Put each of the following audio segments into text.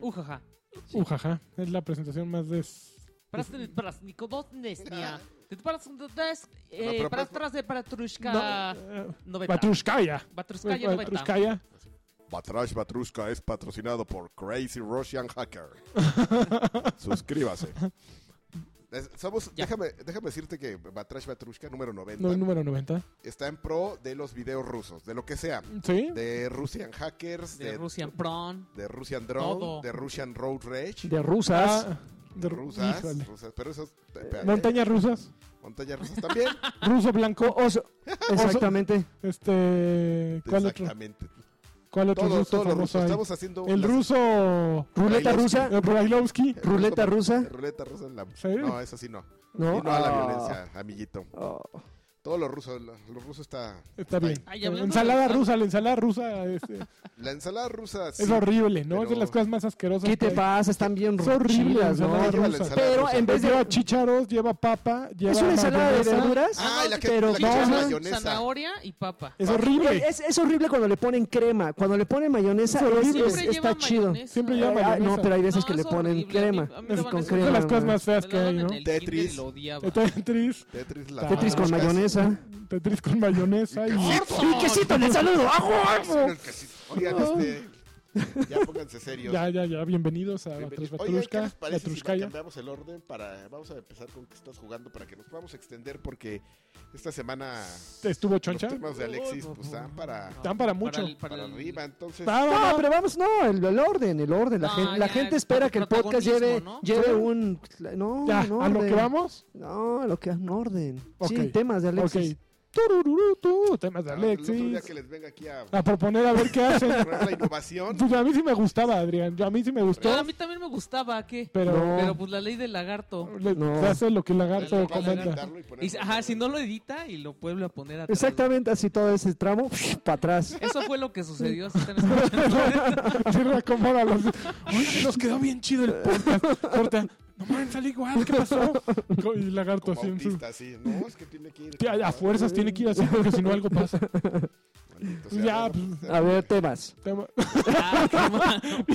Ujaja. Ujaja, Uh, es la presentación más de... Prasny, prasnikodotnes, mía. Ah. Ty prasnikodotnes, No, pero pues- prastrasy, pratrushka, No, eh, noveta. Batrushkaya. pues, Batrushkaya noventa. Batrushkaya. Batrash Batrushka es patrocinado por Crazy Russian Hacker. Suscríbase. Es- somos- Ya. déjame, déjame decirte que Batrash Batrushka número 90 No, número 90. está en pro de los videos rusos, de lo que sea. ¿Sí? De Russian Hackers, De de, Russian Prawn. de Russian Drone, Todo. de Russian Road Rage, De rusas. Ah, de rusas, híjole. Eh, rusas, pero esos... espérate, Montañas rusas. montañas rusas también. Ruso blanco. Oso. Exactamente. Este. ¿Cuál otro? Exactamente. ¿Cuál otro Todos, ruso todos los famoso rusos. hay? Estamos haciendo... El las- ruso. Ruleta rusa. eh, Brailovsky. el Ruleta ruso- rusa. Ruleta rusa. en la- ¿Sí? No, eso sí no. No. Y no a la Ah. violencia, amiguito. Oh. Todos los rusos, lo- los rusos está... Está bien. Ay, hablando ensalada de- rusa, la ensalada rusa este, La ensalada rusa sí. es horrible, ¿no? Es de Pero- las cosas más asquerosas. ¿Qué te que hay. pasa? Están bien Es horrible la chidas, ¿no? ensalada Lleva la rusa. ensalada Pero rusa. en vez de... Lleva chícharos, lleva papa, lleva Es una ensalada de mayonesa. verduras. Ah, y la que- pero la que no, lleva ajá. mayonesa. Zanahoria y papa. Es horrible. Es, es horrible cuando le ponen crema. Cuando le ponen mayonesa, es- horrible. es- Siempre está lleva chido. mayonesa. Siempre lleva Ay, ay, mayonesa. no, pero hay veces No, que le es ponen horrible. A mí- crema. a mí me Es, daban con- eso. es de las cosas más Me feas lo que hay, daban ¿no? en el kinder y Tetris. lo odiaba. Tetris, Tetris, la Tetris con marushka, mayonesa. Tetris con mayonesa y... ¡Y quesito en el saludo! ¡Ah, sí, el que sí. Oigan, este... Ya pónganse serios. Ya, ya, ya, bienvenidos a Bienvenidos. Batrus Oigan, ¿qué Batrushka, les parece si Batrushkaya. cambiamos el orden para... Vamos a empezar con que estás jugando para que nos podamos extender porque esta semana ¿Estuvo los choncha? temas de Alexis pues están para, Dan para mucho. el- para el- arriba, entonces... Ah, No, va, va. pero vamos, no, el, el orden, el orden. La, No, gente, la ya, gente espera que el podcast protagonismo, lleve, ¿no? lleve un... No, Ya, un ¿a lo orden. que vamos? No, a lo que un orden. Sí, Ok. temas de Alexis. Ok. Turururu, tú, temas de Ah, El otro día Alexis. que les venga aquí a A proponer a ver qué hacen. probar la innovación. Pues a mí sí me gustaba, Adrián. Yo- A mí sí me gustó. Ah, a mí también me gustaba, ¿qué? Pero- No. Pero pues la ley del lagarto. Le- No. se hace lo que el Pero lagarto vale comenta. editarlo y ponerlo Y, ajá, en- si no lo edita y lo vuelve a poner atrás. Exactamente así todo ese tramo, para atrás. Eso fue lo que sucedió. si están escuchando. Sí, reacomoda los. Oye, nos quedó bien chido el podcast. Corta. No mames, sale igual. ¿Qué pasó? Y el lagarto Como así en su- autista, sí. No, es que tiene que ir. Sí, A, a fuerzas tiene que ir así porque si no algo pasa. Maldito Ya, bueno, pues, pues, A ver, temas. Tema- Ah, qué mal.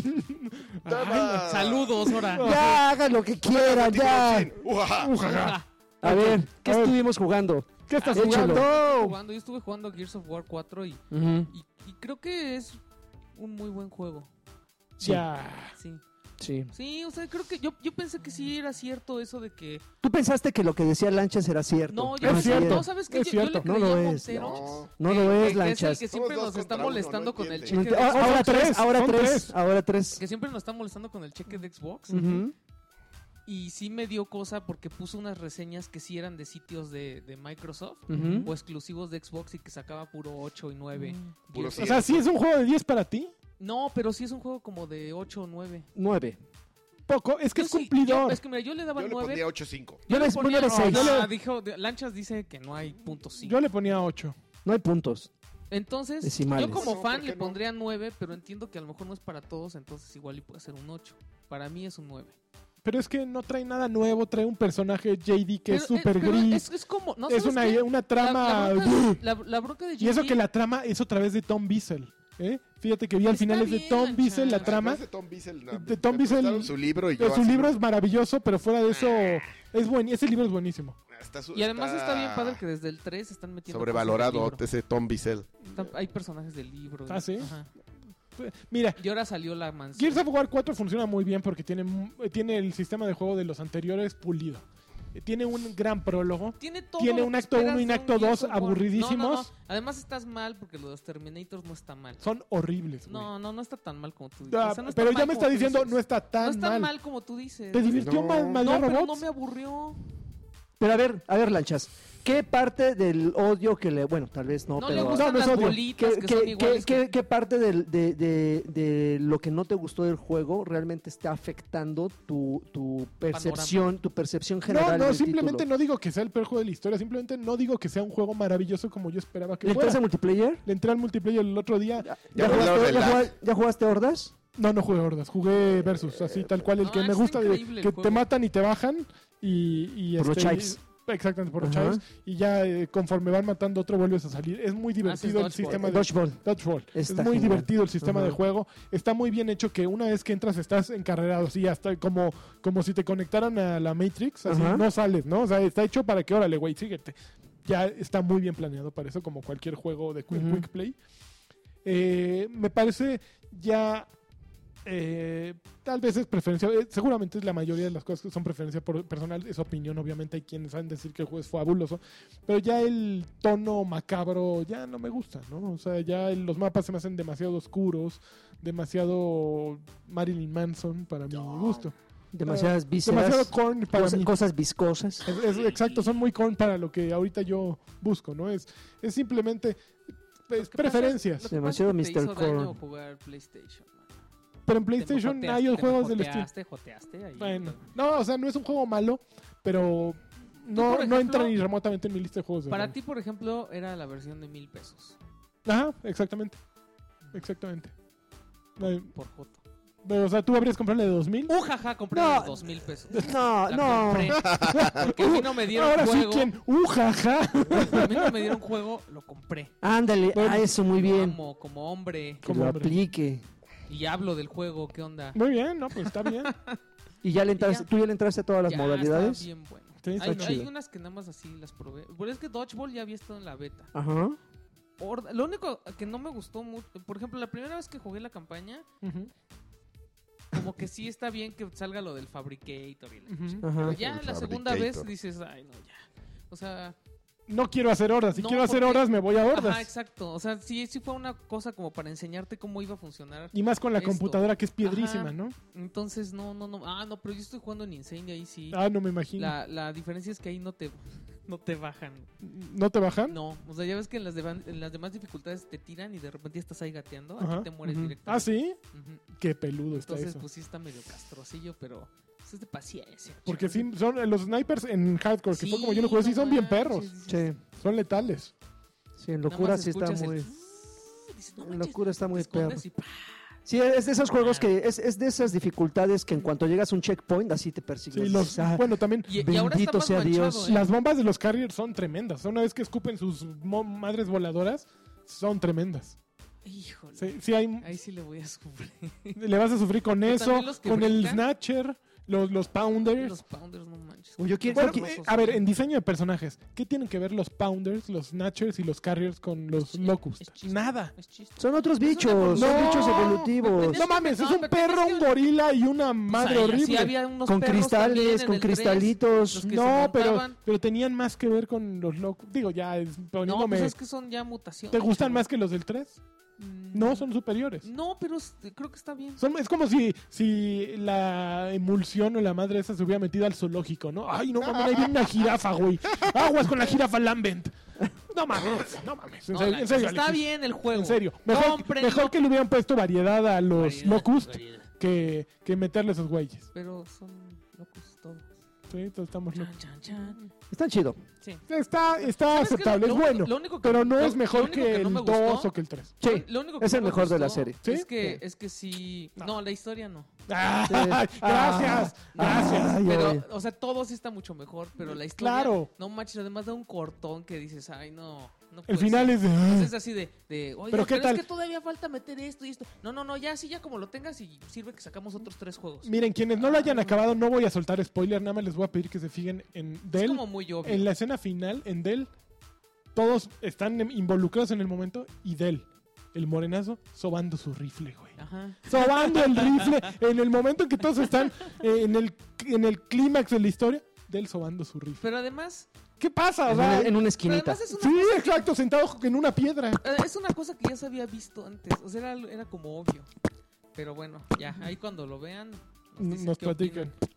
Toma. Saludos, ahora. Ya, hagan lo que quieran, Artículo ya. 100. Ujaja. Ujaja. A ver, ¿qué A ver. estuvimos jugando? ¿Qué estás Échalo. jugando? Jugando, yo estuve jugando Gears of War 4 y, Ujú, y, y creo que es un muy buen juego. Ya. Sí. Sí. Sí, o sea, creo que yo, yo pensé que sí era cierto eso de que. ¿Tú pensaste que lo que decía Lanchas era cierto? No, es yo cierto. no, ¿sabes qué? Es Yo, yo cierto. le No creí lo a es, Montero, No. No que- lo que es, el Lanchas. que siempre Somos nos dos está contra uno, molestando no con el entiende. cheque Ah, de Son ahora tres, tres, ahora son tres, tres. ahora tres. que siempre nos está molestando con el cheque de Xbox Ujú. y sí me dio cosa porque puso unas reseñas que sí eran de sitios de, de Microsoft Ujú. o exclusivos de Xbox y que sacaba puro 8 y 9. Puro O sea, si es un juego de 10 para ti, No, pero sí es un juego como de 8 o 9. Nueve. poco. Es que Yo es sí- yo- cumplidor. es que mira, yo le daba Yo le 9. pondría 8.5. Yo les pongo de seis. no, Yo le- ah, dijo- de- Lanchas dice que no hay punto 5. Yo le ponía 8. No hay puntos. Entonces, Decimales. yo como No, ¿por fan qué le no? pondría 9, pero entiendo que a lo mejor no es para todos, entonces igual y puede ser un 8. Para mí es un 9. Pero es que no trae nada nuevo, trae un personaje JD que es Pero, eh, súper pero gris. Es, es como. No, es ¿sabes una, qué? una La- trama. La, bronca, la, la bronca de y eso JD que la trama es otra vez de Tom Bissell. ¿eh? Fíjate que vi al Está final es de bien, Tom Bissell la Lanchas. trama. Es de Tom Bissell. no, De Tom me Bissell- prestaron su libro y yo Su así, libro es maravilloso, pero fuera de eso, Ah. es buen, ese libro es buenísimo. está su- Y además está bien padre que desde el 3 están metiendo. Sobrevalorado cosas del ese Tom Bissell. libro. Están- hay personajes del libro. Ah, ¿sí? Ajá. Mira, Y ahora salió la mansión. Gears of War 4 funciona muy bien porque tiene, mu- tiene el sistema de juego de los anteriores pulido. Eh, Tiene un gran prólogo. Tiene todo. Tiene lo un que acto uno y esperas un de acto Gears dos of War. aburridísimos. No, no, no. Además estás mal porque lo de los Terminators no está mal. Son horribles. güey. No, no, no está tan mal como tú dices. Ah, O sea, no está pero ya mal como me está tú diciendo, dices. no está tan No está mal. mal. como tú dices. ¿Te divirtió No. mal, mal no, pero no robots? me aburrió. Pero a ver, a ver, Lanchas. ¿Qué parte del odio que le... Bueno, tal vez no, No, pero... le gustan No, no es las odio. bolitas ¿Qué, que qué- son qué- iguales. qué- qué parte del- de, de- de lo que no te gustó del juego realmente está afectando tu, tu percepción, tu percepción No, general? no, del simplemente título? no digo que sea el peor juego de la historia, simplemente no digo que sea un juego maravilloso como yo esperaba que ¿Le fuera. entras a multiplayer? Le entré al multiplayer el otro día. ¿Ya, voy a hablar jugaste, de ya la- jugaste- ya jugaste hordas? No, no jugué hordas, jugué versus, así tal cual el no, que me está gusta, de- increíble el que juego. te matan y te bajan y... y Por los este, chives. exactamente por los Ajá. chavos. Y ya eh, conforme van matando otro, vuelves a salir. Es muy divertido el Haces dodgeball. sistema de. Dodgeball. Dodgeball. es Está muy genial. divertido el sistema de Ajá. juego. Está muy bien hecho que una vez que entras estás encarrerado, así hasta como, como si te conectaran a la Matrix, así Ajá. no sales, ¿no? O sea, está hecho para que, órale, güey, síguete. Ya está muy bien planeado para eso, como cualquier juego de Quick, Ujú. quick Play. Eh, me parece ya. eh, tal vez es preferencia, eh, seguramente la mayoría de las cosas que son preferencia por personal, es opinión, obviamente hay quienes saben decir que el juego es fabuloso, pero ya el tono macabro ya no me gusta, ¿no? O sea, ya el- los mapas se me hacen demasiado oscuros, demasiado Marilyn Manson para mi gusto. Demasiadas vísceras. Demasiado corn para cosas, mí. cosas viscosas. Es- es- exacto, son muy corn para lo que ahorita yo busco, ¿no? Es, es simplemente pues, que pasa es- preferencias. lo que Demasiado pasa es que te Mr. hizo daño Korn. jugar PlayStation. man. Pero en Te PlayStation mojoteaste, hay te juegos del estilo. mojoteaste, joteaste ahí. Bueno, no, o sea, no es un juego malo, pero no, por no entra ejemplo, ni remotamente en mi lista de juegos. de Para horror. ti, por ejemplo, era la versión de mil pesos Ajá, exactamente. Exactamente. Ay, por Joto. pero, o sea, tú habrías comprado la de 2000. Ujaja, compré No. los dos mil pesos. No, La no. compré, Porque a mí no me dieron Ah, Ahora sí, juego. ¿quién? ¡Uh, jaja! A mí no me dieron juego, lo compré. Ándale, Bueno. a Ah, eso muy Lo bien. amo como hombre Que Como lo hombre. aplique. y hablo del juego, ¿qué onda? Muy bien, no, pues está bien. Y ya le entraste, ya. tú ya le entraste a todas las Ya, modalidades. estaba bien bueno. Sí, está Hay, hay chido. unas que nada más así las probé. Pero es que Dodgeball ya había estado en la beta. Ajá. Horda- Lo único que no me gustó mucho, por ejemplo, la primera vez que jugué la campaña, Ujú, como que sí está bien que salga lo del Fabricator y la- ujú. Ajá. Pero ya El la segunda vez Fabricator. dices, ay, no, ya. O sea, No quiero hacer hordas. Si No, quiero hacer porque- horas hordas, me voy a hordas. ajá, exacto. O sea, sí, sí fue una cosa como para enseñarte cómo iba a funcionar. y más con la Esto. computadora que es piedrísima, Ajá. ¿no? Entonces, no, no, no. Ah, no, pero yo estoy jugando en Insane y ahí sí. Ah, no me imagino. La, la diferencia es que ahí no te, no te bajan. ¿No te bajan? No, o sea, ya ves que en las, deban- en las demás dificultades te tiran y de repente ya estás ahí gateando. Ajá, Aquí te mueres ujú. directamente. Ah, sí. Ujú. Qué peludo está Entonces, eso. pues sí está medio castrosillo, pero pues, es de paciencia. Porque chale. sí, son los snipers en hardcore, que fue como yo lo jugué, no sí son bien manches, perros. dices, Sí, Son letales. sí, en nada locura más sí está escuchas el muy. tss, dices, no en manches, locura está te muy perro. escondes y pa, Sí, es de esos juegos que. Es, es de esas dificultades que en cuanto llegas a un checkpoint, así te Sí, persigues. los, Ah, bueno, también Y, y ahora está Bendito más sea manchado, Dios. ¿eh? las bombas de los carriers son tremendas. Una vez que escupen sus mo- madres voladoras, son tremendas. Híjole. Sí, sí hay, Ahí sí le voy a sufrir. le vas a sufrir con Pero eso, también los que con el brincan. snatcher, los, los pounders. Los Pounders, no manches. Uy, yo quiero- Bueno, Creo que- eh, a ver, en diseño de personajes, ¿qué tienen que ver los pounders, los snatchers y los carriers con los Es locusts? chiste, Nada. es chiste. Son otros Es una bichos, evolución. son No, bichos depende- evolutivos. No mames, es un pero tenías perro, que- un gorila y una madre Pues ahí horrible. Sí había unos Con perros también en cristales, el con tres. cristalitos. los que se no, pero, montaban. pero tenían más que ver con los locos. Digo, ya es No, poniéndome. pues es que son ya mutaciones. ¿Te gustan chavos. más que los del 3? Mm, No, son superiores. No, pero es- creo que está bien. Son- es como si, si la emulsión o la madre esa se hubiera metido al zoológico, ¿no? Ay, no mames, ahí viene una jirafa, güey. Aguas con la jirafa Lambent. No mames, no mames. En No, serio, la- en serio, está Alexis. bien el juego. En serio. Mejor, Cómprenlo. mejor que le hubieran puesto variedad a los Variedad, locust variedad. que, que meterle a esos güeyes. Pero son locos todos. Sí, todos estamos locos. Chan, chan, chan. Están chido. Sí. Está, está ¿Sabes qué? aceptable, Lo es único- bueno. lo único que- Pero no lo- es mejor lo único que, no el me 2 gustó- o que el 3. Sí. Lo único es no el me mejor de gustó la serie. ¿Sí? Es que, Sí. es que sí. No. No. la historia no. Ah, Sí. gracias, Ah, gracias. ay, pero, ay. o sea, todo sí está mucho mejor. Pero la historia. Claro. No manches, además da un cortón que dices, ay, no. no El puede final ser". es de. Entonces pues es así de, de oye, Mm. Pero pero, ¿qué tal? es que todavía falta meter esto y esto. No, no, no, ya sí, ya como lo tengas y sirve que sacamos otros tres juegos. Miren, quienes no lo hayan acabado, no voy a soltar spoiler, nada más les voy a pedir que se fijen en es Dell. como muy obvio. En la escena final, en Dell, todos están em- involucrados en el momento y Dell, el morenazo, sobando su rifle, güey. Ajá. Sobando el rifle en el momento en que todos están eh, en el, en el clímax de la historia, Dell sobando su rifle. Pero además, ¿Qué pasa? O En sea, una, en una pero esquinita. además es, una, sí, exacto, sentado en una piedra. eh, es una cosa que ya se había visto antes. O sea, era, era como obvio. Pero bueno, ya, ahí cuando lo vean, nos, dicen Nos qué opinan. platican.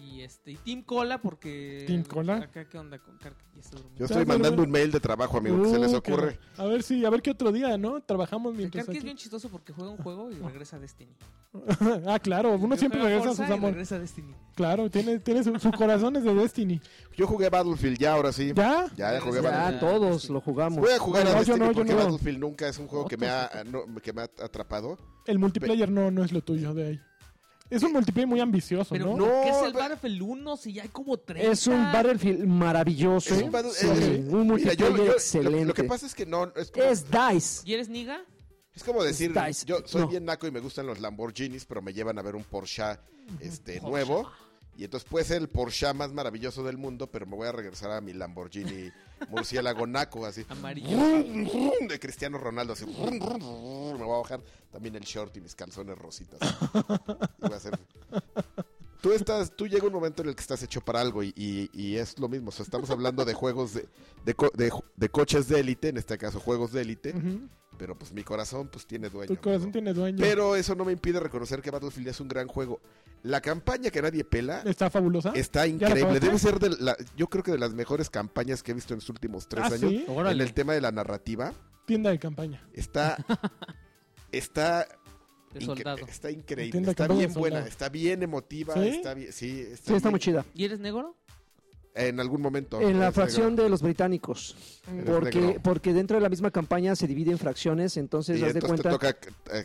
Y este, y Team Cola, porque. ¿Team Cola? Acá, ¿qué onda con Carque? Ya está durmiendo. Yo estoy mandando un mail de trabajo, amigo, que se les ocurre. Uh, A ver si, a ver qué otro día, ¿no? Trabajamos El mientras. Karki es aquí- bien chistoso porque juega un juego y regresa a Destiny. ah, claro, uno Yo siempre juego regresa a Forza sus y amores. Regresa a Destiny. Claro, tiene, tiene su, su corazón es de Destiny. Yo jugué Battlefield ya, ahora sí. Ya, ¿Ya? ya, jugué Ya, Ya Battlefield. todos lo jugamos. Voy a jugar No, yo a este Destiny no, yo porque no. Battlefield nunca es un juego que me, ha, no, que me ha atrapado. El multiplayer no, no es lo tuyo de ahí. Es un multiplayer muy ambicioso, Pero ¿no? ¿por qué es No, el pero- Battlefield 1? Si ya hay como 30. Es un Battlefield maravilloso. Es un battle- sí, es- un Mira, yo- multiplayer yo- lo- excelente. Lo, que pasa es que no, es como, Es DICE. ¿Y eres Niga? es como decir, Dice. yo soy No. bien naco y me gustan los Lamborghinis, pero me llevan a ver un Porsche este, nuevo. Y entonces puede ser el Porsche más maravilloso del mundo, pero me voy a regresar a mi Lamborghini murciélago naco, así. Amarillo. Rum, rum, de Cristiano Ronaldo, así. rum, rum, rum. Me voy a bajar también el short y mis calzones rositas. Y voy a hacer- Tú estás, tú llega un momento en el que estás hecho para algo y, y- y es lo mismo. O sea, estamos hablando de juegos de, de, co- de ju- de coches de élite, en este caso juegos de élite, Ujú. pero pues mi corazón pues tiene dueño. Tu corazón ¿no? tiene dueño. Pero eso no me impide reconocer que Battlefield es un gran juego. La campaña que nadie pela Está fabulosa. está la increíble. acabaste? Debe ser de la, yo creo que de las mejores campañas que he visto en los últimos tres Ah, años. sí. En el tema de la narrativa Tienda de campaña. está está De incre- soldado. está increíble, Entiendo que está no es bien soldado. buena, está bien emotiva, ¿Sí? está bien, sí, Sí, está bien- muy chida. ¿Y eres negro? En algún momento. En la es fracción negro. de los británicos. Eres Porque, negro. porque dentro de la misma campaña se divide en fracciones, Y entonces haz de entonces cuenta. te toca eh,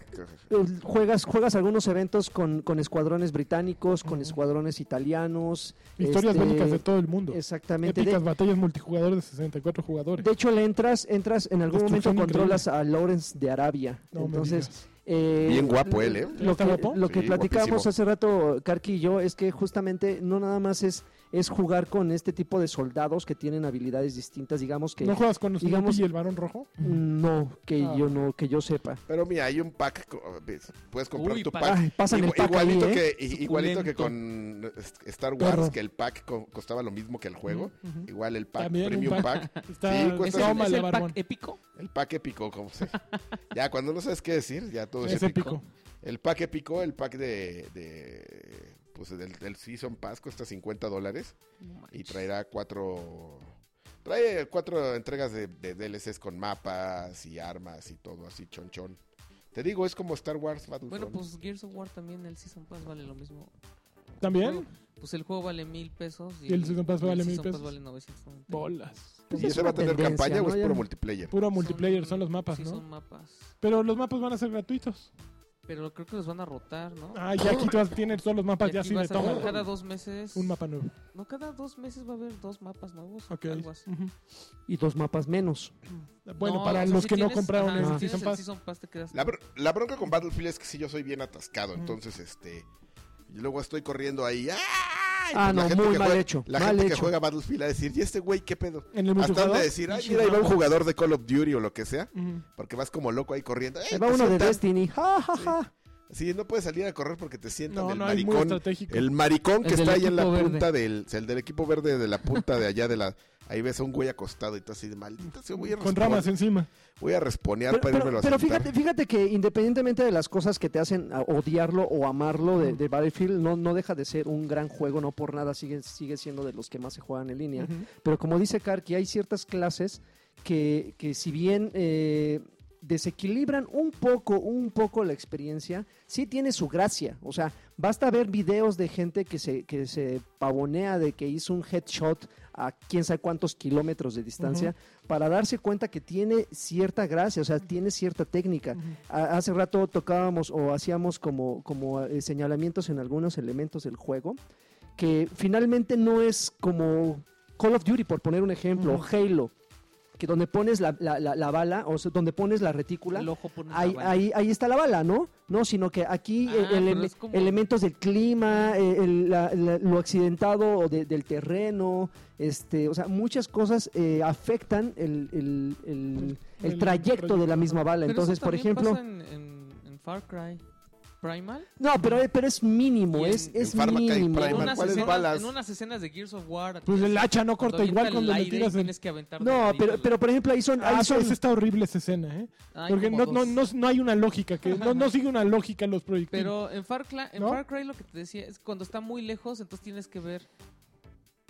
eh, Juegas, juegas algunos eventos con, con escuadrones británicos, con escuadrones italianos. Historias este, bélicas de todo el mundo. Exactamente. Épicas De, batallas multijugador de 64 jugadores. de hecho, le entras, entras, en algún Destrucción momento controlas a Lawrence de Arabia. No me entonces, digas. Eh, Bien guapo él, ¿eh? Lo ¿Está que, guapo? lo que Sí, platicábamos guapísimo. hace rato, Karki y yo, es que justamente no nada más es, es jugar con este tipo de soldados que tienen habilidades distintas, digamos que ¿No juegas con Snoopy digamos- y el varón rojo? no, que Ah. yo no, que yo sepa. pero mira, hay un pack, co- ves, puedes comprar Uy, tu pa- pack. Ay, pasan el Igu- pack igualito, ahí, ¿eh? que, i- igualito que con eh, Star Wars, Perro. que el pack co- costaba lo mismo que el juego. Ujú. Igual el pack, También un premium pack. pack. Está Sí, cuesta- ¿Es, el- toma es la el pack barbón. épico? El pack épico, como se. ya, cuando no sabes qué decir, ya todo es, Es épico. épico. El pack épico, el pack de. de pues del, del Season Pass cuesta 50 dólares y traerá cuatro. Trae cuatro entregas de, de DLCs con mapas y armas y todo así, chonchón. Te digo, es como Star Wars Battlefront. Bueno, pues Gears of War también, el Season Pass vale lo mismo. ¿También? Pues el juego vale mil pesos. Y el Season Pass y el vale mil Season Pass pesos. vale 990. Bolas. ¿Y ese va a tener pues, tendencia, campaña o es ¿no? Ya- puro multiplayer? Puro multiplayer, son los mapas, sí, ¿no? son mapas. Pero los mapas van a ser gratuitos. Pero creo que los van a rotar, ¿no? Ah, ya aquí tú vas a tener todos los mapas, Y ya aquí sí me vas a ver toma cada dos meses. un mapa nuevo. No, cada dos meses va a haber dos mapas nuevos. Ok. Algo así. Ujú. Y dos mapas menos. Bueno, No, para o sea, los si que no tienes- compraron ajá, el si Season tienes Pass. Season Pass te quedas. La, bro- la bronca Mm. con Battlefield es que si yo soy bien atascado, entonces este y luego estoy corriendo ahí. ¡Ah! Y Ah, pues la no, gente muy que mal juega- hecho, La mal gente que hecho. juega Battlefield a decir, ¿y este güey qué pedo? En el Hasta han de multijugador. decir, ay, Pinche mira, ahí va un mapa. jugador de Call of Duty o lo que sea, Ujú. porque vas como loco ahí corriendo. ¡Ey, Se va te uno de sientan! Destiny. Ja, ja, ja. Sí, no puedes salir a correr porque te sientan No, el no, hay muy maricón. estratégico. El El maricón que del está ahí en la equipo punta del, o sea, el del equipo verde de la punta de allá de la, ahí ves a un güey acostado y tú así de maldita, sea, voy a Con ramas ¿eh? respon- encima. voy a responear Pero, para irme pero- a pero sentar". fíjate, fíjate que independientemente de las cosas que te hacen a- odiarlo o amarlo de, de Battlefield, no, no deja de ser un gran juego, no por nada sigue, sigue siendo de los que más se juegan en línea. Ujú. Pero como dice Karki, hay ciertas clases que, que si bien eh, desequilibran un poco, un poco la experiencia, sí tiene su gracia. O sea, basta ver videos de gente que se, que se pavonea de que hizo un headshot a quién sabe cuántos kilómetros de distancia para darse cuenta que tiene cierta gracia, o sea, tiene cierta técnica. A- Hace rato tocábamos o hacíamos como, como eh, señalamientos en algunos elementos del juego, que finalmente no es como Call of Duty, por poner un ejemplo, Ujú. o Halo, que donde pones la, la- la- la bala, o sea, donde pones la retícula, El ojo pone una ahí, bala. ahí, ahí está la bala, ¿no? No, sino que aquí Ah, eh, pero ele- es como- elementos del clima, eh, el- la- la- lo accidentado o de- del terreno, este, o sea, muchas cosas eh, afectan el, el- el- el El trayecto de la trayecto, misma bala. Pero Entonces, eso por también ejemplo, pasa en, en- en Far Cry Primal. no, pero, eh, pero es mínimo, Y en- es, en es Pharma Cry mínimo. En Primal, unas, ¿cuáles escenas, balas? en unas escenas de Gears of War. Pues el hacha no cuando corta avienta igual el cuando le aire y tiras. el- tienes que aventar No, del pero, dedito pero por ejemplo ahí son, ahí Ah, son- pues está horrible esa escena, ¿eh? la- Ay, Porque como no, no, dos. no, no hay una lógica, que no, no sigue una lógica los proyectiles. Pero en Far, Cry, en ¿No? Far Cry lo que te decía es cuando está muy lejos, entonces tienes que ver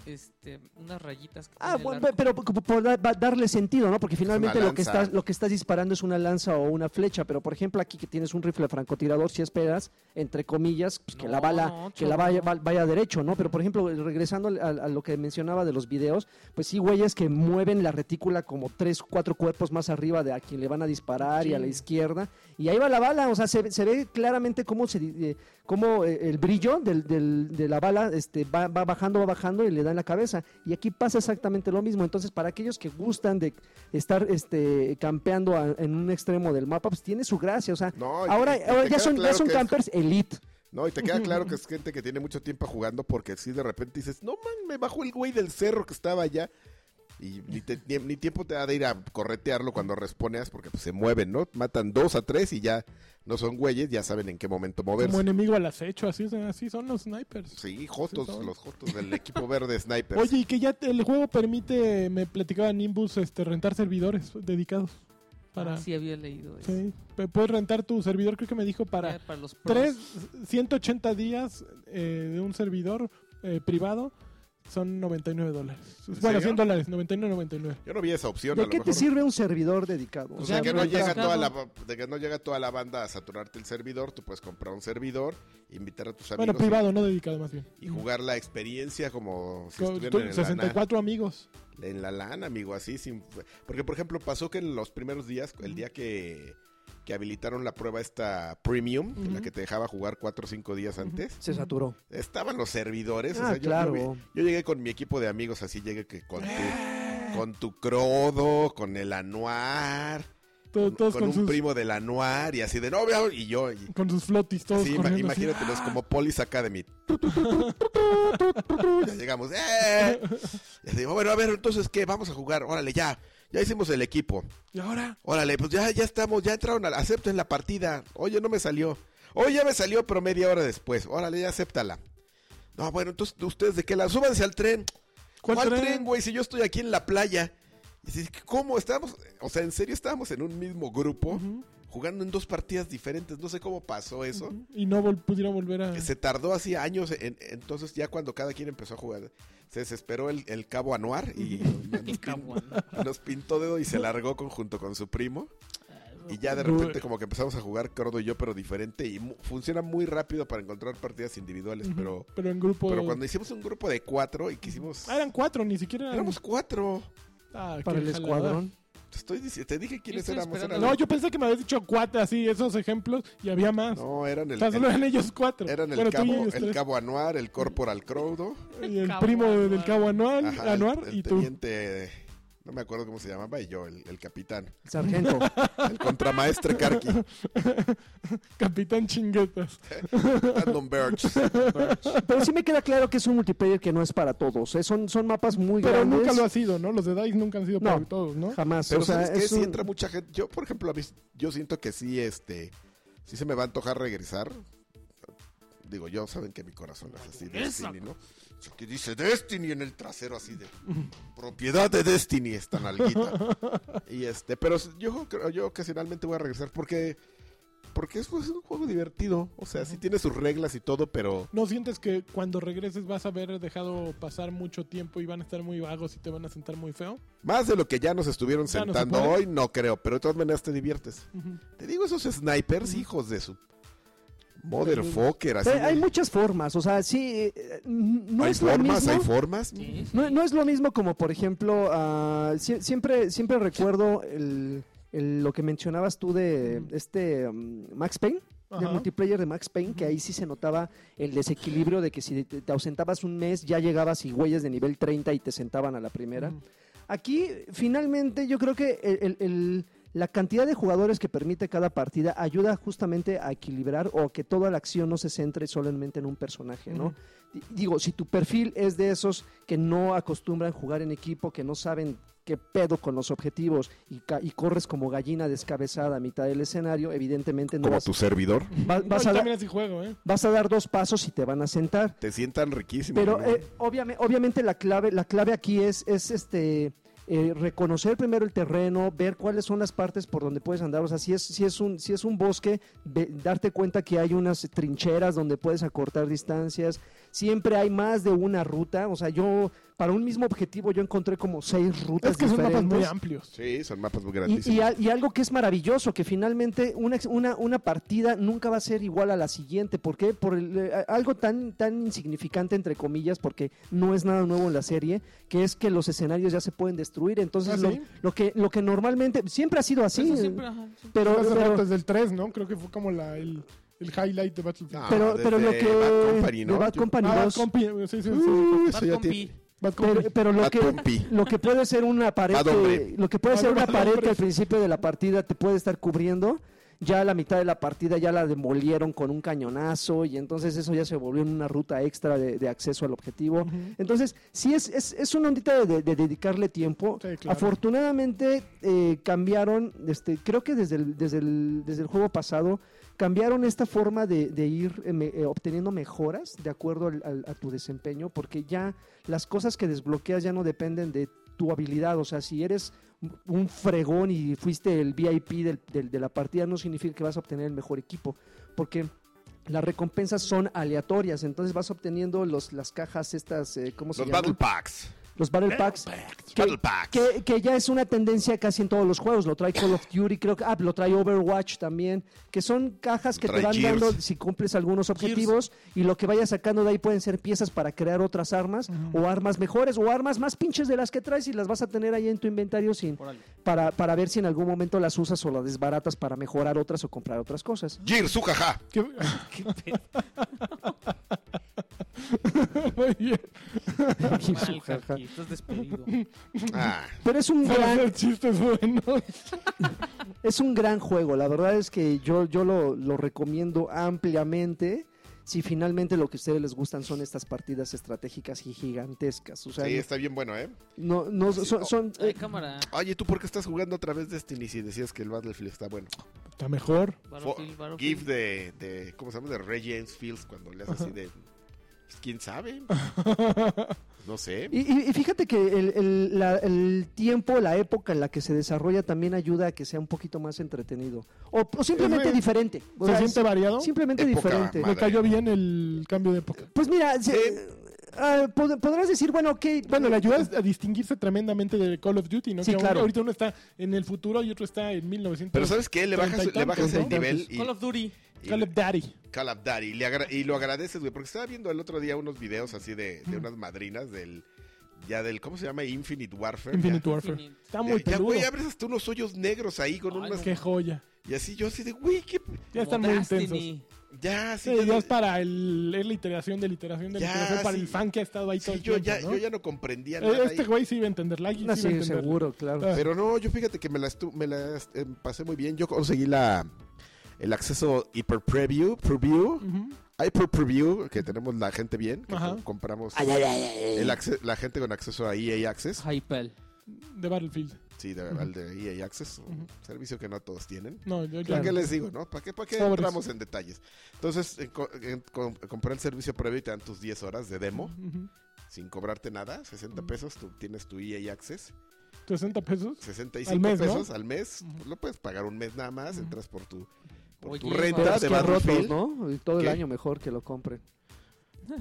este, unas rayitas. que tiene Ah, el bueno, arco. pero como por da- va- darle sentido, ¿no? Porque finalmente una lo que, lanza. estás, lo que estás disparando es una lanza o una flecha, pero por ejemplo aquí que tienes un rifle francotirador, si esperas, entre comillas, pues, que la No, bala, no, que la chavo, vaya, no. val- vaya derecho, ¿no? Pero por ejemplo, regresando al- al- a, lo que mencionaba de los videos, pues sí, güeyes que mueven la retícula como tres, cuatro cuerpos más arriba de a quien le van a disparar y a la Sí. izquierda, y ahí va la bala, o sea, se, ve- se ve claramente cómo se... di- eh, como el brillo del- del- de la bala este, va, va bajando, va bajando y le da en la cabeza. Y aquí pasa exactamente lo mismo. Entonces, para aquellos que gustan de estar este, campeando a- en un extremo del mapa, pues tiene su gracia. O sea, No, y- ahora, y te ahora ya, queda son, ya claro son que es- campers elite. No, y te queda claro que es gente que tiene mucho tiempo jugando porque si de repente dices, no man, me bajó el güey del cerro que estaba allá. Y ni, te- ni- ni tiempo te da de ir a corretearlo cuando responeas porque pues, se mueven, ¿no? Matan dos a tres y ya no son güeyes, ya saben en qué momento Como moverse. enemigo al acecho, así, es- así son los snipers. Sí, Jotos, Sí, son. los Jotos del equipo verde Snipers. Oye, y que ya te- el juego permite, me platicaba Nimbus, este, rentar servidores dedicados para... Ah, sí, había leído eso. Sí. P- Puedes rentar tu servidor, creo que me dijo, para Ya, para los pros. tres 180 días eh, de un servidor eh, privado. Son 99 dólares. ¿En Bueno, serio? 100 dólares, 99, 99. yo no vi esa opción. a ¿De lo qué te mejor. sirve un servidor dedicado? O Pues sea, Ya, que pero no, el llega mercado- toda la, ba- de que no llega toda la banda a saturarte el servidor, tú puedes comprar un servidor, invitar a tus amigos Bueno, privado, no dedicado más bien. y, y jugar la experiencia como si Con- estuvieran tú- en el 64 amigos. En la lana, amigo, así sin... Porque, por ejemplo, pasó que en los primeros días, el día que, que habilitaron la prueba esta premium, en la Ujú. que te dejaba jugar cuatro o cinco días antes, Se saturó. estaban los servidores. o Ah, sea, yo- yo claro. vi- Yo, llegué con mi equipo de amigos, así llegué que con tu, con tu crodo, con el anuar, Todos, con, todos con con, un sus, primo del anuar, y así de no, veo", y yo... y- con sus flotis, todos sí, ima- corriendo así. imagínatelos como Polis Academy. ya llegamos. ¡Eh! Y así, bueno, a ver, entonces, ¿qué? Vamos a jugar. Órale, ya. Ya hicimos el equipo. Y ahora, Órale, pues ya, ya estamos, ya entraron, a la- acepten la partida. Oye, no me salió. Oye, ya me salió, pero media hora después. Órale, ya acéptala. No, bueno, entonces, ¿ustedes de qué la? Súbanse al tren. ¿cuál, ¿Cuál tren? tren, güey? Si yo estoy aquí en la playa. Y dices, ¿cómo? Estábamos, o sea, en serio estábamos en un mismo grupo, Ujú, jugando en dos partidas diferentes. No sé cómo pasó eso. ujú. Y no vol- pudieron volver a... Que se tardó así años, en- entonces ya cuando cada quien empezó a jugar, se desesperó el, el cabo Anuar y nos, Y pin- caguán. nos pintó dedo y se largó con, junto con su primo. Y ya de Uy. repente como que empezamos a jugar Crodo y yo, pero diferente. Y mu- funciona muy rápido para encontrar partidas individuales, Ujú. pero, Pero en grupo... pero cuando hicimos un grupo de cuatro y quisimos... Ah, eran cuatro, ni siquiera eran... Éramos cuatro. Ah, Para qué el jalada. escuadrón. Te, estoy dici- te dije quiénes Estoy éramos. esperando eran- No, yo pensé que me habías dicho cuatro, así, esos ejemplos, y había más. No, eran o el, sea, solo el- eran ellos cuatro. eran el Bueno, tú y cabo, ellos el tres. cabo Anuar, el corporal Crodo. Y el Cabo primo Anuar. del cabo anual, Ajá, el- Anuar el, y tú. teniente, no me acuerdo cómo se llamaba, y yo, el, el capitán, El sargento. el contramaestre Karki, Capitán Chinguetas. Brandon Birch. Pero sí me queda claro que es un multiplayer que no es para todos. ¿eh? Son, son mapas muy Pero grandes. nunca lo ha sido, ¿no? Los de DICE nunca han sido No. para todos, ¿no? Jamás. Pero o sea, ¿sabes qué? es Si un- eh, entra mucha gente, yo, por ejemplo, a mí, yo siento que sí, este, sí se me va a antojar regresar. Digo, yo saben que mi corazón es así, Regresa. Destiny, ¿no? Sí, Que dice Destiny en el trasero así de propiedad de Destiny esta nalguita. y este, pero yo creo yo ocasionalmente voy a regresar porque porque es, pues, un juego divertido, o sea, sí tiene sus reglas y todo, pero ¿No sientes que cuando regreses vas a haber dejado pasar mucho tiempo y van a estar muy vagos y te van a sentar muy feo? Más de lo que ya nos estuvieron Ya no se sentando puede. hoy, no creo, pero de todas maneras te diviertes. Te digo, esos snipers, hijos de su. Motherfucker, así. Pero hay de- muchas formas. O sea, sí. eh, n- No ¿Hay es lo formas, mismo. hay formas. Sí, sí. No, no es lo mismo como, por ejemplo, ah, sie- siempre, siempre recuerdo el, el- lo que mencionabas tú de Ujú. este mm, Max Payne, del Ajá. multiplayer de Max Payne, que ahí sí se notaba el desequilibrio de que si te, te ausentabas un mes ya llegabas y güeyes de nivel 30 y te sentaban a la primera. Ujú. Aquí, finalmente, yo creo que el- el- el- la cantidad de jugadores que permite cada partida ayuda justamente a equilibrar o que toda la acción no se centre solamente en un personaje, ¿no? Ujú. Di- Digo, si tu perfil es de esos que no acostumbran jugar en equipo, que no saben qué pedo con los objetivos y, ca- y corres como gallina descabezada a mitad del escenario, evidentemente no Como vas, tu servidor. va- No, vas yo a, dar- también así juego, ¿eh? vas a dar dos pasos y te van a sentar. Te sientan riquísimo. Pero ¿no? eh, obviame- obviamente la clave, la clave aquí es, es este eh, reconocer primero el terreno, ver cuáles son las partes por donde puedes andar. O sea, si es, si es un, si es un bosque, ve- darte cuenta que hay unas trincheras donde puedes acortar distancias. Siempre hay más de una ruta. O sea, yo para un mismo objetivo yo encontré como seis rutas Es que son mapas muy diferentes. amplios. Sí, son mapas muy Y- Y, grandísimos. al- y algo que es maravilloso, que finalmente una, ex- una, una partida nunca va a ser igual a la siguiente. ¿Por qué? Por el, eh, a- algo tan, tan insignificante, entre comillas, porque no es nada nuevo en la serie, que es que los escenarios ya se pueden destruir. Entonces, ¿Ah, lo, sí? lo que, lo que normalmente siempre ha sido así. Eso siempre, ajá, sí. Pero, Hace pero- rato desde el 3, ¿no? Creo que fue como la, el, el highlight de Battlefield. No, pero, desde pero lo que. Bad Company, ¿no? de Bad Yo- Company Ah, Bad 2, Company, sí, sí, sí, Uy, Bad eso ya Company. tiene- Bad Company. pero, pero lo Bad que. Company. Lo que puede ser una pared Bad hombre. que, lo que puede Bad ser una hombre, pared hombre. que al principio de la partida te puede estar cubriendo, ya a la mitad de la partida ya la demolieron con un cañonazo y entonces eso ya se volvió en una ruta extra de, de acceso al objetivo. Entonces, sí es, es, es una ondita de, de dedicarle tiempo. Sí, claro. Afortunadamente eh, cambiaron, este, creo que desde el, desde, el, desde el juego pasado, cambiaron esta forma de, de ir eh, me- eh, obteniendo mejoras de acuerdo al- al- a tu desempeño, porque ya las cosas que desbloqueas ya no dependen de tu habilidad, o sea, si eres un fregón y fuiste el VIP del- del- de la partida, no significa que vas a obtener el mejor equipo, porque las recompensas son aleatorias, entonces vas obteniendo los, las cajas estas, eh, ¿cómo se Los llaman? Battle Packs. Eh, los Battle Packs, Battle Packs. que, que ya es una tendencia casi en todos los juegos, lo trae Call of Duty, creo que, ah, lo trae Overwatch también, que son cajas que te Trae van Gears. dando si cumples algunos objetivos y lo que vayas sacando de ahí pueden ser piezas para crear otras armas o armas mejores o armas más pinches de las que traes y las vas a tener ahí en tu inventario sin, para, para ver si en algún momento las usas o las desbaratas para mejorar otras o comprar otras cosas. Gears, ujaja. Que- Muy bien. Mal, Karki, estás despedido. Ah, Pero es un Para gran, hacer chistes buenos. Es un gran juego, la verdad es que yo, yo lo, lo recomiendo ampliamente. Si finalmente lo que a ustedes les gustan son estas partidas estratégicas y gigantescas. O sea, sí, está bien bueno, ¿eh? no, no, sí, son, no. son- Ay, eh, cámara. Oye, ¿tú por qué estás jugando a través de Destiny si decías que el Battlefield está bueno? Está mejor. Battlefield, Fo- Battlefield. GIF de, de, ¿cómo se llama? De Ray James Fields cuando le haces así de... pues, ¿Quién sabe? No sé. y, y- y fíjate que el, el- la- el tiempo, la época en la que se desarrolla también ayuda a que sea un poquito más entretenido. O, o simplemente Pues, Es- diferente. O ¿Se sea, siente variado? simplemente Época diferente. más- Me cayó bien el cambio de época. Pues mira, se- Sí. ah, pod- podrás decir, bueno, ok. Bueno, le Pues, ayuda a distinguirse tremendamente de Call of Duty, ¿no? Sí, que aún- claro. ahorita uno está en el futuro y otro está en 1900. Pero ¿sabes qué? Le pues, Treinta y bajas, le tantos, bajas ¿no? el nivel y, Call of Duty. y- Call of Daddy. Call of Duty, Y, le agra- y lo agradeces, güey, porque estaba viendo el otro día unos videos así de, de unas madrinas del... Ya del, ¿cómo se llama? Infinite Warfare. Infinite ya. Warfare. Infinite. Está muy Ya, ya, peludo. güey, abres hasta unos hoyos negros ahí con Ay, unas... no. Qué joya. Y así yo así de, güey, qué... Ya están muy Como intensos. Destiny. Ya, Sí, sí, yo- ya es para el, es la iteración de la iteración de la Ya, iteración para sí. el fan que ha estado ahí sí, todo el yo, tiempo, ya, ¿no? yo ya no comprendía Eh, nada. Este ahí. güey sí iba a entenderla. alguien No, sí iba a Ah, sí, entenderla. seguro, claro. Ah. Pero no, yo fíjate que me la, estu- me la est- eh, pasé muy bien. Yo conseguí la el acceso hiper preview, preview, Ujú. hyper preview que tenemos la gente bien, que Ajá. co- compramos el acce- la gente con acceso a EA Access, Hypel. De Battlefield. sí, de- al de EA Access, un servicio que no todos tienen. No, yo, ¿Para yo- qué les digo, no? ¿Para qué, para qué Sobres. entramos en detalles? Entonces, eh, co- eh, com- compré el servicio previo y te dan tus 10 horas de demo, Ujú. sin cobrarte nada, 60 pesos, tú tienes tu EA Access. 60 pesos. 65 Al mes, ¿no? pesos al mes, Ujú. pues lo puedes pagar un mes nada más, entras por tu, por Oye, tu pero Pero renta es de que a rotos, Battlefield. ¿no? Y Todo el ¿Qué? año mejor que lo compren.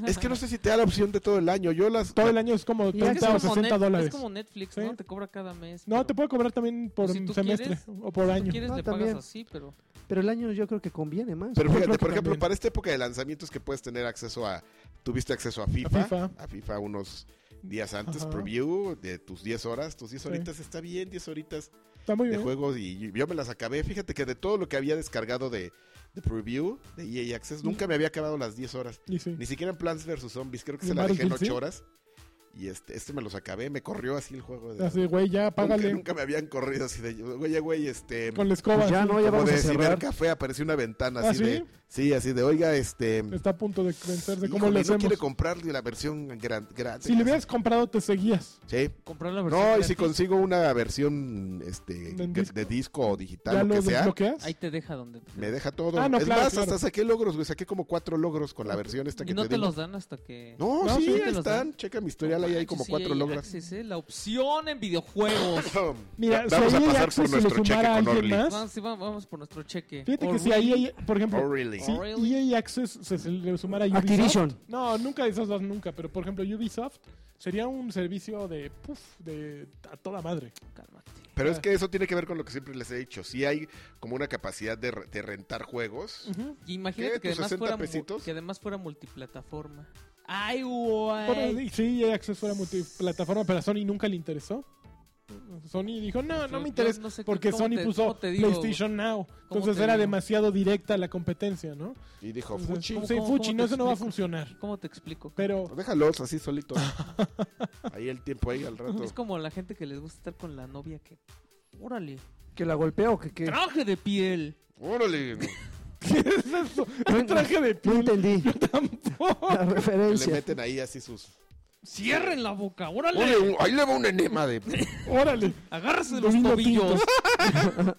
Es que no sé si te da la opción de todo el año. Yo las Todo el año es como Y es 30 o como 60 Net- dólares. Es como Netflix, Sí. ¿no? Te cobra cada mes. No, pero te puedo cobrar también por Pues si tú semestre quieres, o por Si año. quieres, Ah, le también. pagas así, pero. Pero el año yo creo que conviene más. Pero Yo fíjate, creo que por ejemplo, también. para esta época de lanzamientos que puedes tener acceso a... Tuviste acceso a FIFA, a FIFA, FIFA. unos días antes, Ajá. preview de tus 10 horas, tus 10 Sí. horitas, está bien, 10 horitas Está muy de bien. juegos y yo me las acabé. Fíjate que de todo lo que había descargado de, de preview, de EA Access, nunca me había acabado las 10 horas. Y sí. Ni siquiera en Plants vs. Zombies, creo que ¿Y se la dejé en Battlefield, 8 sí? horas. Y este, este me los acabé, me corrió así el juego. De, Así, güey, ya nunca, págale nunca me habían corrido así de, oye, güey, este... con la escoba. Pues ya así. no, ya Como vamos a de cerrar. cibercafé apareció una ventana ¿Ah, así sí? de... Sí, así de, oiga, este... Está a punto de vencerse. ¿Cómo híjole, le no hacemos? quiere comprar la versión gran- grande. Si le hubieras comprado, te seguías. Sí. Comprar la versión. No, y gratis, si consigo una versión este, En que- disco. de disco o ¿Ya digital, lo lo que sea, desbloqueas? Ahí te deja donde. te- me deja todo. Ah, no, es claro, más, claro. hasta saqué logros, güey. Saqué como cuatro logros con la versión esta que Y no te, te digo. los dan hasta que. No, No, sí, sí, te ahí los están. dan. Checa mi historial, ahí hay como Sí, cuatro hay logros. Access, ¿eh? La opción en videojuegos. Mira, vamos si a ahí hay pasar Access por y le nuestro cheque sumara a con alguien Orly. más. pues, vamos, sí, va- vamos por nuestro cheque. Fíjate que Or si ahí really. hay, por ejemplo, Oh, really? si Really? EA Access se se le sumara a Ubisoft. Activision. No, nunca de esas dos, nunca. Pero por ejemplo, Ubisoft sería un servicio de. Puf, de. a toda madre. Cálmate. Pero es que eso tiene que ver con lo que siempre les he dicho. Sí hay como una capacidad de, re- de rentar juegos. Y imagínate ¿Qué? que ¿Tus además, 60 fuera mu- pesitos? que además fuera multiplataforma. ¡Ay, Bueno, guay! y si EA Access fuera multiplataforma, pero a Sony nunca le interesó. Sony dijo, no, no Yo- me yo interesa. no sé qué- porque ¿cómo Sony te- puso cómo te digo? PlayStation Now. ¿Cómo Entonces te era digo? demasiado directa la competencia, ¿no? Y dijo, Entonces, fuchi. ¿cómo- Sí, cómo- Fuchi, cómo no, te eso no va a explico? funcionar. ¿Cómo te explico? Pero Pues déjalos así solitos. Ahí el tiempo, ahí al rato. Es como la gente que les gusta estar con la novia que... ¡Órale! Que la golpeo, que, que... Ah, ¡Traje de piel! Órale. ¿Qué es eso? No, Un traje de No piel entendí tampoco. la Que le referencia. meten ahí así sus. ¡Cierren la boca! ¡Órale! Órale, ahí le va un enema de. Órale. Agárrese los Vino tobillos. tinto.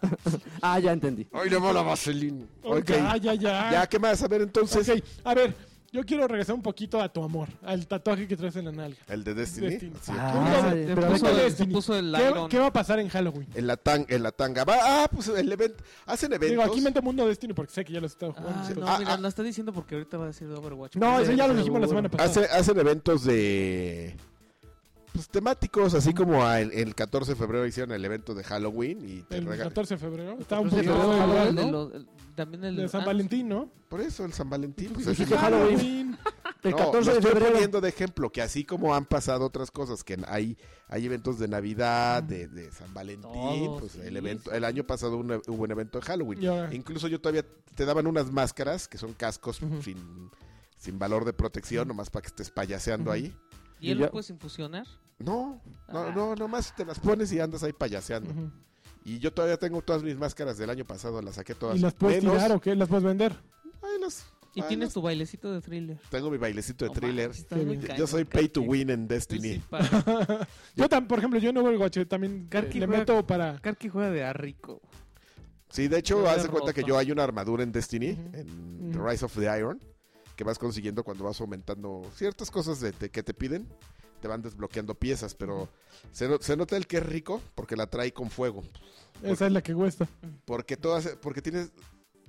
Ah, ya entendí. Ahí le va la vaselina. Ok. Ya, ya, ya. Ya, ¿qué más? A ver, entonces. Ok, A ver, yo quiero regresar un poquito a tu amor, al tatuaje que traes en la nalga. El de Destiny. Destiny. Así, Ah, Te pero a ver puso cuál de- es. Se puso el ¿Qué, Iron. qué va a pasar en Halloween? En la, tan- en la tanga. Va- ah, pues el evento. Hacen eventos. Digo, aquí mente mundo Destiny porque sé que ya lo estaba jugando. Ah, entonces- no, Ah, mira, ah. lo está diciendo porque ahorita va a decir de Overwatch. no, eso ya lo dijimos la Seguro. semana pasada. Hace- hacen eventos de. Pues temáticos, así como a el, el 14 de febrero hicieron el evento de Halloween y te El regalan. 14 de febrero. Estaba un 14 de poquito de febrero, No, igual, el de ¿no? los- el- también el De San ah, Valentín, ¿no? Por eso, el San Valentín. pues, Pues es dije, el- Halloween. El No, 14 lo de estoy febrero. poniendo de ejemplo que así como han pasado otras cosas, que hay, hay eventos de Navidad, de, de San Valentín, Todo, pues sí, el evento, sí. el año pasado una- hubo un evento de Halloween. Y ahora- Incluso yo todavía te daban unas máscaras que son cascos Ujú. sin, sin valor de protección, nomás para que estés payaseando Ujú. ahí. ¿Y él Y ya- lo puedes infusionar? No, no, Ah. no, nomás te las pones y andas ahí payaseando. Ujú. Y yo todavía tengo todas mis máscaras del año pasado, las saqué todas. ¿Y las puedes menos- tirar o qué? ¿Las puedes vender? Ay, las- Y Ah, ay, tienes las- tu bailecito de thriller. Tengo mi bailecito de No thriller. manches, estás muy Yo Yo cañón, soy pay to Karki. win en Tú sí Destiny. pagas. Yo también, por ejemplo, yo en Overwatch también eh, Karki le juega- meto para... Karki juega de a rico. Sí, de hecho, Yo haz de de cuenta que roto. yo hay una armadura en Destiny, Ujú. en Ujú. The Rise of the Iron, que vas consiguiendo cuando vas aumentando ciertas cosas de, de- que te piden. Te van desbloqueando piezas, pero se, no- se nota el que es rico porque la trae con fuego. Esa es la que cuesta. Porque todas, porque tienes.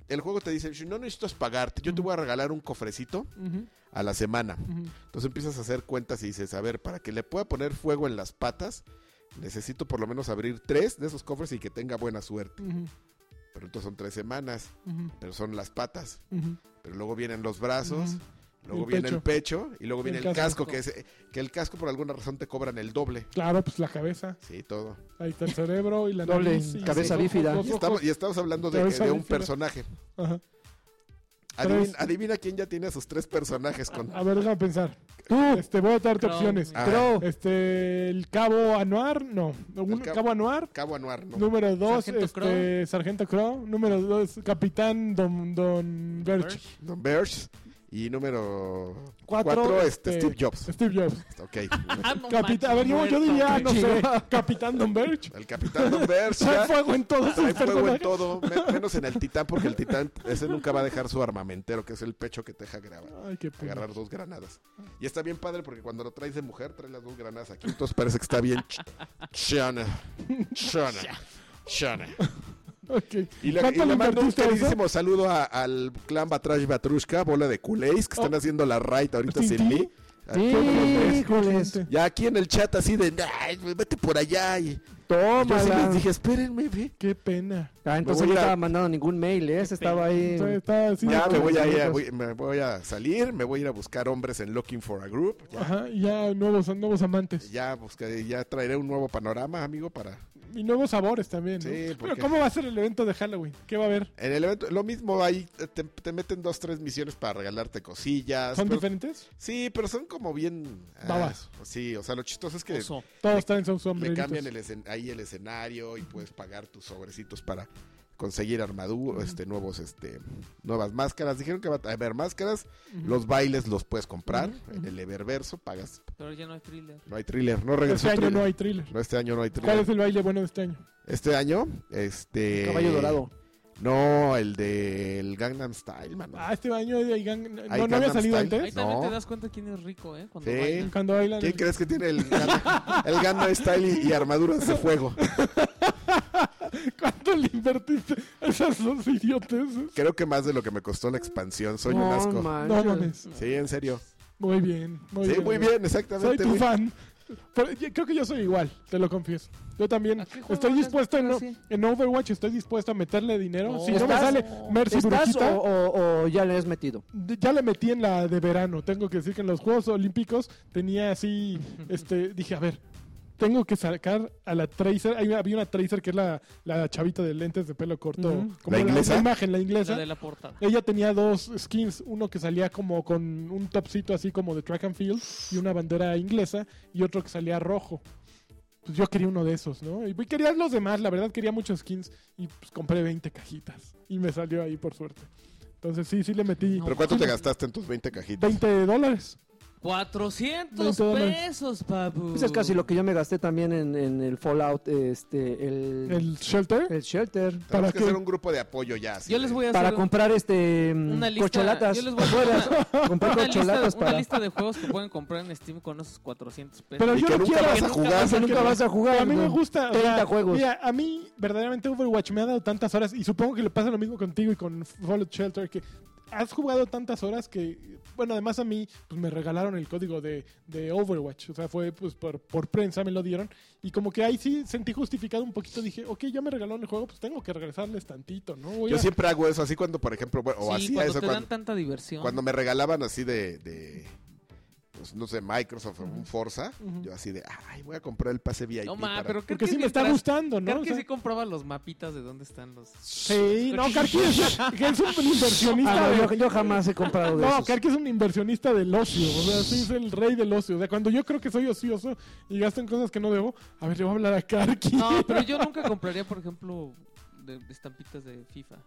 El juego te dice: No necesitas pagarte, yo te voy a regalar un cofrecito Ujú, a la semana. ujú. Entonces empiezas a hacer cuentas y dices, a ver, para que le pueda poner fuego en las patas, necesito por lo menos abrir tres de esos cofres y que tenga buena suerte. Ujú, Pero entonces son tres semanas, ujú, pero son las patas. ujú. Pero luego vienen los brazos, Ujú. luego El viene el pecho y luego Y viene el el casco, casco. que, es, que el casco por alguna razón te cobran el doble. Claro, pues la cabeza. Sí, todo. Ahí está el cerebro y la Doble, nariz y cabeza los ojos, bífida. los Y ojos. estamos, y estamos hablando de, Pero que- esa de un diferencia- personaje. Ajá. Pero Adivina, es- Ah, adivina quién ya tiene a sus tres personajes con... A ver, déjame pensar. Este, voy a darte Crow. opciones. Ah. Crow. Este, el cabo Anuar, no. Un cabo- cabo, Anuar. Cabo Anuar, ¿no? Número dos, Sargento este, Sargento Crow. Número dos, Capitán Don, Don Birch. Don Berge. Y número Cuatro, cuatro, este, este, Steve Jobs. Steve Jobs. Ok. Ah, no Capitán, manches, a ver, yo, yo muerto, diría, güey. no sé, Capitán Don Birch. El capitán Don Berge Trae ya fuego en todos sus trae fuego en personajes. todo, men- menos en el titán, porque el titán ese nunca va a dejar su armamentero, que es el pecho que te deja grabar, Ay, qué pena. agarrar dos granadas. Y está bien padre porque cuando lo traes de mujer, trae las dos granadas aquí, entonces parece que está bien ch- chona, chona, chona. Ok. Y le, y ¿Cuánto le le mando un invertiste a eso? queridísimo saludo a- al clan Batrash Batrushka, bola de culéis, que están Oh. haciendo la raid ahorita ¿Sin sin ti? mí. Híjoles. Gente. Ya aquí en el chat así de, "Ay, vete por allá. Y yo sí les Tómala. dije, espérenme, ve. Qué pena. Ah, entonces Me voy no a- estaba mandando ningún mail, ¿eh? Ese estaba ahí. Está- está así Ya de- me voy a ir, minutos. voy- me voy a salir, me voy a ir a buscar hombres en Looking for a Group. Ya, Ajá, y ya nuevos, nuevos amantes. ya buscaré, ya traeré un nuevo panorama, amigo, para Y nuevos sabores también. ¿no? Sí, porque- Pero ¿cómo va a ser el evento de Halloween? ¿Qué va a haber? en el evento. Lo mismo ahí te, te meten dos tres misiones para regalarte cosillas. ¿Son pero- diferentes? sí, pero son como bien ah, Babas. sí, o sea, lo chistoso es que Oso. Todos están en sus le sombreritos. cambian el escen- ahí el escenario y puedes pagar tus sobrecitos para conseguir armadura, este nuevos este nuevas máscaras. Dijeron que va a haber máscaras, Ujú. los bailes los puedes comprar Ujú, en el Eververso, pagas. Pero ya no hay thriller. No hay thriller, no Este regresó año thriller. no hay thriller. No, este año no hay ¿Cuál thriller. es el baile bueno de este año? Este año, este. Caballo dorado. No, el del Gangnam Style, mano. Ah, este año hay gang- Hay no, no había Gangnam salido Style. Ahí antes. también No. te das cuenta quién es rico, ¿eh? Cuando Sí. baila. Cuando bailan. ¿Quién crees que tiene el, Gan- el Gangnam Style y, y armaduras de fuego? ¿Cuánto le invertiste a esas dos idioteces? Creo que más de lo que me costó la expansión. Soy un No asco. manches. No mames. Sí, en serio. Muy bien. Muy Ah, sí, bien, muy bien, Soy exactamente. tu güey. fan. Pero yo- creo que yo soy igual, te lo confieso. Yo también ¿A qué juego estoy vas a dispuesto en, jugar o- así? en Overwatch, estoy dispuesto a meterle dinero. No. si no me ¿Estás- sale Mercy ¿Estás o, Brujita, o- o ya le has metido? de- ya le metí en la de verano. Tengo que decir que en los Juegos Olímpicos tenía así, este, dije, a ver, tengo que sacar a la Tracer. Hay una- había una Tracer que es la, la chavita de lentes de pelo corto. Ujú. como ¿La inglesa? imagen, la inglesa. La de la portada. Ella tenía dos skins, uno que salía como con un topcito así como de track and field y una bandera inglesa y otro que salía rojo. Pues yo quería uno de esos, ¿no? Y pues quería los demás, la verdad quería muchos skins y pues compré 20 cajitas y me salió ahí por suerte. Entonces sí, sí le metí ¿Pero cuánto sí, te le- gastaste en tus 20 cajitas? 20 dólares. 400 20 dólares. pesos, papu. Pues es casi lo que yo me gasté también en, en el Fallout, este, el, El shelter. el Shelter. Tenemos ¿Para que qué? hacer un grupo de apoyo ya. así Yo de- les voy a hacer Para comprar este mm, una lista. corcholatas. Yo les voy a hacer una- Compré una, lista, corcholatas una para. lista de juegos que pueden comprar en Steam con esos 400 pesos. Pero Y yo que no nunca quiero vas a que jugar. Eso nunca vas a jugar. a mí me güey. gusta. o 30 sea, juegos. Mira, a mí verdaderamente Overwatch me ha dado tantas horas y supongo que le pasa lo mismo contigo y con Fallout Shelter que has jugado tantas horas que bueno, además a mí pues me regalaron el código de, de Overwatch, o sea, fue pues por, por prensa me lo dieron y como que ahí sí sentí justificado un poquito, dije, ok, ya me regalaron el juego, pues tengo que regresarles tantito, ¿no? Voy Yo a- siempre hago eso, así cuando, por ejemplo, bueno, o sí, hacía cuando eso te dan cuando, tanta diversión. cuando me regalaban así de, de, pues, no sé, Microsoft o un Forza, Ujú. yo así de, ay, voy a comprar el pase VIP. no, ma, para- pero creo porque que sí me está mientras- gustando, ¿no? Creo O que sea, sí compraba los mapitas de dónde están los. sí, no, Karki es, que es un inversionista Ah, de- no, yo, yo jamás he comprado de No, esos. Karki es un inversionista del ocio. O sea, sí es el rey del ocio. O sea, cuando yo creo que soy ocioso y gasto en cosas que no debo, a ver, le voy a hablar a Karki. No, pero yo nunca compraría, por ejemplo, de, de estampitas de FIFA.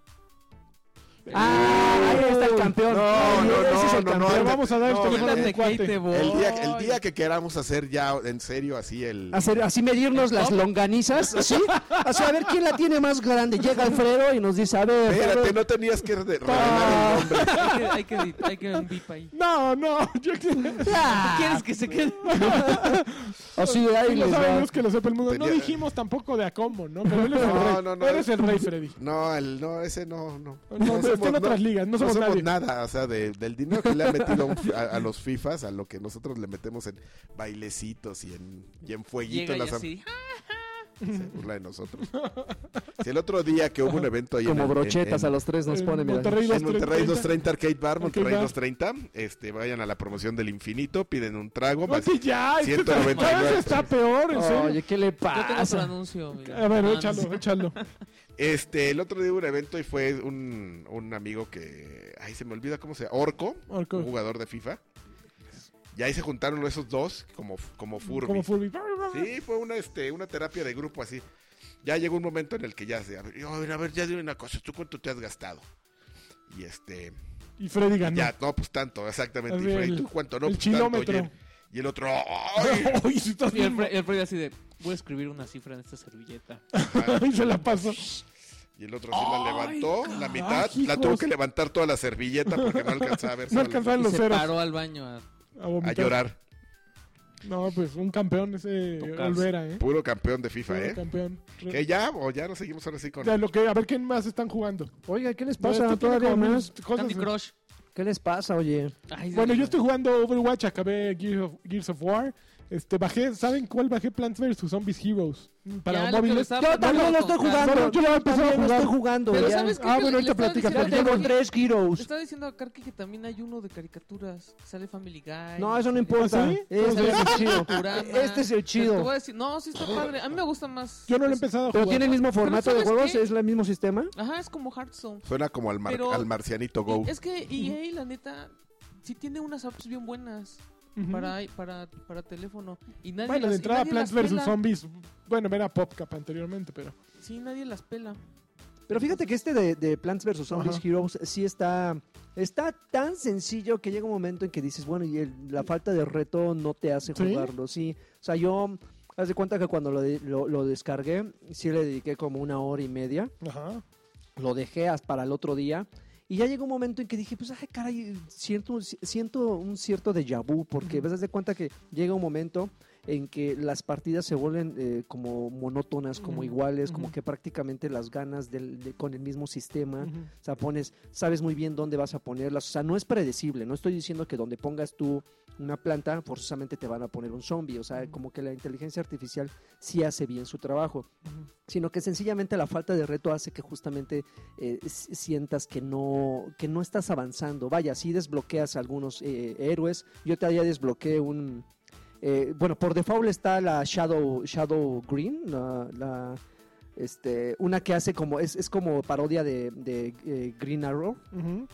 Ah, ahí está el campeón. No, no, Ese es el no, no, campeón. Le no, vamos a dar no, el teléfono el- Quítate de un que ahí cuate. te voy. el, día, el día que queramos hacer ya, en serio, así el... Hacer, así medirnos las ¿No? longanizas, así. Así, a ver quién la tiene más grande. Llega Alfredo y nos dice, a ver. a Espérate, ver. no tenías que de- revelar el nombre. Hay que, hay que, edit- hay que un bip ahí. No, no. Yo, Ah, ¿Quieres que se quede? Así, ahí sí lo les va. sabemos que lo sepa el mundo. No Tenía- dijimos tampoco de a combo, ¿no? Pero él es el No, rey. no, no. Eres el rey, Freddy. No, el, no, ese no, no. No, está en otras ligas, no somos nadie. nada, o sea, de- del dinero que le ha metido a un fi- a, a los FIFAs, a lo que nosotros le metemos en bailecitos y en, y en Llega fueguito en y las am- así. ¡ah! se burla de nosotros. Si el otro día que hubo un evento ahí en, Como el- en- brochetas en- a los tres nos en pone, mira. Monterrey en Monterrey 230. 230 Arcade Bar, Monterrey Bar. 230, este, vayan a la promoción del infinito, piden un trago, No, vas- sí, ya. este está- 199. cada vez está peor, en serio. Oye, ¿qué le Yo tengo otro pasa? anuncio. mira. A ver, Ah, no, échalo, échalo. Este, el otro día hubo un evento y fue un, un amigo que. Ay, se me olvida cómo se llama. Orco, Orco. un jugador de FIFA. Y ahí se juntaron esos dos como, como Furby. Como Furby. Sí, fue una, este, una terapia de grupo así. Ya llegó un momento en el que ya se. A ver, a ver, ya dime una cosa, ¿tú cuánto te has gastado? Y este. Y Freddy ganó. Ya, no, pues tanto, exactamente. Así Y fue, el- ¿y tú cuánto? No, el pues tanto. Y kilómetro. el, y el otro. ¡ay! Oye, si estás Y el, bien. Fre- el Freddy así de, voy a escribir una cifra en esta servilleta. Y se la pasó. Y el otro sí la levantó, la mitad. carajos. La tuvo que levantar toda la servilleta porque no alcanzaba a ver. No toda la- alcanzaban Y los se ceros. paró al baño a A, vomitar. a llorar. No, pues un campeón ese Tocas. Olvera, ¿eh? Puro campeón de Puro FIFA, ¿eh? campeón. Que ya, o ya nos seguimos ahora sí con. De lo que, a ver quién más están jugando. Oiga, ¿qué les Este pasa? tiene Todavía como mil más. cosas. Candy Crush. ¿Qué les pasa, oye? Ay, Bueno, sí, yo estoy jugando Overwatch, acabé Gears of, Gears of War. Este, bajé, ¿saben cuál bajé? Plants vs. Zombies Heroes. Ya, Para lo que les móviles. estaba Yo también platicando lo estoy con Carlos. jugando. Bueno, yo lo he empezado a También lo estoy jugar. jugando, Pero ya. ¿sabes qué? Ah, Que bueno, le ahorita estaba platicas, diciendo Ya a pero tengo Karki- tres Le Heroes. estaba diciendo a Karki que también hay uno de caricaturas. que Sale Family Guy. No, eso no sale- importa. ¿Sí? Este es el chido. Futurama. Este es Pero te el voy chido. a decir, no, sí está padre. A mí me gusta más. Yo no lo he eso. empezado a Pero jugar. tiene el mismo formato de ¿sabes juegos, qué? es el mismo sistema. Ajá, es como Hearthstone. Suena como al, mar- Pero- al marcianito Go. Y es que EA, la neta, sí tiene unas apps bien buenas Ujú. para, para, para teléfono. Y nadie Bueno, las, de y entrada nadie las Plants vs. pela. Zombies. Bueno, era PopCap anteriormente, pero... Sí, nadie las pela. Pero fíjate que este de, de Plants vs. Zombies Ajá. Heroes sí está, está tan sencillo que llega un momento en que dices, bueno, y el- la falta de reto no te hace ¿Sí? jugarlo. Sí, o sea, yo, haz de cuenta que cuando lo, de- lo, lo descargué, sí le dediqué como una hora y media, Ajá. lo dejé hasta para el otro día. Y ya llegó un momento en que dije, pues, ay, caray, siento, siento un cierto déjà vu, porque Ujú. ves, haz de cuenta que llega un momento en que las partidas se vuelven eh, como monótonas, como Ujú, iguales, como ujú. que prácticamente las ganas del- de- con el mismo sistema. Ujú. O sea, pones, sabes muy bien dónde vas a ponerlas. O sea, no es predecible. No estoy diciendo que donde pongas tú una planta, forzosamente te van a poner un zombie. O sea, Ujú. como que la inteligencia artificial sí hace bien su trabajo. Sino que sencillamente la falta de reto hace que justamente eh, s- sientas que no, que no estás avanzando. Vaya, si desbloqueas algunos eh, héroes. Yo te había desbloqueé un. eh, bueno, por default está la Shadow, Shadow Green, la, la- este, una que hace como, es, es como parodia de, de, eh, Green Arrow. Ujú.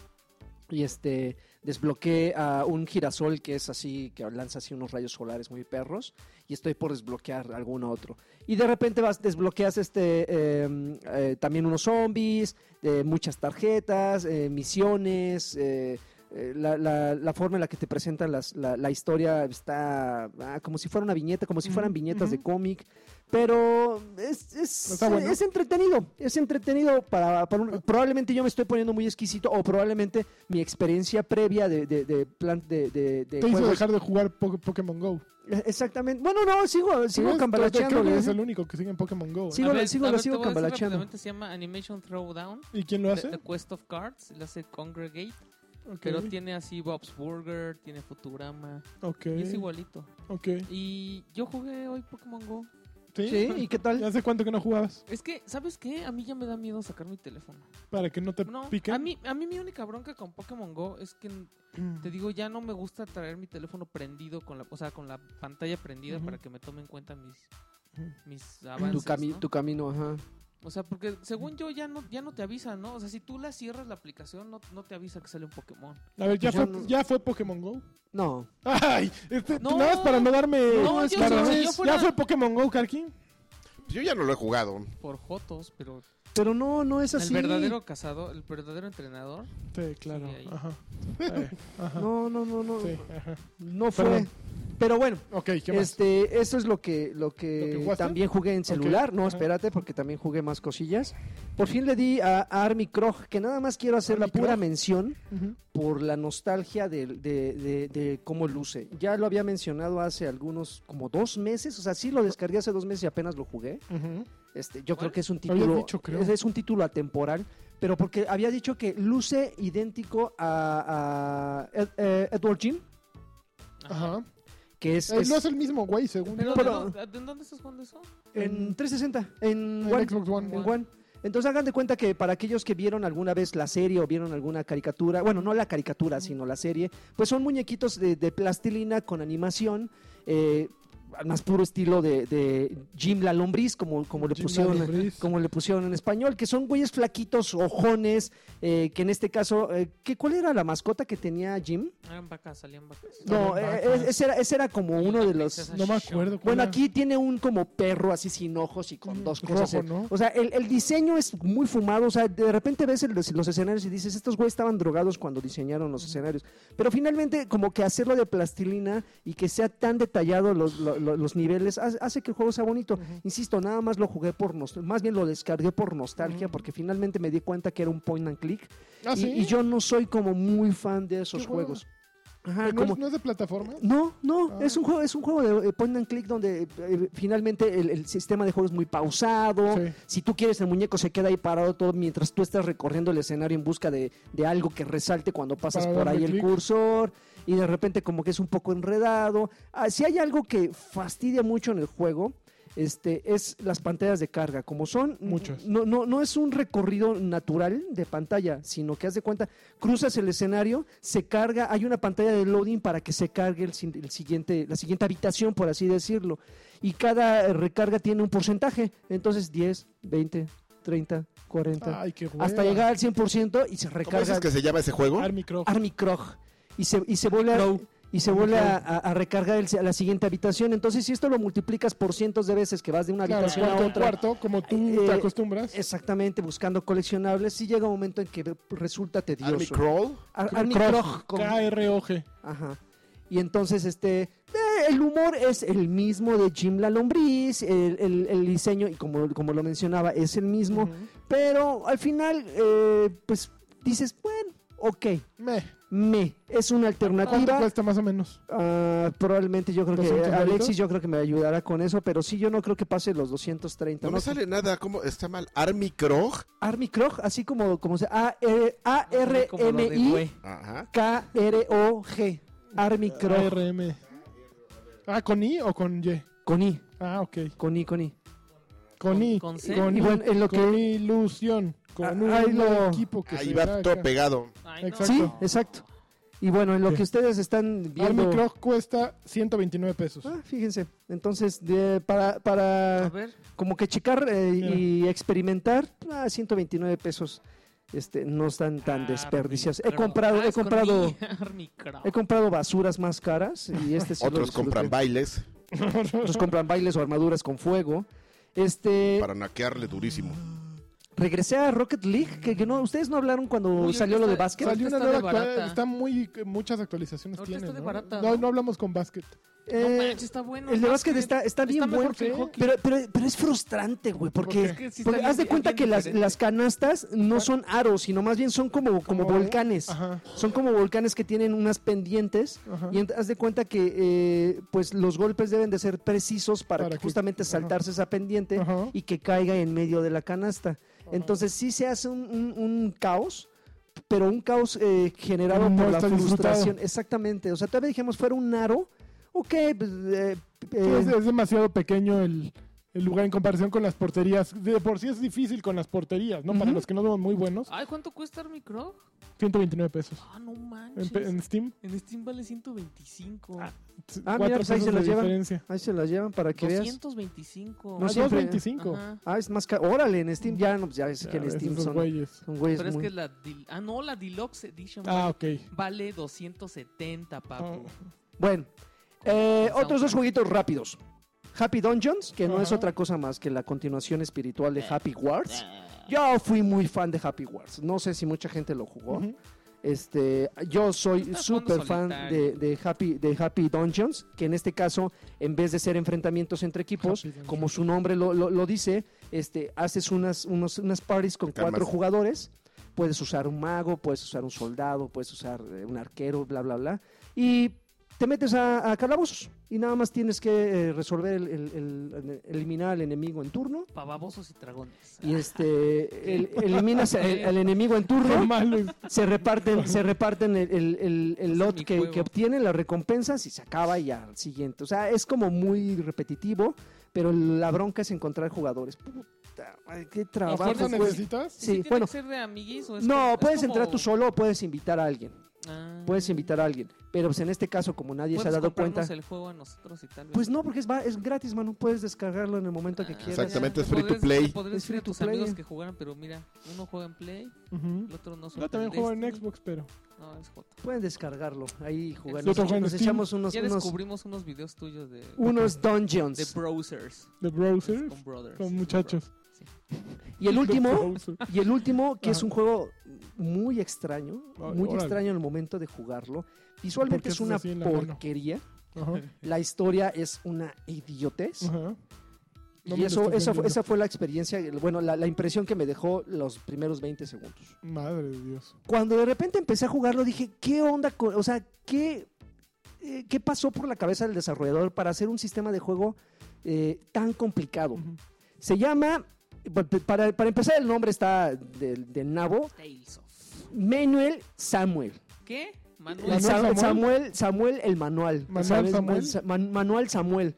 Y este, desbloqueé a un girasol que es así, que lanza así unos rayos solares muy perros. Y estoy por desbloquear algún otro. Y de repente vas, desbloqueas este, eh, eh, también unos zombies, eh, muchas tarjetas, eh, misiones. eh, eh, la, la- la forma en la que te presentan las- la, la historia está ah, como si fuera una viñeta, como si fueran Ujú, viñetas de ujú. cómic. Pero es, es- Está bueno. es entretenido, es entretenido para, para un- probablemente yo me estoy poniendo muy exquisito o probablemente mi experiencia previa de, de, de plan- de- de- de Te hizo juegos- dejar de jugar Po- Pokémon Go. Eh, Exactamente. Bueno, no, sigo, sigo ¿Ves? Creo cambalacheando. que es el único que sigue en Pokémon Go. ¿eh? Sí. Sigo- sigo- sigo cambalacheando. Rápidamente se llama Animation Throwdown. ¿Y quién lo The, hace? The Quest of Cards, lo hace Congregate, ¿Ah, Ok, pero tiene así Bob's Burger, tiene Futurama, ok, y es igualito. ok. Y yo jugué hoy Pokémon Go. ¿Sí? Sí, ¿y qué tal? ¿Hace cuánto que no jugabas? Es que, ¿sabes qué? A mí ya me da miedo sacar mi teléfono. Para que no te No, piquen. a mí, a mí mi única bronca con Pokémon Go es que, Mm. te digo, ya no me gusta traer mi teléfono prendido, con la, o sea, con la pantalla prendida Ujú. para que me tome en cuenta mis, Ujú. mis Tu, avances. cami- ¿no? tu camino, ajá. O sea, porque según yo ya no, ya no te avisa, ¿no? O sea, si tú la cierras la aplicación, no, no te avisa que sale un Pokémon. A ver, ¿ya, Pues Yo fue, no- ya fue Pokémon Go. No. ¡Ay! Este, No. Nada más para no darme. No, es yo- para- yo- si yo fuera- ¿Ya fue Pokémon Go, Karki? Yo ya no lo he jugado. Por Jotos, pero Pero no, no es el así. verdadero cazador, el verdadero entrenador. Sí, claro. Sí, ahí. ajá. Eh, ajá. No, no, no, no. Sí, ajá. No fue. Perdón. Pero bueno, Ok, ¿qué más? este, eso es lo que, lo ¿Lo que que, jugaste? Ah. también jugué en celular. No, Ajá. espérate, porque también jugué más cosillas. Por fin le di a Army Krog, que nada más quiero hacer la Army pura Krog. mención Ujú. por la nostalgia del- de, de- de cómo luce. Ya lo había mencionado hace algunos, como dos meses. O sea, sí lo descargué hace dos meses y apenas lo jugué. Ujú. Este, yo ¿Cuál? creo que es un Lo habías título. dicho, creo. Es, es un título atemporal. Pero porque había dicho que luce idéntico a, a Ed- eh, Edward Jim, Ajá. que es, Eh, es No es el mismo güey, según. Pero, yo. ¿de Pero- dónde- ah, ¿de dónde estás jugando eso? en 360, en, En One, Xbox One. en One. Entonces hagan de cuenta que para aquellos que vieron alguna vez la serie o vieron alguna caricatura, bueno, no la caricatura, sino la serie, pues son muñequitos de, de plastilina con animación, eh, al más puro estilo de, de Jim la lombriz, como, como le Jim pusieron Lombriz. como le pusieron en español, que son güeyes flaquitos, ojones, eh, que en este caso, eh, ¿qué, ¿cuál era la mascota que tenía Jim? Eran vacas, salían vacas. No, Eran eh, vacas. eh, ese, era, ese era como uno de los... Princesa No me Show. acuerdo. cuál Bueno, era. aquí tiene un como perro así sin ojos y con dos cosas. eh. Rojo, ¿no? O sea, el, el diseño es muy fumado. O sea, de repente ves el- los escenarios y dices, estos güeyes estaban drogados cuando diseñaron los escenarios. Pero finalmente, como que hacerlo de plastilina y que sea tan detallado los, lo- lo- los niveles, hace hace que el juego sea bonito. Insisto, nada más lo jugué por nostalgia, más bien lo descargué por nostalgia, Ujú. porque finalmente me di cuenta que era un point and click. Ah, y, sí. y yo no soy como muy fan de esos ¿Qué juego? juegos. Ajá, Pero ¿No, como- es, ¿No es de plataforma? no, no, Ah. es un juego, es un juego de eh, point and click donde eh, eh, finalmente el, el sistema de juego es muy pausado. Sí. Si tú quieres el muñeco se queda ahí parado todo mientras tú estás recorriendo el escenario en busca de, de algo que resalte cuando pasas Para por darle ahí el clic. cursor y de repente como que es un poco enredado. Ah, si hay algo que fastidia mucho en el juego, este, es las pantallas de carga. Como son, Muchas. No, no, no es un recorrido natural de pantalla, sino que haz de cuenta, cruzas el escenario, se carga, hay una pantalla de loading para que se cargue el, sin- el siguiente, la siguiente habitación, por así decirlo. Y cada eh, recarga tiene un porcentaje. Entonces 10, 20, 30, 40. Ay, qué hueva. hasta llegar al 100% y se ¿Cómo recarga dices que se llama ese juego? Army Croc. Army Krog. Y se, y se vuelve a, y se vuelve a, a- a recargar el- a la siguiente habitación. Entonces, si esto lo multiplicas por cientos de veces que vas de una Claro, habitación cuarto a en otra, cuarto, como tú Eh, te acostumbras. exactamente buscando coleccionables, sí llega un momento en que ve- resulta Army tedioso. Crawl. Ar- Army Krog, Krog con- K-R-O-G. Ajá. Y entonces, este, eh, el humor es el mismo de Jim la lombriz, el, el- el diseño, y como, como lo mencionaba, es el mismo. Ujú. Pero al final, eh, pues dices, bueno, ok, Meh. me. Es una ¿Cuánto alternativa. cuesta más o menos? Ah, probablemente yo creo que eh, 200 Alexis varitos. yo creo que me ayudará con eso, pero sí yo no creo que pase los 230. No me ¿no? sale nada, ¿cómo? Está mal. Army Krog. Army Krog, así como como se A Suena R como lo M de I güey. Ajá. K R O G. Army Krog ARM. Ah, ¿con I o con Y? con I, Ah, ok. con I, con I. Con, Con- I. con C. con, Y bueno, en lo con ilusión. Con Ah, ahí un lo- equipo que Ahí se va saca. todo pegado. Ay, no. Sí, exacto. Y bueno, en lo Sí. que ustedes están Army viendo Krog Ah, cuesta 129 pesos. Ah, fíjense, entonces de- para A para ver, como que checar eh, y experimentar ah, 129 pesos. Este, no están Ah, tan Army desperdiciados. He Crow. comprado, Ah, he es con comprado mi Army Crow. He comprado basuras más caras y este sí lo Otros disfruté. compran bailes Otros compran bailes o armaduras con fuego. Este, para naquearle durísimo. regresé a Rocket League, que, que no, ustedes no hablaron cuando Oye, salió lo ahorita de está- básquet. sal- Salió Ahorita una está de nueva actual- barata. está muy muchas actualizaciones Ahorita tiene. está de ¿no? barata, no, ¿no? no hablamos con básquet. No Eh, manches, está bueno. el de básquet básquet. está, está bien mejor bueno, ¿eh? que el hockey. pero, pero, pero es frustrante, güey, porque, Es que sí está porque bien- haz de bien cuenta que las, diferente. las canastas no son aros, sino más bien son como, ¿eh? como Como- volcanes. Ajá. Son como volcanes que tienen unas pendientes Ajá. Y ent- haz de cuenta que eh, pues los golpes deben de ser precisos para, Para que, que- justamente ajá. saltarse esa pendiente Ajá. y que caiga en medio de la canasta. Entonces sí se hace un, un- un caos, pero un caos eh, generado No por la está el frustración. resultado. Exactamente. O sea, tal vez dijimos fuera un aro. Ok, pues, eh, Sí, eh, es, es demasiado pequeño el, el lugar en comparación con las porterías. De por sí es difícil con las porterías, ¿no? Para Ujú. Ah. los que no son muy buenos, Ay, ¿cuánto cuesta Army Crow? 129 pesos. Ah, no En, manches. pe- en Steam, En Steam vale 125. Ah, Ah, 4 mira, pues ahí pesos se de las llevan. diferencia. ahí se las llevan para que veas. 225. No Ah, sé, siempre. 2.25. Ajá. Ah, es más caro. Órale, en Steam ya, no, pues, ya es que Ya en ves, Steam esos son, güeyes. son güeyes Pero es muy- que la... dil- Ah, no, la Deluxe Edition Ah, ok. Oh, vale 270, Ah, papu. pues. Bueno, Oh. eh, Con otros dos soundtrack. jueguitos rápidos. Happy Dungeons, que no es Ajá. Eh. otra cosa más que la continuación espiritual de Happy Wars. Yo fui muy fan de Happy Wars. No sé si mucha gente lo jugó. Ujú. Este, yo soy Estás jugando súper fan de, solitario. de Happy, de Happy Dungeons, que en este caso, en vez de ser enfrentamientos entre equipos, Happy Dungeons. como su nombre lo, lo- lo dice, este, haces unas, unos- unas parties con Te calmas. cuatro jugadores. Puedes usar un mago, puedes usar un soldado, puedes usar eh, un arquero, bla, bla, bla. Y te metes a, a calabozos y nada más tienes que eh, resolver, el, el- el- eliminar al enemigo en turno. Pavabosos y dragones. Ah. Y este, el- eliminas al- al enemigo en turno Qué malo es. se reparten, se reparten el, el, el- el Ese es lot mi que, juego. que obtienen, las recompensas y se acaba y al siguiente. O sea, es como muy repetitivo, pero la bronca es encontrar jugadores. Puta, madre, qué ¿A trabajo. fuerza Abajo, güey. necesitas? ¿Sí Sí, tiene bueno. que ser de amiguis o es como- No, es puedes como- entrar tú solo o puedes invitar a alguien. Ah. Puedes invitar a alguien. Pero pues en este caso, como nadie se ha ¿Puedes dado comprarnos cuenta. el juego a nosotros y tal vez? Pues no, porque es, va- es gratis, mano. Puedes descargarlo en el momento que Ah, quieras. Exactamente, es Te free to podrías- play. te podrías Es decir free a to tus play. amigos que jugaran, pero mira, uno juega en Play, Ujú. el otro no Yo suelta también el juego en Destiny. Xbox, pero. No, es Jota. Pueden descargarlo. Ahí jugar. Yo Nos, juego en nos Steam. echamos unos, Ya Pues unos, descubrimos unos videos tuyos de, unos de dungeons. browsers. The Browser. Con brothers. Con muchachos. Y el The último, Browser. Y el último, que es Ajá. un juego muy extraño, Ay, muy órale. extraño en el momento de jugarlo. ¿Por Visualmente qué es haces una así en la mano? porquería. Ajá, La historia es una idiotez. ajá. No me y lo estás eso, esa, fue, vendiendo. esa fue la experiencia, el- bueno, la, la impresión que me dejó los primeros 20 segundos. Madre de Dios. Cuando de repente empecé a jugarlo, dije, ¿qué onda? con- o sea, ¿qué, eh, ¿qué pasó por la cabeza del desarrollador para hacer un sistema de juego eh, tan complicado? Ujú. Se llama, para, para empezar, el nombre está de, de Nabo, Tales of. Manuel Samuel. ¿Qué? Manuel. El Sa- Manuel Samuel? Samuel, el manual. Manual ¿sabes? Samuel. Man- Sa- Man- manual Samuel.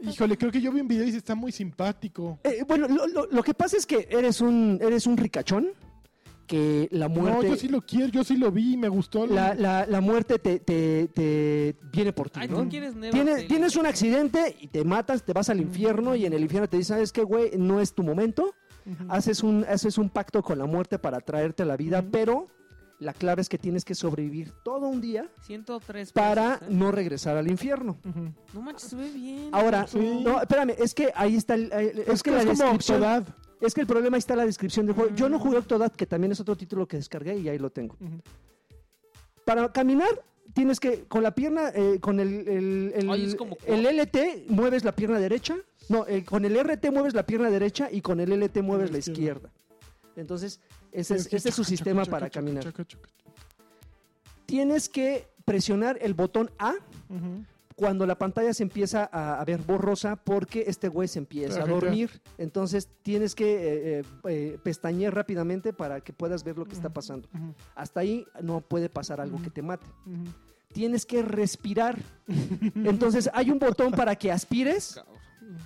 Híjole, creo que yo vi un video y dice, está muy simpático. Eh, bueno, lo, lo- lo que pasa es que eres un, eres un ricachón que la No, muerte, yo sí lo quiero, yo sí lo vi y me gustó. la, la- la muerte te, te- te viene por ti, Ay, ¿no? tú quieres Never Tiene- Tales. tienes un accidente y te matas, te vas al infierno y en el infierno te dicen, ¿sabes qué, güey? No es tu momento. Ujú. Haces un, haces un pacto con la muerte para traerte la vida, Ujú. pero la clave es que tienes que sobrevivir todo un día 103 para pesos, ¿eh? no regresar al infierno. Ujú. No manches, se ve bien. Ahora, Sí. no, espérame, es que ahí está el, el- es, que la es como descripción, Octodad. es que el problema ahí está la descripción del juego. Yo no jugué Octodad, que también es otro título que descargué y ahí lo tengo. Ujú. Para caminar tienes que con la pierna eh, con el el, el- Ay, es como- el LT mueves la pierna derecha. No, el- con el RT mueves la pierna derecha y con el LT mueves la izquierda. Entonces, ese es, Sí, este es su chaca, sistema chaca, para chaca, caminar. chaca, chaca, chaca. tienes que presionar el botón A Ujú. cuando la pantalla se empieza a, a ver borrosa porque este güey se empieza a Ajá, ya. dormir. Entonces tienes que eh, eh, eh, pestañear rápidamente para que puedas ver lo que está Ujú. pasando. Ujú. Hasta ahí no puede pasar algo que te mate. Ujú. Tienes que respirar. Entonces hay un botón para que aspires Cabrón.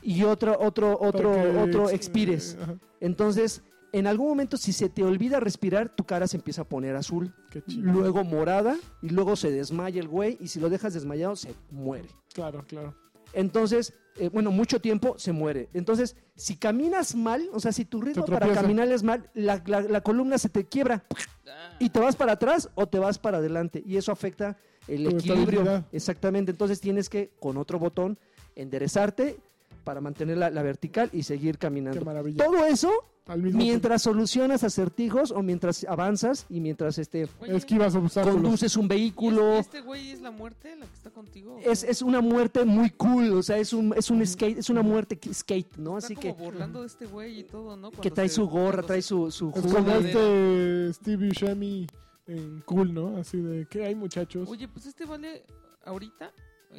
y otro, otro, otro, Para que otro ex- expires. eh, ajá. Entonces, en algún momento, si se te olvida respirar, tu cara se empieza a poner azul, Qué chido. luego morada, y luego se desmaya el güey, y si lo dejas desmayado, se muere. Claro, claro. Entonces, eh, bueno, mucho tiempo se muere. Entonces, si caminas mal, o sea, si tu ritmo para tropieza. caminar es mal, la, la- la columna se te quiebra Ah. y te vas para atrás o te vas para adelante. Y eso afecta el Tu equilibrio. estabilidad. Exactamente. Entonces tienes que, con otro botón, enderezarte para mantener la, la vertical y seguir Qué caminando. maravilla. Todo eso Al mismo mientras solucionas acertijos o mientras avanzas y mientras este, Oye, tiempo. Esquivas obstáculos. conduces un ¿y este- vehículo. ¿Este güey es la muerte la que está contigo? Es, es una muerte muy cool, o sea, es un, es un skate, es una muerte que- skate, ¿no? Está Así como que, burlando de este güey y todo, ¿no? que Cuando trae se- su gorra, cuando trae se- su, su Es Jugo jugo como de- este Steve Buscemi en cool, ¿no? Así de, ¿qué hay, muchachos? Oye, pues este vale ahorita,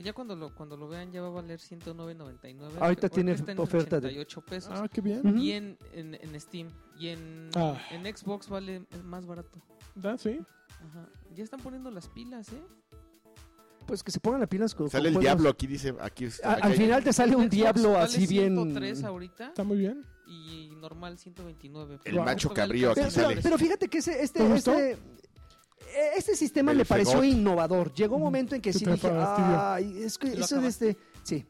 ya cuando lo cuando lo vean ya va a valer 109.99. Ahorita tiene está en oferta de- 88 pesos. Ah, qué bien. Ujú. Y en, en, en Steam y en, Ah. en Xbox vale más barato. Ah, sí. Ajá. Ya están poniendo las pilas, ¿eh? Pues que se pongan las pilas con, Sale con el juegos. diablo aquí, dice. Aquí A- está. al final te sale un Xbox diablo vale así bien. 103 ahorita Está muy bien. y normal 129. El Pero macho justo vale cabrío casi Pero, aquí nada. sale. pero fíjate que ese, este, ¿Te gustó? este, eh, este sistema El me pareció fegot. innovador. Llegó un Ujú. momento en que Se sí te dije, fastidió. ay, es que ¿Lo eso de este, sí,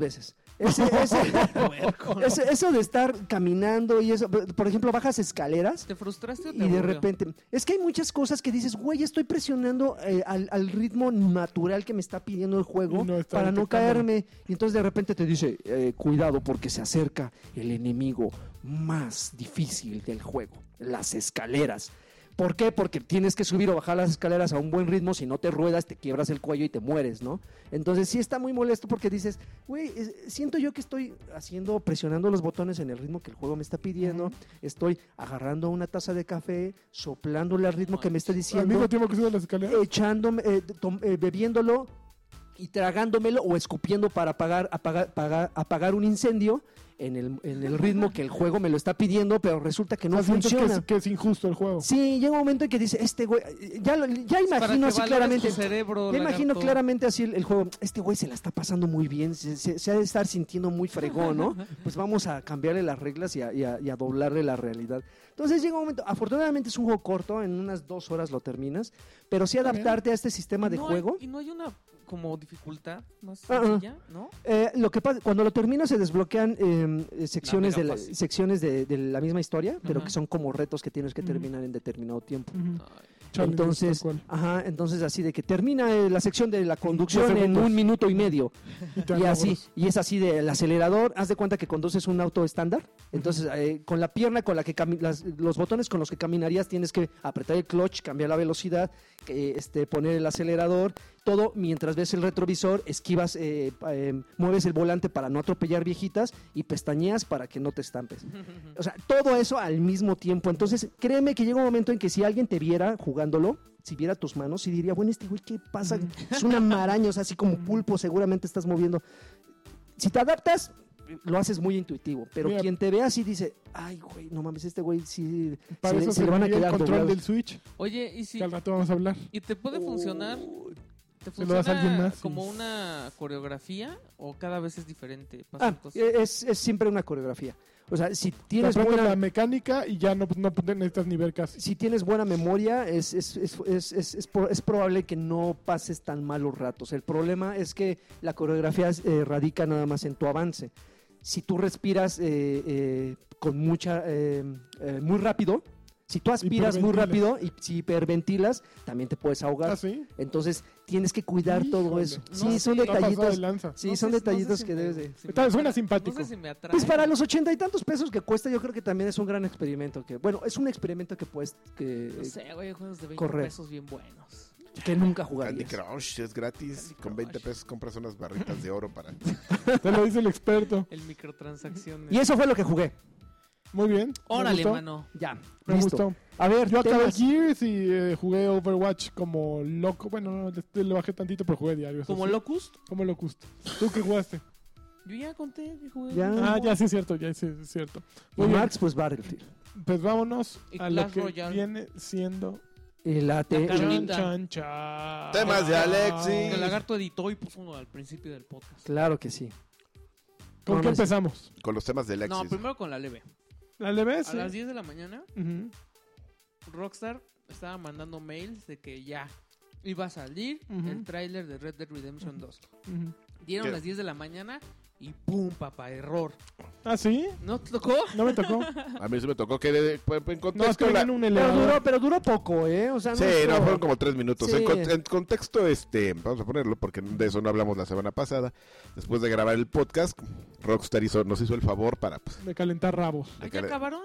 veces. Ese- ese- ese- eso de estar caminando y eso, por por ejemplo, bajas escaleras ¿Te frustraste o te y de aburrió? repente, es que hay muchas cosas que dices, güey, estoy presionando eh, al, al ritmo natural que me está pidiendo el juego Y no está para no detectándolo. caerme. Y entonces de repente te dice, eh, cuidado porque se acerca el enemigo más difícil del juego, las escaleras. ¿Por qué? Porque tienes que subir o bajar las escaleras a un buen ritmo, si no te ruedas, te quiebras el cuello y te mueres, ¿no? Entonces sí está muy molesto porque dices, güey, es- siento yo que estoy haciendo, presionando los botones en el ritmo que el juego me está pidiendo, estoy agarrando una taza de café, soplándole al Ah, ritmo que me está Al mismo diciendo, tiempo que subes las escaleras. echándome, eh, tom- eh, bebiéndolo y tragándomelo o escupiendo para apagar, apagar, apagar, apagar un incendio en el, en el ritmo que el juego me lo está pidiendo, pero resulta que no O sea, sientes que funciona. es, que es injusto el juego. Sí, llega un momento en que dice, este güey, eh, ya, lo- ya Para imagino que así valores claramente. tu cerebro, Ya imagino lagarto. claramente así el, el juego. Este güey se la está pasando muy bien, se, se- se ha de estar sintiendo muy fregón, ¿no? Pues vamos a cambiarle las reglas y a, y a- y a doblarle la realidad. Entonces llega un momento, afortunadamente es un juego corto, en unas dos horas lo terminas, pero sí adaptarte a este sistema de No hay- juego. y no hay una como dificultad más Ah, ah. sencilla, ¿no? Eh, lo que pasa, cuando lo terminas se desbloquean eh, eh, secciones, mega de la, fácil. secciones de, de la misma historia, pero Ajá. que son como retos que tienes que Ujú. terminar en determinado tiempo. Ujú. Ay. Chale, entonces, tal cual. ajá, entonces así de que termina eh, la sección de la Diez conducción en segundos. un minuto y medio. Y te Y hago así, bolas. y es así del acelerador, haz de cuenta que conduces un auto estándar. Entonces, eh, con la pierna con la que cami- las- los botones con los que caminarías tienes que apretar el clutch, cambiar la velocidad, que, este, poner el acelerador, todo mientras ves el retrovisor, esquivas, eh, pa- eh, mueves el volante para no atropellar viejitas y pestañeas para que no te estampes. O sea, todo eso al mismo tiempo. Entonces, créeme que llega un momento en que si alguien te viera jugándolo, si viera tus manos, sí diría, bueno, este güey, ¿qué pasa? Ujú. Es una maraña, o sea, así como pulpo, seguramente estás moviendo. Si te adaptas, lo haces muy intuitivo. Pero Mira. quien te vea así dice, ay, güey, no mames, este güey sí Para se, eso le- se le van a serviría quedar el control doblados. del Switch, Oye, y si que al rato vamos a hablar. y te puede funcionar, te Se lo das a funciona alguien más y- como una coreografía o cada vez es diferente. Pasan Ah, cosas. es, es siempre una coreografía. O sea, si Te tienes aprendes buena... la mecánica y ya no, no necesitas ni ver casi. si tienes buena memoria, es, es, es, es- es- es pro- es probable que no pases tan malos ratos. El problema es que la coreografía eh, radica nada más en tu avance. Si tú respiras eh, eh, con mucha eh, eh, muy rápido, si tú aspiras muy rápido Hiperventilas. y si hiperventilas, también te puedes ahogar. Ah, sí. Entonces tienes que cuidar todo Híjole. eso. No, sí, son sí. Está pasado detallitos. de lanza. Sí, No son sé- no sé detallitos si que me- debes de. si me Está- atrae- suena simpático. No sé si me atrae. Pues para los ochenta y tantos pesos que cuesta, yo creo que también es un gran experimento. Que, bueno, es un experimento que puedes que, No sé, güey, hay juegos de 20 Correr. pesos bien buenos. que nunca Candy jugarías. Crush es gratis. Candy Con 20 Crush. pesos compras unas barritas de oro para. Te lo dice el experto. El microtransacción. Y eso fue lo que jugué. Muy bien. Órale, me gustó. mano. Ya, Me listo. gustó. A ver, Yo acabé temas- Gears y eh, jugué Overwatch como loco. Bueno, no, le, le bajé tantito, pero jugué diario. eso Como sí. Locust, Como locust. ¿Tú qué jugaste? yo ya conté que jugué. Ya. Ah, ya sí es cierto, ya sí es cierto. Y Muy bien, Max, pues Battlefield. pues vámonos Y a lo Clash que Royale. viene siendo... Y la te- Carnita. Chan, chan, chan. Temas de Que el Alexis. lagarto editó y puso uno al principio del podcast. Claro que sí. ¿Con qué Vamos. empezamos? Con los temas de Alexis. No, pues, primero con la leve. ¿La LBS? A las 10 de la mañana, Ujú. Rockstar estaba mandando mails de que ya iba a salir Ujú. el tráiler de Red Dead Redemption 2. Ujú. Dieron ¿Qué? las 10 de la mañana y ¡pum, papá! Error. ¿Ah, sí? ¿No te tocó? No me tocó. A mí se me tocó que de- fue- fue en No, es que contexto. venía la- en un Pero elevador. duró, pero duró poco, ¿eh? O sea, no Sí, estuvo- no, fueron como tres minutos. Sí. En, con- en contexto, este, vamos a ponerlo, porque de eso no hablamos la semana pasada. Después de grabar el podcast, Rockstar hizo, nos hizo el favor para, pues, De calentar rabos. ¿Ahí que- acabaron?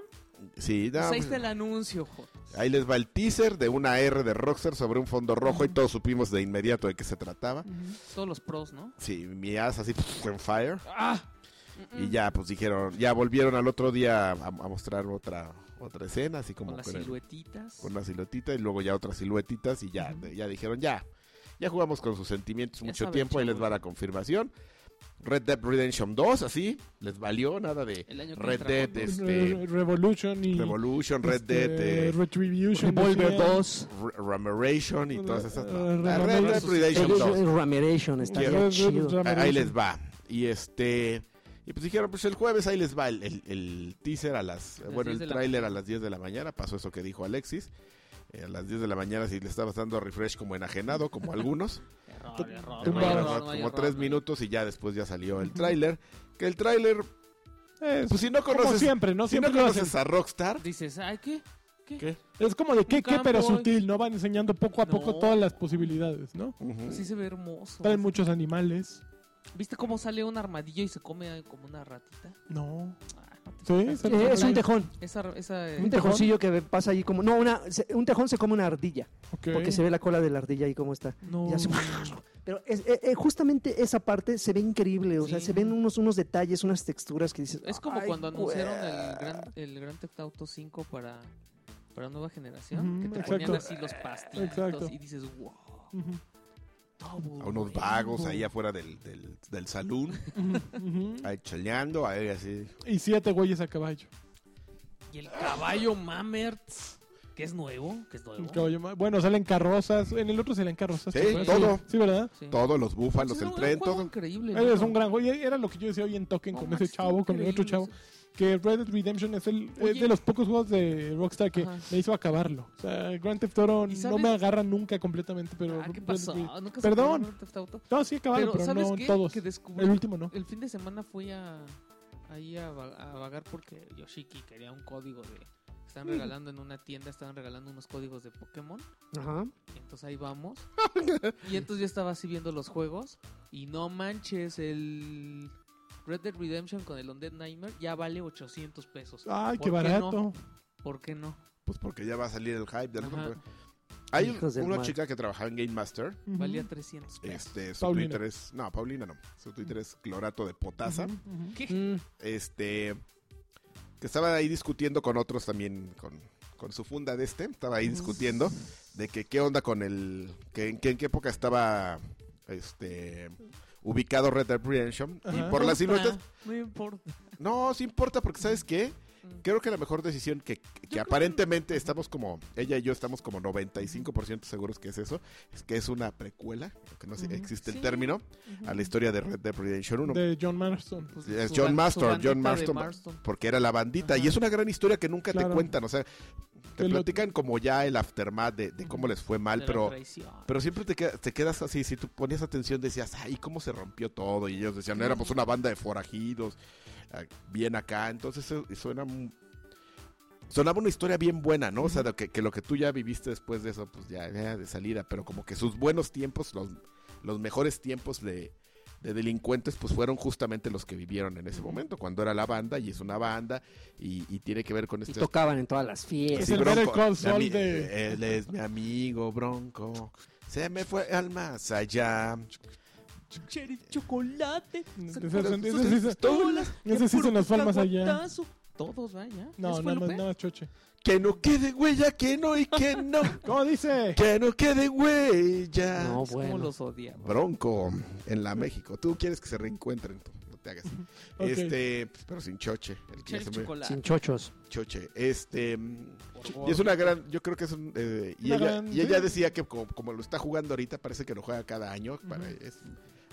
sí, no, Pues ahí pues, está el anuncio, joder. ahí les va el teaser de una R de Rockstar sobre un fondo rojo y todos supimos de inmediato de qué se trataba. Todos los pros, ¿no? Sí, mi as así, pff, en fire. ¡Ah! Y ya, pues dijeron, ya volvieron al otro día a, a mostrar otra otra escena, así como Con las con el- siluetitas. con una siluetita y luego ya otras siluetitas y ya, ya dijeron, ya, ya jugamos con sus sentimientos Ya mucho saben, tiempo, ahí les va chavos. la confirmación. Red Dead Redemption 2, así, les valió nada de El año que Red entra, Dead, ¿no? este, Re- Revolution y... Revolution, Red este, Dead, eh, Retribution. Revolver decían. 2. Re- Remeration y todas esas. Eh, no. Re- Ah, Red Dead Redemption 2. Rameration, está Quiero- bien chido. Ram- Ah, Ahí les va. Y este... Y pues dijeron, pues el jueves ahí les va el, el- el teaser a las... Las bueno, 10 el de la tráiler a mañana. las 10 de la mañana. Pasó eso que dijo Alexis. Eh, a las 10 de la mañana si le estabas dando refresh como enajenado, como algunos. Error, error, Tú no hay vas- error, Bueno, no hay como error, tres no hay minutos y ya después ya salió el tráiler. Que el tráiler, Eh, pues si no como conoces, siempre, ¿no? si Siempre no lo hacen. conoces a Rockstar, error. Dices, ay, ¿qué? ¿qué? Es como de qué, qué, pero campo. sutil, ¿no? Van enseñando poco a poco No. todas las posibilidades, ¿no? Ujú. Sí se ve hermoso. Traen muchos animales. ¿Viste cómo sale un armadillo y se come como una ratita? No. Ah, no te- Sí, se- Eh, es un tejón. Esa, esa, eh, Un tejoncillo que pasa ahí como. No, una, se- un tejón se come una ardilla. Ok. Porque se ve la cola de la ardilla ahí como está. No. Y hace- Pero es- eh, eh, justamente esa parte se ve increíble. O sea, Sí. se ven unos, unos detalles, unas texturas que dices. Es como "Ay, cuando anunciaron el pues. güey". gran, el gran Theft Auto 5 para, para nueva generación, Ujú, que te exacto. ponían así los pastitos Exacto. y dices, wow, Ujú, double A unos vagos ahí afuera del, del, del salón, ujú, ujú. ahí chaleando, ahí así. Y siete güeyes a caballo. Y el caballo Mamertz, que es nuevo, que es nuevo. Un caballo ma- Bueno, salen carrozas. En el otro salen carrozas. Pues Sí, ¿te acuerdas? todo. Sí, ¿verdad? Sí. Todos los búfalos, Sí, el no, tren, un juego todo. increíble. Él ¿no? es un gran güey. Era lo que yo decía hoy en Token No, con Max, ese chavo, está con el otro increíble chavo. eso. Que Red Dead Redemption es, el, es Oye. de los pocos juegos de Rockstar que Ajá. me hizo acabarlo. O sea, Grand Theft Auto ¿Y no sabes? me agarra nunca completamente, pero... Ah, ¿qué pasó? Red Dead- Nunca se Perdón. acabaron Theft Auto. No, sí acabaron, Pero, pero, ¿sabes no qué? todos. Que descubrí El último no. El fin de semana fui a ahí a, va- a vagar porque Yoshiki quería un código de están Mm. regalando en una tienda, estaban regalando unos códigos de Pokémon. Ajá. y Entonces ahí vamos. y entonces yo estaba así viendo los juegos y no manches el Red Dead Redemption con el Undead Nightmare ya vale 800 pesos. Ah. Ay, ¿Por qué no? barato. ¿Por qué no? Pues porque ya va a salir el hype del Ajá, Hay Hijos del una mal. chica que trabajaba en Game Master. Ujú. valía 300 pesos. Este, su Paulina. Twitter es. No, Paulina no. Su Twitter es clorato de potasa. Ujú, ujú. ¿Qué? Mm, este que estaba ahí discutiendo con otros también con, con su funda de este estaba ahí discutiendo de que qué onda con el que en, que en qué época estaba este ubicado Red Dead Redemption Ajá. y por las siluetas Ah, No importa. no sí importa porque sabes qué creo que la mejor decisión que, que aparentemente estamos como ella y yo estamos como 95% seguros que es eso es que es una precuela que no sé, Ujú. existe Sí. el término a la historia de Red Dead Redemption 1 De John Marston. Pues, Ah, Es su John ban- su Marston, bandita John de Marston. porque era la bandita. Ajá. Y es una gran historia que nunca Claro. te cuentan. O sea, Que te lo- platican como ya el aftermath de, de cómo les fue mal, de la pero, traición. pero siempre te, queda- te quedas así. Si tú ponías atención, decías, ay, cómo se rompió todo. Y ellos decían, éramos una banda de forajidos, ah, bien acá. Entonces eso- y suena. mu- Sonaba una historia bien buena, ¿no? O sea, de que, que lo que tú ya viviste después de eso, pues ya era de salida, pero como que sus buenos tiempos, los, los mejores tiempos de, de delincuentes, pues fueron justamente los que vivieron en ese momento, cuando era la banda y es una banda y, y tiene que ver con y este tocaban en todas las Es fiestas. el Bronco, Better Call mi Saul ami- de- Él es mi amigo, Bronco. Se me fue al más allá. Cherry chocolate. Ese- sacó ese- sus ese- ese- pistolas, de ese sí se puro nos fue al más allá. caguatazo, Todos, vaya. No, ¿Eso nada fue más, Lupe? nada más choche. Que no quede huella, que no y que no. ¿Cómo dice? que no quede huella. No, Es como bueno. los odiaba. Bronco en la México. Tú quieres que se reencuentren, tú. No te hagas. Ok. Este, pues, pero sin choche. El que ya Cherry se me- chocolate. Sin chochos. Choche. Este, mm, Por y es una gran, yo creo que es un, eh, y, Una ella, gran- y ella sí. decía que como, como lo está jugando ahorita, parece que lo juega cada año. para- Ujú. es-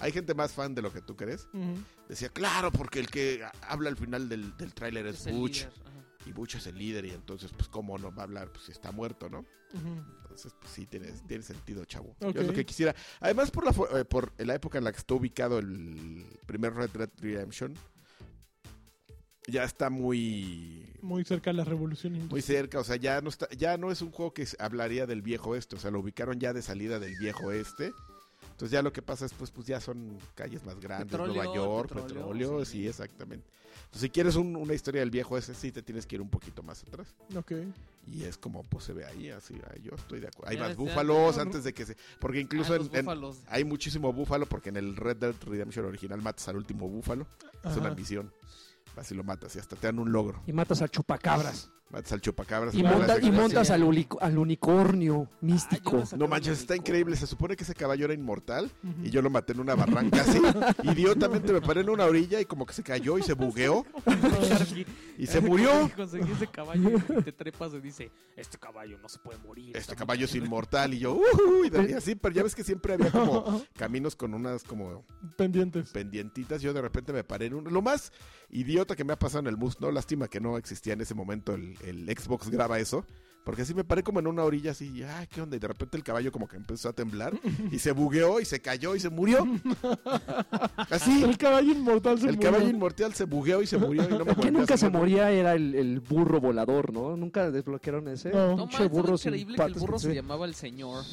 hay gente más fan de lo que tú crees. Ujú. Decía, claro, porque el que a- habla al final del, del tráiler es, Es el Butch. líder, ajá. Y Butch es el líder y entonces, pues, ¿cómo no va a hablar? Pues si está muerto, ¿no? Ujú. Entonces, pues sí, tiene, tiene sentido, chavo. Ok. Yo es lo que quisiera. Además, por la, fo- eh, por la época en la que está ubicado el primer Red Dead Redemption, ya está muy, Muy cerca de la revolución muy industrial. cerca. O sea, ya no, está, ya no es un juego que se- hablaría del viejo este. O sea, lo ubicaron ya de salida del viejo este. Entonces ya lo que pasa es, pues, pues ya son calles más grandes, Petróleo, Nueva York, petróleo, petróleo, sí. sí, exactamente. Entonces, si quieres un- una historia del viejo ese, sí te tienes que ir un poquito más atrás. Ok. Y es como pues se ve ahí, así, ay, yo estoy de acuerdo. Hay Ya más desde búfalos antes, ¿no? antes de que se... Porque Ah, incluso en, los en- búfalos. hay muchísimo búfalo, porque en el Red Dead Redemption original matas al último búfalo. Es una Ajá. misión. Así lo matas y hasta te dan un logro. Y matas al chupacabras. Matas al chupacabras. Y, matas monta- al montas y gimnasio. montas al, ulico- al unicornio Ah, yo místico. me sacaron No manches, de está mi increíble. Se supone que ese caballo era inmortal Ujú. y yo lo maté en una barranca así. Idiotamente me paré en una orilla y como que se cayó y se bugueó y se murió. Conseguí ese caballo y te trepas y dice, este caballo no se puede morir. Este está caballo muy es inmortal y yo, "Ujú", y de- y así, pero ya ves que siempre había como caminos con unas como Pendientes. pendientitas. Yo de repente me paré en un... Lo más idiota que me ha pasado en el MUS, no, lástima que no existía en ese momento el, el Xbox graba eso. Porque así me paré como en una orilla así, y, ay, ¿qué onda? Y de repente el caballo como que empezó a temblar y se bugueó y se cayó y se murió. Así, El caballo inmortal se el murió. caballo inmortal se bugueó y se murió y no me El que volvió a nunca se subir. moría era el, el burro volador, ¿no? Nunca desbloquearon ese. No. No Pinche manches, burro es sin increíble que el patas burro que se se- llamaba el señor.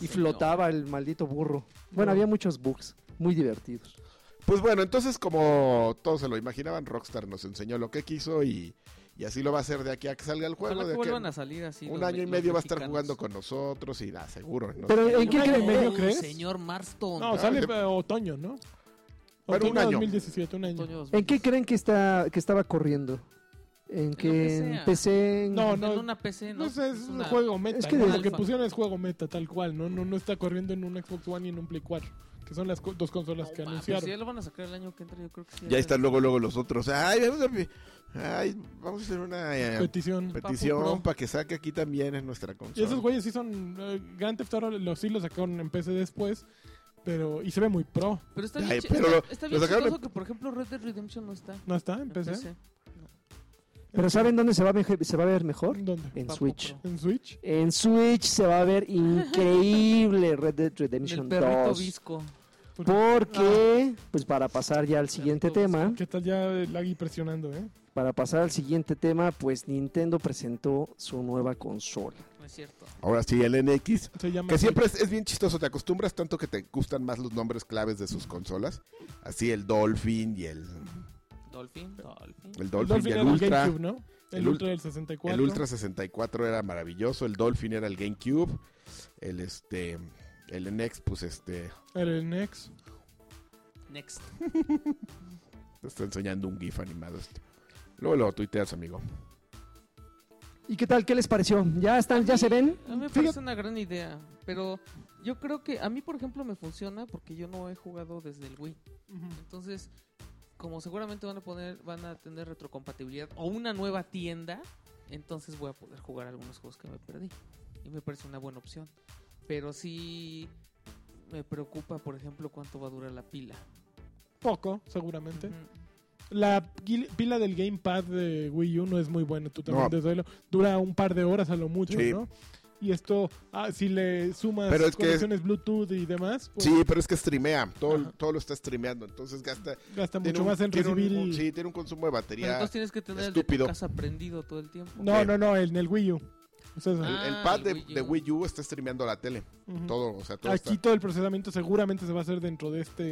Y El flotaba el maldito burro. Bueno, No. había muchos bugs muy divertidos. Pues bueno, entonces como todos se lo imaginaban, Rockstar nos enseñó lo que quiso y, y así lo va a hacer de aquí a que salga el señor. juego. Ojalá de que aquí a- vuelvan a salir así. un los me- año y los medio va a estar mexicanos. jugando con nosotros y nada, seguro. ¿no? Pero ¿en Un qué año creen? y medio, medio, crees? Señor Marston. No, Ah, sale de- eh, otoño, ¿no? Bueno, un Otoño año. 2017, un año. Antonio ¿En qué creen que está que estaba corriendo? ¿En que que sea. en PC? en- No, En no. una PC, ¿no? No sé, es un una- juego meta. Es que ¿no? de- Lo que Alfa. pusieron es juego meta, tal cual. No, no, no está corriendo en un Xbox One y en un Play 4. Que son las co- dos consolas No que mames, anunciaron. si ya lo van a sacar el año que entra, yo creo que sí. Ya están luego, luego los otros. Ay, vamos a, ay, vamos a hacer una eh, Petición. Papu petición Pro. para que saque aquí también en nuestra Y consola. esos güeyes sí son. eh, Grand Theft Auto lo, sí lo sacaron en PC después. Pero. Y se ve muy pro. Pero está Ay, bien, chi- pero está- lo- está lo bien sacaron chistoso que, por ejemplo, Red Dead Redemption no está. ¿No está? En en PC. PC. Pero ¿saben dónde se va a ve- se va a ver mejor? ¿Dónde? Eh, En Papu Switch. Pro. ¿En Switch? En Switch se va a ver increíble Red Dead El Redemption perrito 2. visco. Porque, Ah. pues para pasar ya al siguiente Perrito tema, ¿Qué tal ya el lag presionando, eh? para pasar al siguiente tema, pues Nintendo presentó su nueva consola. No es cierto. Ahora sí, el NX. Se llama. Que siempre es, es bien chistoso, te acostumbras tanto que te gustan más los nombres claves de sus consolas. Así el Dolphin y el, Dolphin, Dolphin. el El Dolphin, y el era Ultra. GameCube, ¿no? El, el Ultra Ult- del 64. El Ultra 64 era maravilloso, el Dolphin era el GameCube, el este el NX pues este Era el NX. Next. te está enseñando un GIF animado este. Luego lo tuiteas, amigo. ¿Y qué tal? ¿Qué les pareció? ¿Ya están? ¿Ya se ven? A mí me parece una gran idea, pero yo creo que a mí, por ejemplo, me funciona porque yo no he jugado desde el Wii. Entonces, como seguramente van a poner, van a tener retrocompatibilidad o una nueva tienda, entonces voy a poder jugar algunos juegos que me perdí. Y me parece una buena opción. Pero sí me preocupa, por ejemplo, cuánto va a durar la pila. Poco, seguramente. Ujú. La pil- pila del gamepad de Wii U no es muy buena, tú también No. te duelo. Dura un par de horas a lo mucho, Sí. ¿no? Y esto, ah, si le sumas Pero es que- conexiones Bluetooth y demás, pues Sí, pero es que streamea, todo, Ajá. todo lo está streameando, entonces gasta gasta tiene mucho un- más en tiene un- recibir. un- sí, tiene un consumo de Pero batería. entonces tienes que tener el de estúpido. tu casa prendido todo el tiempo. No, no, no, en el Wii U. O sea, Ah, el, el pad el de de Wii, Wii U. U está streameando la tele. ujú. Todo, o sea, todo Aquí está. todo el procesamiento seguramente se va a hacer dentro de este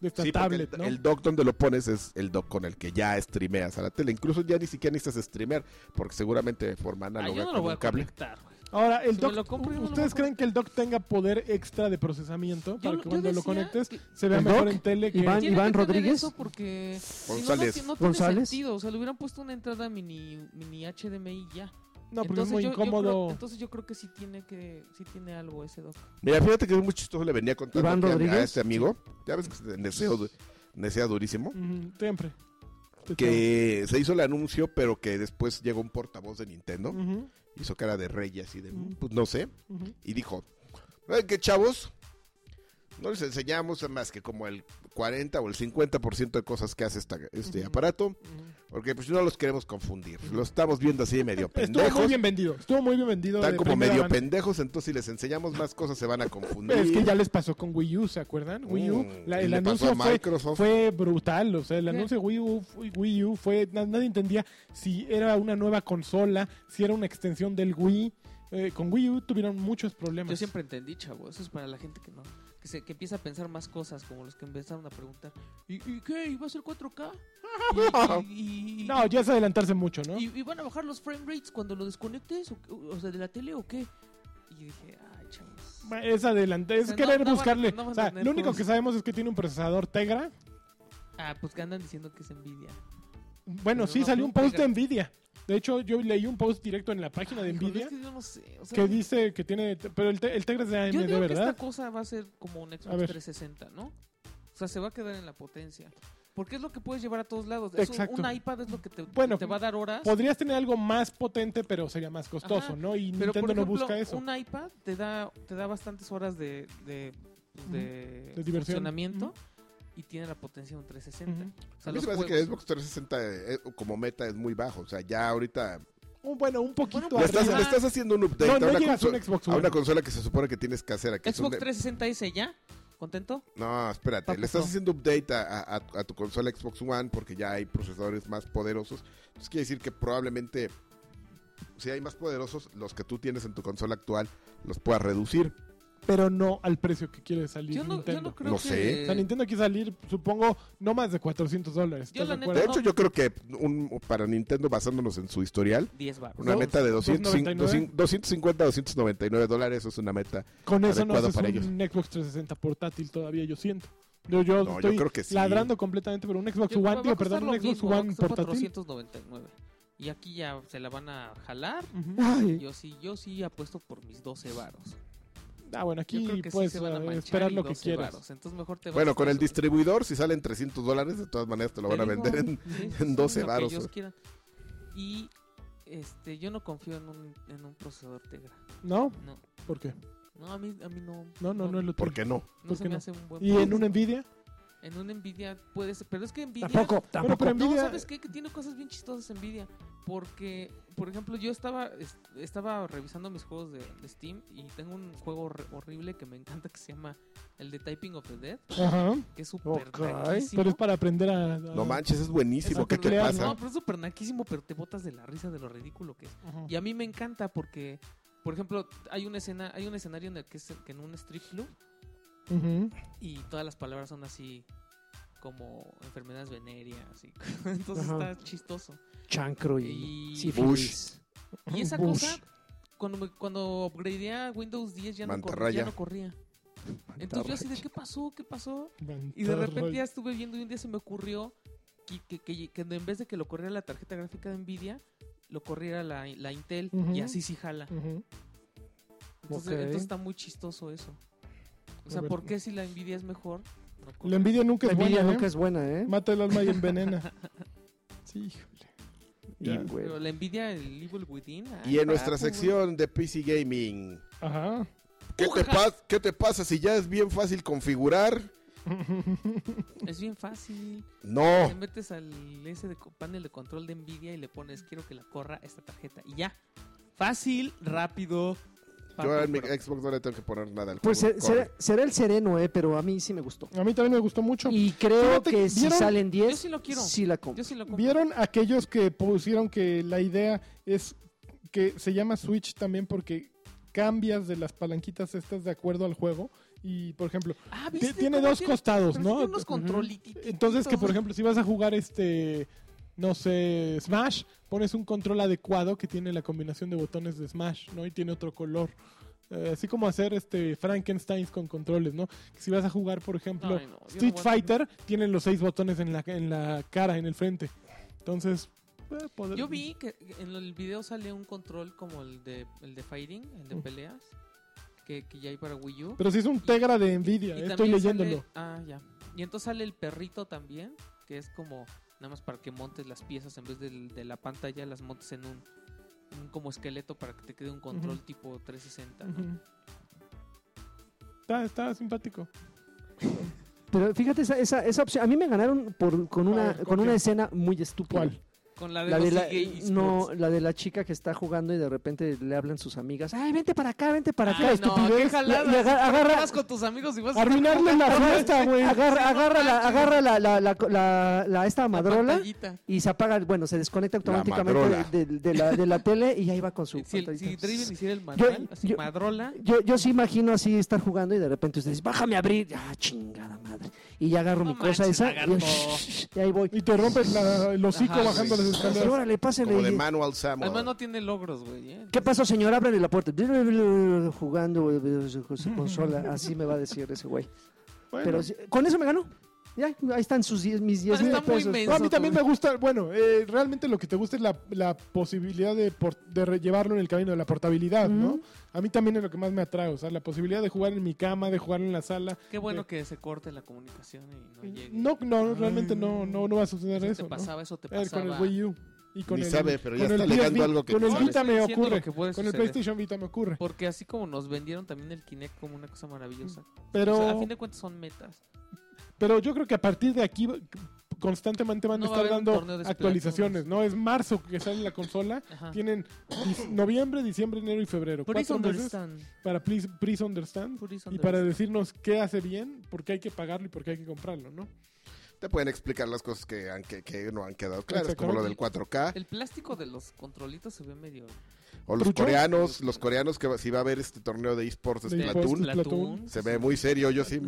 de esta Sí, porque tablet, el, ¿no? el dock donde lo pones es el dock con el que ya streameas a la tele. Incluso ya ni siquiera necesitas streamear, porque seguramente de forma Ah, análoga yo no con lo voy un a cable. conectar. güey. Ahora, el Si me dock, lo compro, yo me lo voy ¿ustedes a creen que el dock tenga poder extra de procesamiento para lo- que yo cuando lo decía conectes que- se vea ¿El mejor dock? en tele que Iván- Tiene que tener Rodríguez. eso porque si no, no González. ti- no tiene González. sentido. O sea, le hubieran puesto una entrada mini, mini HDMI y ya. No, porque Entonces es muy yo- yo creo- incómodo. entonces yo creo que sí tiene que sí tiene algo ese doc. Mira, fíjate que muy chistoso le venía contando Iván que a- Rodríguez. a este amigo. Ya ves que se deseo, du- desea durísimo. Ujú, siempre. Te Que se hizo el anuncio, pero que después llegó un portavoz de Nintendo. tengo. Ujú, Hizo cara de rey así de, Ujú. pues no sé. ujú. Y dijo, ¿saben qué chavos? No les enseñamos más que como el 40 o el 50% de cosas que hace esta- este Ujú. aparato. Porque pues no los queremos confundir. Los estamos viendo así de medio Estuvo muy pendejos. bien vendido. Estuvo muy bien vendido. Están de como primera medio mano. pendejos, entonces si les enseñamos más cosas se van a confundir. Es que ya les pasó con Wii U, ¿se acuerdan? Wii U, Mm, la- y el le pasó anuncio a fue, Microsoft. fue brutal. O sea, el Sí. anuncio de Wii U, fue- Wii U fue. na- Nadie entendía si era una nueva consola, si era una extensión del Wii. Eh, con Wii U tuvieron muchos problemas. Yo siempre entendí, chavo, eso es para la gente que no que se que empieza a pensar más cosas, como los que empezaron a preguntar, ¿y, y qué? ¿Y va a ser 4K? ¿Y, y- y- No, ya es adelantarse mucho, ¿no? y- y van a bajar los frame rates cuando lo desconectes o, o sea, de la tele o qué? Y dije, "Ay, chavos." Es adelantar, es O sea, no- querer no van- buscarle. no van a o sea, tener lo único juegos. que sabemos es que tiene un procesador Tegra. Ah, pues que andan diciendo que es envidia. Bueno, Pero sí no, salió no un post Tegra. de Nvidia. De hecho, yo leí un post directo en la página de Híjole, Nvidia es que yo no sé, o sea, que dice que tiene. Pero el, te- el Tegra es de AMD, Yo digo que ¿verdad? esta cosa va a ser como un Xbox ver. 360, ¿no? O sea, se va a quedar en la potencia. Porque es lo que puedes llevar a todos lados. Es un- Exacto. un iPad es lo que te, Bueno, te va a dar horas. Podrías tener algo más potente, pero sería más costoso, Ajá, ¿no? Y pero Nintendo por ejemplo, no busca eso. un iPad te da, te da bastantes horas de, de, pues, Ujú. de De diversión. funcionamiento y tiene la potencia de un 360. Ujú. O sea, A mí los se me hace que juegos- Xbox 360 eh, como meta es muy bajo. O sea, ya ahorita Un- bueno, un poquito Bueno, le pues, estás, arriba. ajá. le estás haciendo un update No, a, no una llegas a consola, un Xbox a una One. consola que se supone que tienes que hacer. a que es Xbox un- 360S ya. ¿Contento? No, espérate, Paputo. le estás haciendo update a, a- a- a tu consola Xbox One porque ya hay procesadores más poderosos. Entonces quiere decir que probablemente, si hay más poderosos, los que tú tienes en tu consola actual los puedas reducir. Pero no al precio que quiere salir Yo no, Nintendo. yo no creo No que... sé. O sea, Nintendo quiere salir, supongo, no más de 400 dólares. Yo ¿estás la de neta De acuerdo? no- hecho, yo creo que un- para Nintendo, basándonos en su historial, 10 baros. una Dos- meta de 200, 299. 250 299 dólares, eso es una meta. Con eso no adecuado haces para un ellos. Xbox 360 portátil todavía, yo siento. Yo, yo No, estoy yo creo que sí. ladrando completamente, pero un Xbox Yo- va One, a costar digo, perdón, lo un Xbox mismo, va a One costar portátil. 499. Y aquí ya se la van a jalar. Ujú. Ay, Yo sí, yo sí apuesto por mis 12 varos. Ah, bueno, Yo aquí creo que puedes sí se van a eh, manchar esperar y lo que 12 quieras. varos. Entonces mejor te vas Bueno, a- con el distribuidor, si salen 300 dólares, de todas maneras te lo van a Te digo, vender en... sí, sí, en sí, 12 lo que varos, ¿eh? ellos güey. quieran. Y este, yo no confío en un, en un procesador Tegra. ¿No? No, ¿Por qué? no a mí, a mí no. No, no, no es lo ¿Por tuyo. qué no? no ¿por se qué me no? hace un buen ¿Y en un procesador. Nvidia? En un Nvidia puede ser, pero es que Nvidia... tampoco, Bueno, tampoco. pero No, Nvidia... ¿sabes qué? Que tiene cosas bien chistosas Nvidia. Porque, por ejemplo, yo estaba es- estaba revisando mis juegos de, de Steam y tengo un juego hor- horrible que me encanta que se llama el de Typing of the Dead, Ajá. que es súper Ok, naquísimo. Pero es para aprender a... a- No manches, es buenísimo. Exacto, ¿Qué te claro, No, pasa? pero es súper naquísimo, pero te botas de la risa de lo ridículo que es. Ajá. Y a mí me encanta porque, por ejemplo, hay una escena, hay un escenario en el que es que en un strip club Ujú. y todas las palabras son así como enfermedades venéreas y entonces Ajá. está chistoso. Chancro Y- y Bush. sífilis. Y esa Bush. cosa cuando me, cuando upgradeé a Windows 10 ya no, corría, Mantarraya. ya no corría. Entonces yo así de qué pasó, qué pasó y de Mantarraya. repente ya estuve viendo y un día se me ocurrió que, que- que- que en vez de que lo corriera la tarjeta gráfica de Nvidia lo corriera la, la Intel y Ujú. así sí jala. Ujú. Entonces, Ok. entonces está muy chistoso eso. O sea, A ver. ¿por qué si la envidia es mejor? no corre? La envidia nunca La es envidia buena, nunca ¿eh? es buena, ¿eh? Mata el alma y envenena. Sí, híjole. Y, pues, Ya. güey, Pero la envidia, el evil within. ah, ay, Y en nuestra papu, güey. sección de PC Gaming. Ajá. ¿Qué te, pas- ¿Qué te pasa si ya es bien fácil configurar? Es bien fácil. Te No. metes al ese de co- panel de control de envidia y le pones quiero que la corra esta tarjeta. Y ya. Fácil, rápido. papu, Yo en mi pero- Xbox no le tengo que poner nada al Pues juego, se- corre. será, será el sereno, ¿eh? Pero a mí sí me gustó. A mí también me gustó mucho. Y creo Fíjate, que si ¿vieron? salen Yo 10, sí lo quiero. sí la compro. Yo sí lo compro. ¿Vieron aquellos que pusieron que la idea es que se llama Switch también porque cambias de las palanquitas estas de acuerdo al juego? Y, por ejemplo, Ah, ti- ¿viste tiene cómo dos tiene- pero Pues, costados, sí ¿no? tiene unos Ujú. controlititos. Entonces, que por ejemplo, si vas a jugar este no sé, Smash, pones un control adecuado que tiene la combinación de botones de Smash, ¿no? Y tiene otro color. Eh, así como hacer este Frankensteins con controles, ¿no? Si vas a jugar, por ejemplo, Ay, no, yo no Street voy a- Fighter, tienen los seis botones en la, en la cara, en el frente. Entonces, eh, poder- Yo vi que en el video sale un control como el de, el de fighting, el de Mm. peleas, que, que ya hay para Wii U. Pero si es un Tegra de Nvidia, Y estoy también leyéndolo. sale- ah, ya. Y entonces sale el perrito también, que es como nada más para que montes las piezas en vez del- de, la pantalla, las montes en un, un como esqueleto para que te quede un control tipo 360. ¿no? Ujú. Está, está simpático. Pero fíjate, esa, esa, esa opción. A mí me ganaron por, con, una, ¿Cuál? ¿Con con una qué? escena muy estúpida. ¿Cuál? Con la de, La los de la, EA eh, Sports. no, la de la chica que está jugando y de repente le hablan sus amigas. Ay, vente para acá, vente para acá. Ay, estúpido". Ah, no, qué estupidez. jalada. Y- y agar- ¿Por qué agarra- vas con tus amigos y vas a Arruinarle la fiesta, güey. Agarra, agarra, la, agarra la, la, la, la- la- esta la madrola pantallita? y se apaga, bueno, se desconecta automáticamente madrola. de, de- de la, de la tele y ahí va con su Eh, Si, el- si pantallita. Draven hiciera el manual, así, yo- madrola, Yo, yo sí imagino así estar jugando y de repente ustedes, bájame a abrir. Ah, chingada madre. Y ya agarro No mi cosa manches, esa y, lagarto. y ahí voy. Y te rompes la- el hocico Ajá, bajando güey. las Pero escaleras. órale, pásenle. Como de Y- Manual Samuel. además no tiene logros, güey. ¿eh? ¿Qué pasó, señor? Ábrale la puerta. Jugando güey, con su consola. Así me va a decir ese güey. Bueno. Pero sí- con eso me ganó. Ya, ahí están sus diez- mis 10 mil está muy pesos. menso. No, a mí también me gusta, bueno, eh, realmente lo que te gusta es la, la posibilidad de, por- de re- llevarlo en el camino, de la portabilidad, ¿no? Ujú. A mí también es lo que más me atrae, o sea, la posibilidad de jugar en mi cama, de jugar en la sala. Qué bueno que se corte la comunicación y no llegue. No, Ah. no, realmente no, no, no va a suceder eso te eso. ¿no? pasaba, eso te Eh, pasaba. con el Wii U. Y con Ni el, sabe, pero ya con está el alegando PSV, algo que Con ni el sabe. Vita me Estoy diciendo ocurre. lo que puede Con el suceder. PlayStation Vita me ocurre. Porque así como nos vendieron también el Kinect como una cosa maravillosa. Pero, O sea, a fin de cuentas son metas. pero yo creo que a partir de aquí constantemente van a No va a estar haber un dando torneo de actualizaciones, ¿no? Es marzo que sale la consola. Ajá. Tienen dic- noviembre, diciembre, enero y febrero. Ah. Please Cuatro meses understand. para please, please understand. please Y para understand. decirnos qué hace bien, por qué hay que pagarlo y por qué hay que comprarlo, ¿no? Te pueden explicar las cosas que, han, que, que no han quedado claras, Exacto. como lo del 4K. El plástico de los controlitos se ve medio... O los Trucho. coreanos, los coreanos que va- si va a haber este torneo de esports de De Splatoon. esports. Splatoon. Se ve muy serio, yo sí.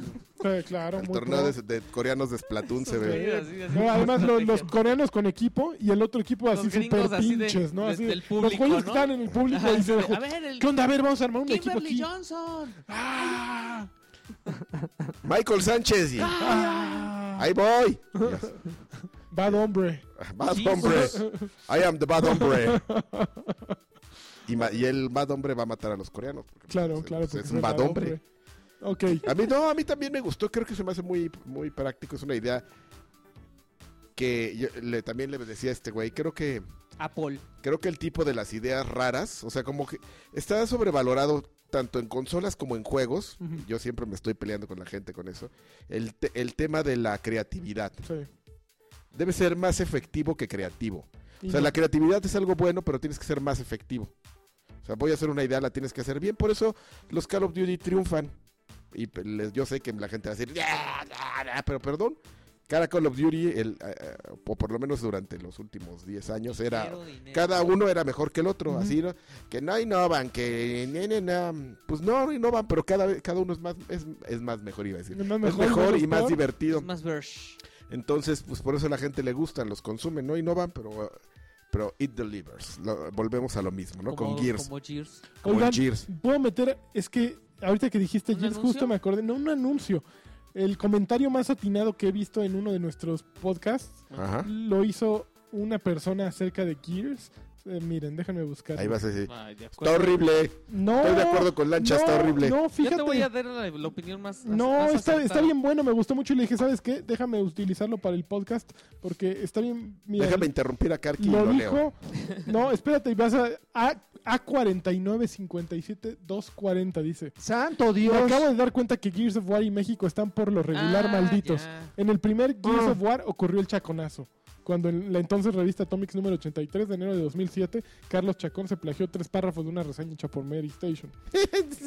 Eh, claro, El muy torneo pro. de, de coreanos de Splatoon se ve. Sí, así, así, No, además, lo- los estrategia. coreanos con equipo y el otro equipo Los así gringos súper así de- pinches, ¿no? de- Así, del los público, güeyes que ¿no? están en el público Ajá, y se este, dejó- A ver, el ¿Qué onda? A ver, vamos a armar un equipo Kimberly aquí. Johnson. ¡Ah! Michael Sánchez. y- ¡Ah! Ahí voy. Bad hombre. Bad Jesus. hombre. I am the bad hombre. Y, ma- y el bad hombre va a matar a los coreanos. porque, Claro, pues, claro. es- porque Es un bad hombre. Ok. A mí no, a mí también me gustó, creo que se me hace muy, muy práctico, es una idea que yo le, también le decía a este güey, creo que, Apple. creo que el tipo de las ideas raras, o sea, como que está sobrevalorado tanto en consolas como en juegos, Ujú. yo siempre me estoy peleando con la gente con eso, el, te- el tema de la creatividad Sí. debe ser más efectivo que creativo. Y O sea, no. la creatividad es algo bueno, pero tienes que ser más efectivo. O sea, voy a hacer una idea, la tienes que hacer bien. Por eso los Call of Duty triunfan. Y pe- les- yo sé que la gente va a decir, "Ya, ya, ya", pero perdón. Cada Call of Duty, el, eh, eh, o por lo menos durante los últimos 10 años, era... Quiero dinero. Cada uno era mejor que el otro, Ujú. así, ¿no? que no innovan, que ne, ne, na. pues no innovan, pero cada, vez- cada uno es más, es, es más mejor, iba a decir. Es más es mejor, mejor menos y más peor. divertido. Es más versh. Entonces, pues por eso a la gente le gustan, los consumen, no innovan, pero, eh, pero it delivers. Lo- volvemos a lo mismo, ¿no? Como- Con Gears. Como Gears. como Oigan, en Gears. Puedo meter, es que ahorita que dijiste ¿Un Gears, anuncio? justo me acordé, no un anuncio. El comentario más atinado que he visto en uno de nuestros podcasts Ajá. lo hizo una persona acerca de Gears. Eh, miren, déjenme buscar. Ahí vas a decir, Ay, de está acuerdo. horrible. No, Estoy de acuerdo con Lancha, no, está horrible. No, Yo fíjate. te voy a dar la, la opinión más. No, más está, está acertada. bien bueno, me gustó mucho y le dije, ¿sabes qué? Déjame utilizarlo para el podcast porque está bien... Mira, Déjame interrumpir a Karki y lo lo leo. dijo... No, espérate, y vas a... a A4957240 dice. Santo Me Dios. acabo de dar cuenta que Gears of War y México están por lo regular Ah, malditos. ya. En el primer Gears Ah. of War ocurrió el chaconazo. Cuando en la entonces revista Atomics número 83 de enero de 2007, Carlos Chacón se plagió tres párrafos de una reseña hecha por Mary Station.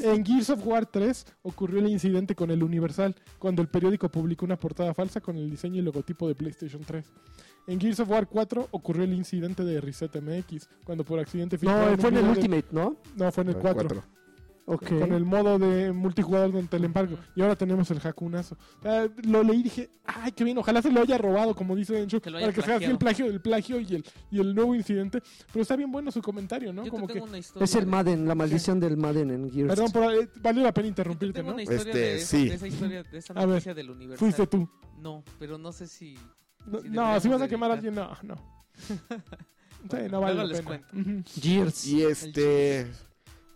en Gears of War 3 ocurrió el incidente con el Universal, cuando el periódico publicó una portada falsa con el diseño y logotipo de PlayStation 3. En Gears of War 4 ocurrió el incidente de Reset MX, cuando por accidente No, filtraron fue un en el video de- Ultimate, ¿no? No, fue en el 4. Cuatro. Ok. con el modo de multijugador durante el embargo. Y ahora tenemos el jacunazo. Ah, lo leí y dije, ay, qué bien, ojalá se lo haya robado, como dice Encho, Que lo haya para que se haga así el plagio, el plagio y el, y el nuevo incidente. Pero está bien bueno su comentario, ¿no? Yo te como que, tengo una historia. Es el de- Madden, la maldición del Madden en Gears. perdón, por, eh, valió la pena yo te interrumpirte, tengo ¿no? una historia Este, de, esa, sí. de esa historia, de esa A ver, noticia del universo. Fuiste tú. No, pero no sé si. No, Sí, no, deberíamos si vas a de quemar a alguien, evitar. no, no. Sí, Bueno, no vale luego la les pena. cuento. Ujú. Gears. Y este.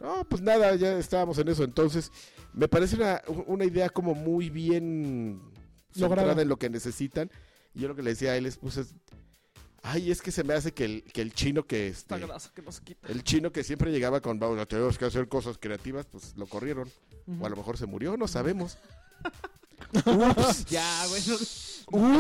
No, pues nada, ya estábamos en eso. Entonces, me parece una, una idea como muy bien centrada Lograda. en lo que necesitan. Y yo lo que le decía a él es, pues, es- ay, es que se me hace que el, que el chino que este, Esta grasa que nos quita. el chino que siempre llegaba con, vamos, tenemos que hacer cosas creativas, pues lo corrieron. Ujú. O a lo mejor se murió, no sabemos. Ya, bueno.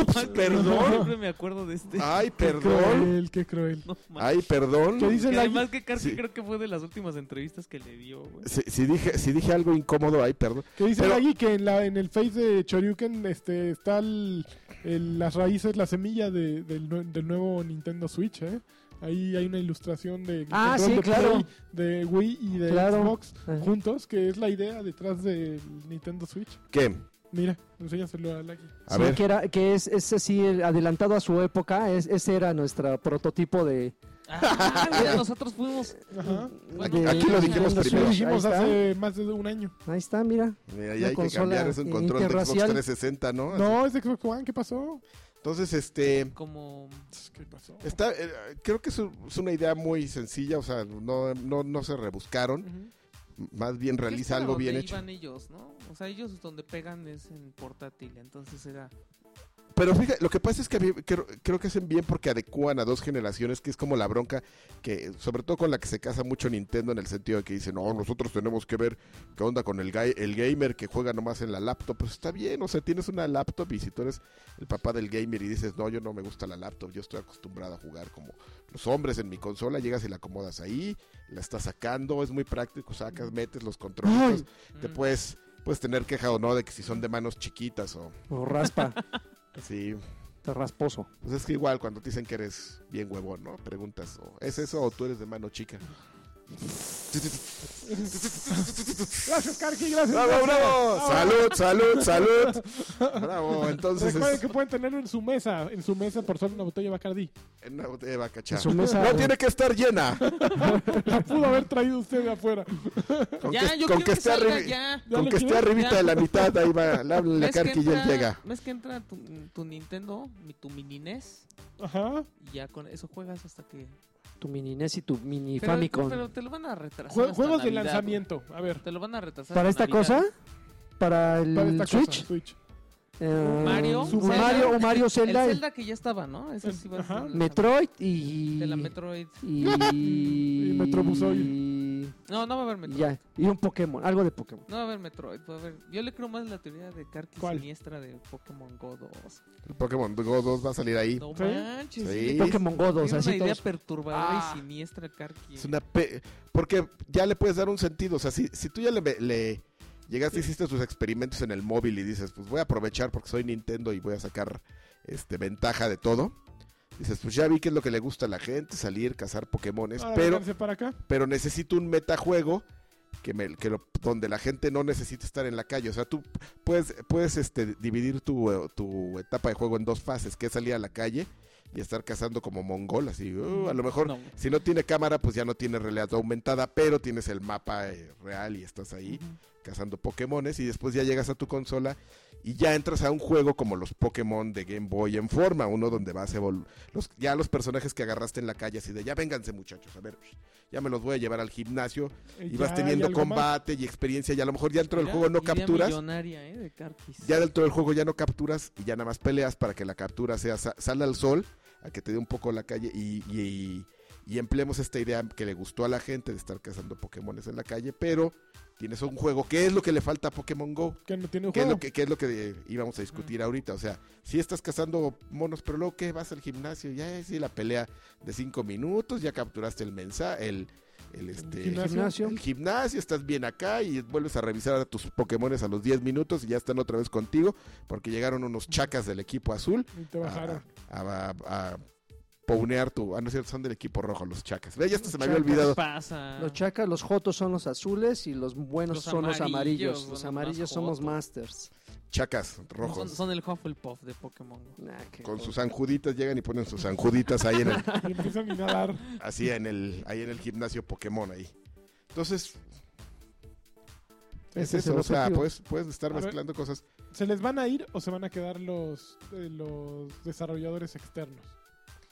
Ups, perdón. Siempre me acuerdo de este. Ay, Qué perdón. cruel, qué cruel. No, man. Ay, perdón. ¿Qué dice Que la- además que Carti Sí. creo que fue de las últimas entrevistas que le dio, güey. Si, si dije, si dije algo incómodo, ay, perdón. Que dice Pero- Lagui que en, la, en el face de Choryuken este, está el- el- las raíces, la semilla de- del, nue- del nuevo Nintendo Switch, ¿eh? Ahí hay una ilustración de Ah, control sí, de claro. Play, de Wii y de Claro. Xbox Ajá. juntos, que es la idea detrás del Nintendo Switch. ¿Qué? Mira, enséñaselo a Lagui. A Sí, ver. que, era, que es, es así, el adelantado a su época, es- ese era nuestro prototipo de... Ah, mira, nosotros fuimos. Ajá. Bueno, de- aquí lo dijimos Nintendo Sí, primero. lo Switch. dijimos Ahí está, hace más de un año. Ahí está, mira. Mira, Una ya hay que consola cambiar, es un control de Xbox interracial. 360, ¿no? No, es de Xbox One, ¿qué pasó? Entonces, este, Como. ¿Qué pasó? está, eh, creo que es, un- es una idea muy sencilla, o sea, no, no, no se rebuscaron, Ujú. más bien realiza algo bien hecho. Iban ellos, ¿no? O sea, ellos donde pegan es en portátil, entonces era. Pero fíjate, lo que pasa es que a mí creo, creo que hacen bien porque adecúan a dos generaciones, que es como la bronca, que sobre todo con la que se casa mucho Nintendo en el sentido de que dicen, no, nosotros tenemos que ver qué onda con el, ga- el gamer que juega nomás en la laptop. Pues está bien, o sea, tienes una laptop y si tú eres el papá del gamer y dices, no, yo no me gusta la laptop, yo estoy acostumbrado a jugar como los hombres en mi consola, llegas y la acomodas ahí, la estás sacando, es muy práctico, sacas, metes los controles, te mm, puedes, puedes tener queja o no de que si son de manos chiquitas o O raspa, así. te rasposo. Pues es que igual cuando te dicen que eres bien huevón, ¿no? Preguntas, o, ¿es eso o tú eres de mano chica? Gracias, Karki, gracias. ¡Bravo, gracias. bravo! Ahora- ¡Salud, salud, salud! Bravo, entonces Recuerden es que pueden tener en su mesa, en su mesa por solo una botella Bacardi. en una botella de En bacachá. su mesa- No tiene que estar llena. La pudo haber traído usted de afuera. Con Ya, que, yo quiero con que que, esté, salga arri- ya. Ya con le que quiero- esté arribita ya. de la mitad, ahí va, le hablan a ¿Ves que Karki y él entra- llega. ¿Ves que entra tu, tu Nintendo, mi- tu mini NES? Ajá. Y ya con eso juegas hasta que. Tu mini NES y tu mini Pero, Famicom. pero te lo van a retrasar. Jue- hasta juegos de Navidad, lanzamiento. A ver. güey. Te lo van a retrasar. ¿Para hasta esta cosa? Navidad. ¿Para el Para esta Switch? cosa, Switch. Eh, Mario, un Zelda. Mario, un Mario El Zelda, Zelda que ya estaba, ¿no? Ese sí va a Ajá. ser el- Metroid y... De la Metroid. Y... Y Metrobusoid. Y... No, no va a haber y Metroid. ya, y un Pokémon, algo de Pokémon. No va a haber Metroid, va a haber... Yo le creo más la teoría de Karki ¿Cuál? siniestra de Pokémon Go 2. El Pokémon Go 2 va a salir ahí. No ¿Sí? manches. pues, Sí. tiene Pokémon God, o una sea, así idea todos. perturbadora Ah. y siniestra Karki. ¿eh? Es una pe- Porque ya le puedes dar un sentido. O sea, si, si tú ya le, le llegaste y hiciste tus experimentos en el móvil y dices, pues voy a aprovechar porque soy Nintendo y voy a sacar este ventaja de todo. Dices, pues ya vi que es lo que le gusta a la gente, salir, cazar Pokémones, Ahora pero, vénganse para acá. pero necesito un metajuego que me, que lo- donde la gente no necesita estar en la calle. O sea, tú puedes, puedes este, dividir tu, eh, tu etapa de juego en dos fases, que es salir a la calle y estar cazando como mongol, así, uh, a lo mejor No. si no tiene cámara, pues ya no tiene realidad aumentada, pero tienes el mapa eh, real y estás ahí cazando Pokémones y después ya llegas a tu consola y ya entras a un juego como los Pokémon de Game Boy en forma, uno donde vas evol- los ya los personajes que agarraste en la calle así de ya vénganse muchachos, a ver, ya me los voy a llevar al gimnasio y vas Ya teniendo hay algo más. combate y experiencia y a lo mejor ya dentro del Mira, juego no idea capturas millonaria, ¿eh? De Karkis. ya dentro del juego ya no capturas y ya nada más peleas para que la captura sea sa- sal al sol, a que te dé un poco la calle y, y, y- y empleemos esta idea que le gustó a la gente de estar cazando Pokémones en la calle, pero tienes un juego que es lo que le falta a Pokémon Go. Que no tiene un Que es, juego. lo que, que es lo que íbamos a discutir ahorita. O sea, si estás cazando monos, pero luego que vas al gimnasio, ya es la pelea de cinco minutos, ya capturaste el mensaje, el, el, este, gimnasio. Gimnasio. el gimnasio, estás bien acá y vuelves a revisar a tus Pokémones a los 10 minutos y ya están otra vez contigo porque llegaron unos chacas del equipo azul Y te a, bajaron. a- a- a pounear tu. Ah, no es cierto, son del equipo rojo, los chacas. Ve, ya hasta se me había Chacas. olvidado. pasa? Los chacas, los jotos son los azules y los buenos Los son los amarillos, amarillos. Los bueno, amarillos más somos joto. masters. Chacas, No, son, rojos. son el Hufflepuff de Pokémon. Go. Nah, qué Con joto. sus anjuditas llegan y ponen sus anjuditas ahí en el, Y empiezan a nadar. así en el, ahí en el gimnasio Pokémon ahí. Entonces, es Ese es eso, el o sea, objetivo. puedes, puedes estar A ver. mezclando cosas. ¿Se les van a ir o se van a quedar los, eh, los desarrolladores externos?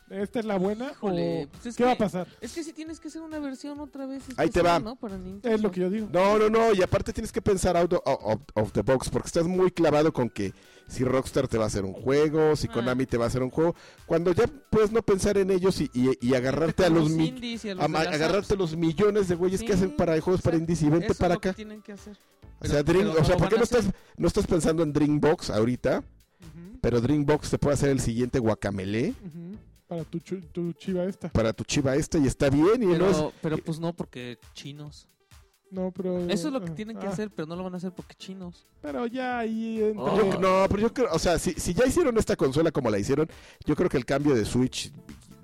¿Esta es la buena Híjole, o pues es qué va a que- pasar? Es que si tienes que hacer una versión otra vez. Ahí te especial, va. ¿no? Para Nintendo. Es lo que yo digo. No, no, no, y aparte tienes que pensar out of, of- of the box, porque estás muy clavado con que si Rockstar te va a hacer un juego, si Ah. Konami te va a hacer un juego, cuando ya puedes no pensar en ellos y, y- y agarrarte a Con los, mi- indies y a los a de ma- las agarrarte a apps. los millones de güeyes que Sí, hacen para juegos para exacto. indies y vente Eso es para lo que acá. tienen que hacer. O sea, Pero- Dream- pero o sea, lo ¿por qué van a no estás, hacer. no estás pensando en Dreambox ahorita? Ujú, Pero Dreambox te puede hacer el siguiente guacamele ujú. Para tu, chu- tu chiva esta. para tu chiva esta y está bien y no Pero, es... pero pues no, porque chinos. No, pero... Eso es lo que ah, tienen que ah, hacer, pero no lo van a hacer porque chinos. Pero ya ahí entra... Oh. Yo- no, pero yo creo, o sea, si, si ya hicieron esta consola como la hicieron, yo creo que el cambio de Switch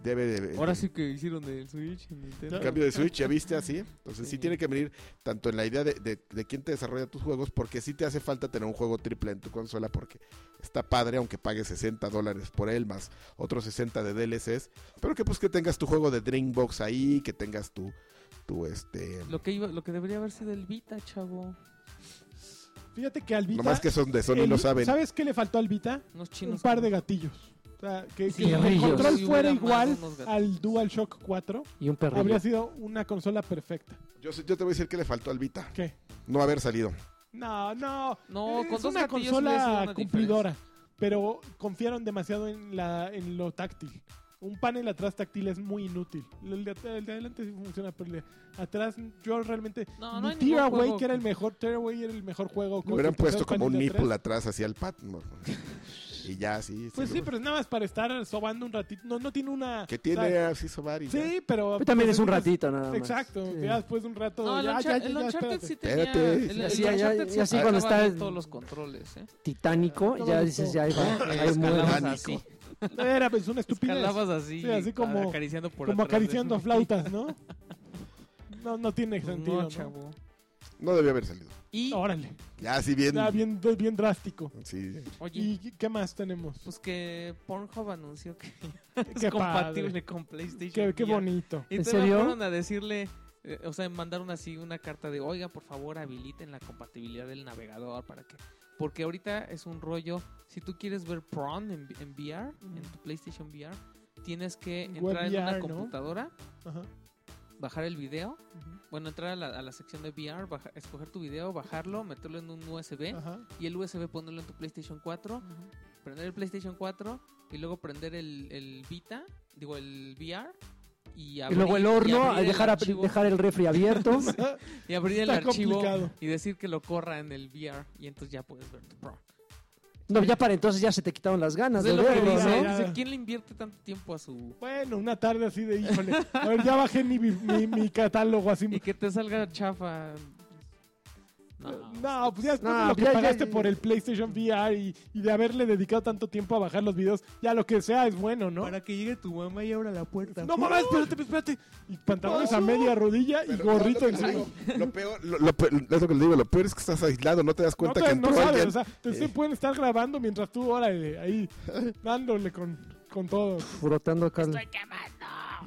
debe de... Ahora sí que hicieron el Switch en Nintendo. El cambio de Switch, ¿ya viste así? Entonces sí, Sí. tiene que venir tanto en la idea de, de- de quién te desarrolla tus juegos, porque sí te hace falta tener un juego triple en tu consola, porque está padre, aunque pagues 60 dólares por él, más otros 60 de DLCs, pero que pues que tengas tu juego de Dreambox ahí, que tengas tu, tu este... Lo que, iba, lo que debería haber sido el Vita, chavo. Fíjate que al Vita... Nomás que son de Sony, el- lo saben. ¿Sabes qué le faltó al Vita? Unos Un chinos. par de gatillos. O sea, que, Sí, que el perrillos. control Sí, fuera hubiera igual más unos gatillos. al DualShock 4, Y un perrillo. habría sido una consola perfecta. Yo, sé- yo te voy a decir que le faltó al Vita, ¿Qué? no haber salido. No, no. No, es con dos una gatillos hubiera sido consola una cumplidora, pero confiaron demasiado en la en lo táctil. Un panel atrás táctil es muy inútil. El de, at- el de adelante sí funciona, pero el de atrás yo realmente No, ni no hay ningún Tearaway juego que era que- el mejor, Tearaway era el mejor juego. Lo con hubieran el tercer puesto como un panel de nipple atrás. atrás hacia el pad. no, no. Y ya, sí. Pues sí, seguro. pero es nada más para estar sobando un ratito. No, no tiene una. Que o tiene Ah, sea, así sobar y ya. sí, pero. Pero también pues, es un dices, ratito nada más. Exacto. Sí. Ya después de un rato. No, el, ya, Unchar- ya, ya, el ya, Uncharted espérate. sí tenía. Espérate. El, el Ya, ya, Uncharted ya, sí ya, sí, cuando acababa está- con todos los controles, ¿eh? Titánico, Todo ya lo dices, todo. ya ahí va. ahí muere. Escalabas así. Era pues una estupidez. Escalabas así. Sí, así como- Acariciando por Como atrás. acariciando flautas, ¿no? No, no tiene Pues sentido. no, ¿no? chavo. No debió haber salido. Y, Órale. Ya, así bien. Ya, bien, bien drástico. Sí. oye, ¿Y qué más tenemos? pues que Pornhub anunció que es qué compatible padre. con PlayStation. Qué, qué VR. bonito. Entonces serio? fueron a decirle, eh, o sea, mandaron así una carta de, oiga, por favor, habiliten la compatibilidad del navegador para que... Porque ahorita es un rollo, si tú quieres ver Prawn en, en VR, Ujú. en tu PlayStation VR, tienes que Web entrar en una VR, ¿no? computadora, Ajá. bajar el video, Ujú. bueno, entrar a la, a la sección de VR, baja- escoger tu video, bajarlo, meterlo en un USB Ajá. y el USB ponerlo en tu PlayStation 4 Ujú. prender el PlayStation 4 y luego prender el, el Vita, digo el VR y, Y abrir- luego el horno, abrir a el dejar, a- archivo, dejar el refri abierto. y abrir el Está archivo complicado. y decir que lo corra en el VR y entonces ya puedes ver tu pro. No, ya para entonces ya se te quitaron las ganas Entonces de es lo que verlo, verlo, dice, ¿no? dice, ¿quién le invierte tanto tiempo a su Bueno, una tarde así de híjole. A ver, ya bajé ni mi, mi- mi catálogo así. y que te salga chafa? No. No, pues ya después de No, lo que ya, ya, pagaste ya. por el PlayStation VR y, y de haberle dedicado tanto tiempo a bajar los videos, ya lo que sea es bueno, ¿no? que llegue tu mamá y abra la puerta. No mames, espérate, espérate. Y pantalones a No. media rodilla y Pero gorrito no, lo que encima. digo, Lo peor, lo, lo peor- es lo que le digo, lo peor es que estás aislado, no te das cuenta no, que te- no entró sabes, alguien. o sea, te Eh. pueden estar grabando mientras tú, órale, ahí, dándole con, con todo, Frotando acá. el-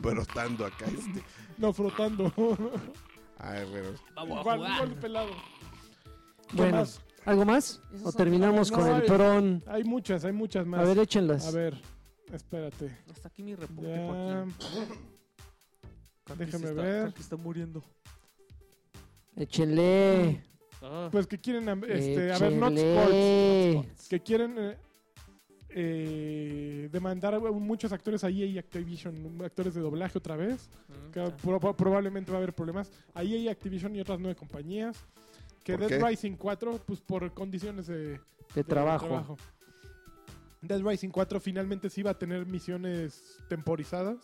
brotando acá este. no frotando. Ay, bueno. Vamos a Igual, jugar. igual pelado. ¿Qué Bueno, más? ¿algo más? Esos ¿O son- terminamos no, con el es- pron? Hay muchas, hay muchas más. A ver, échenlas. A ver, espérate. Hasta aquí mi reporte, Ya, Joaquín. Creo que déjame se está- ver. creo que está muriendo. Échenle. Ah. pues que quieren, am- este, a ver, Échenle. not sports. Que quieren eh, eh, demandar a muchos actores a EA y Activision, actores de doblaje otra vez. Mm, que ya. proba- probablemente va a haber problemas. Ahí hay Activision y otras nueve compañías. Que ¿Por Dead qué? Rising 4, pues por condiciones de, de De trabajo. Dead Rising 4 finalmente sí va a tener misiones temporizadas,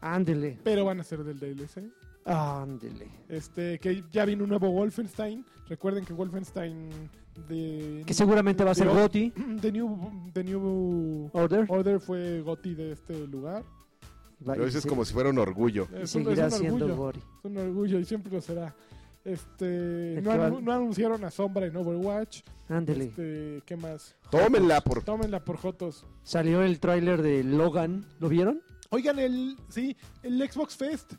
Ándele. pero van a ser del DLC. Ándele. Este, que ya viene un nuevo Wolfenstein. Recuerden que Wolfenstein de Que seguramente va a ser Pero- Goti. The New, The New Order. Order fue Gotti de este lugar. Va- Lo y dices se- como si fuera un orgullo. Es y un- es un seguirá siendo orgullo. Gori. Es un orgullo y siempre lo será. Este, no, Actual. anu- no anunciaron a Sombra en Overwatch. Ándele. Este, ¿Qué más? Tómenla por... Tómenla por Jotos. Salió el tráiler de Logan. ¿Lo vieron? Oigan, el, sí, el Xbox Fest.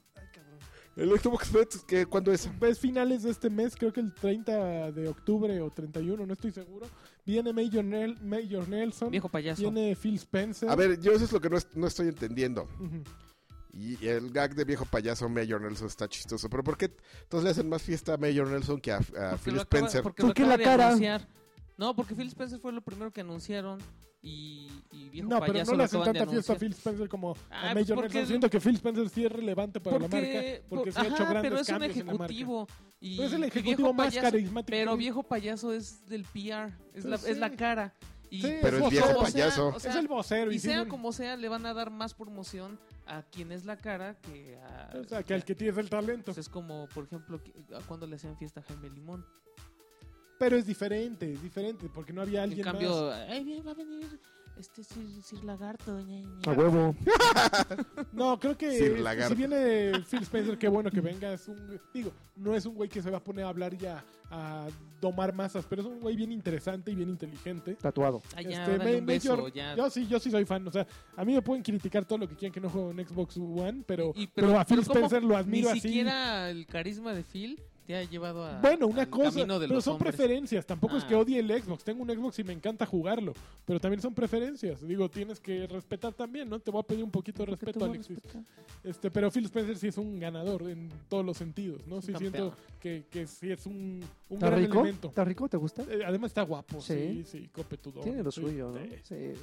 El Xbox Fest, ¿qué- ¿cuándo es? Es finales de este mes, creo que el 30 de octubre o 31, no estoy seguro. Viene Major, Nel- Major Nelson. Viejo payaso. Viene Phil Spencer. A ver, yo eso es lo que no, es- no estoy entendiendo. Ujú. Y y el gag de viejo payaso Mayor Nelson está chistoso. ¿Pero por qué entonces le hacen más fiesta a Mayor Nelson que a, a Porque Phil lo acaba- Spencer? porque lo ¿Por qué la acaba de cara? anunciar. No, porque Phil Spencer fue lo primero que anunciaron y, y viejo No, pero payaso no lo le hacen acaban de tanta fiesta a anunciar. Phil Spencer como Ah, a Major porque- Nelson. Siento que Phil Spencer sí es relevante para la marca. Porque, Porque por- sí ha hecho ajá, grandes pero es un cambios en la marca. ejecutivo. Y, Pero es el y ejecutivo viejo más payaso- carismático. Pero viejo payaso es del PR, es, Pues la, es la sí. cara. Y, Sí, Pero es es viejo vocero. payaso. o sea, es el vocero. y sí es sea un- como sea, le van a dar más promoción a quien es la cara que a... o sea, que al que tienes el talento. Pues es como, por ejemplo, que- a cuando le hacían fiesta a Jaime Limón. Pero es diferente, es diferente, porque no había En alguien más. cambio, "Ay, bien, va a venir este Sir, Sir Lagarto. ña, ña, Ah, ña". huevo. No, creo que Sir este, Lagarto. si viene Phil Spencer, qué bueno que venga. Es un, digo, no es un güey que se va a poner a hablar y a, a domar masas, pero es un güey bien interesante y bien inteligente. Tatuado. Ah, ya, Este, dale Ma- un beso, Major- ya. Yo sí, yo sí soy fan. O sea, a mí me pueden criticar todo lo que quieran que no juego en Xbox One, pero, Y- y- pero, a Phil pero ¿cómo? Spencer Ni lo admiro así. siquiera el carisma de Phil te ha llevado a, Bueno, una al cosa, camino de pero los son hombres. preferencias. Tampoco es que Ah. odie el Xbox. Tengo un Xbox y me encanta jugarlo, pero también son preferencias. Digo, tienes que respetar también, ¿no? Te voy a pedir un poquito de Porque te respeto, voy a Alexis. respetar. Este, pero Phil Spencer sí es un ganador en todos los sentidos, ¿no? Es Sí un siento campeón. que, que sí es un, un ¿Está gran rico? elemento. ¿Está rico? ¿Te gusta? Eh, Además está guapo, sí, Sí. sí, copetudón. Tiene lo Sí, Eh, suyo, ¿no? sí. Sí.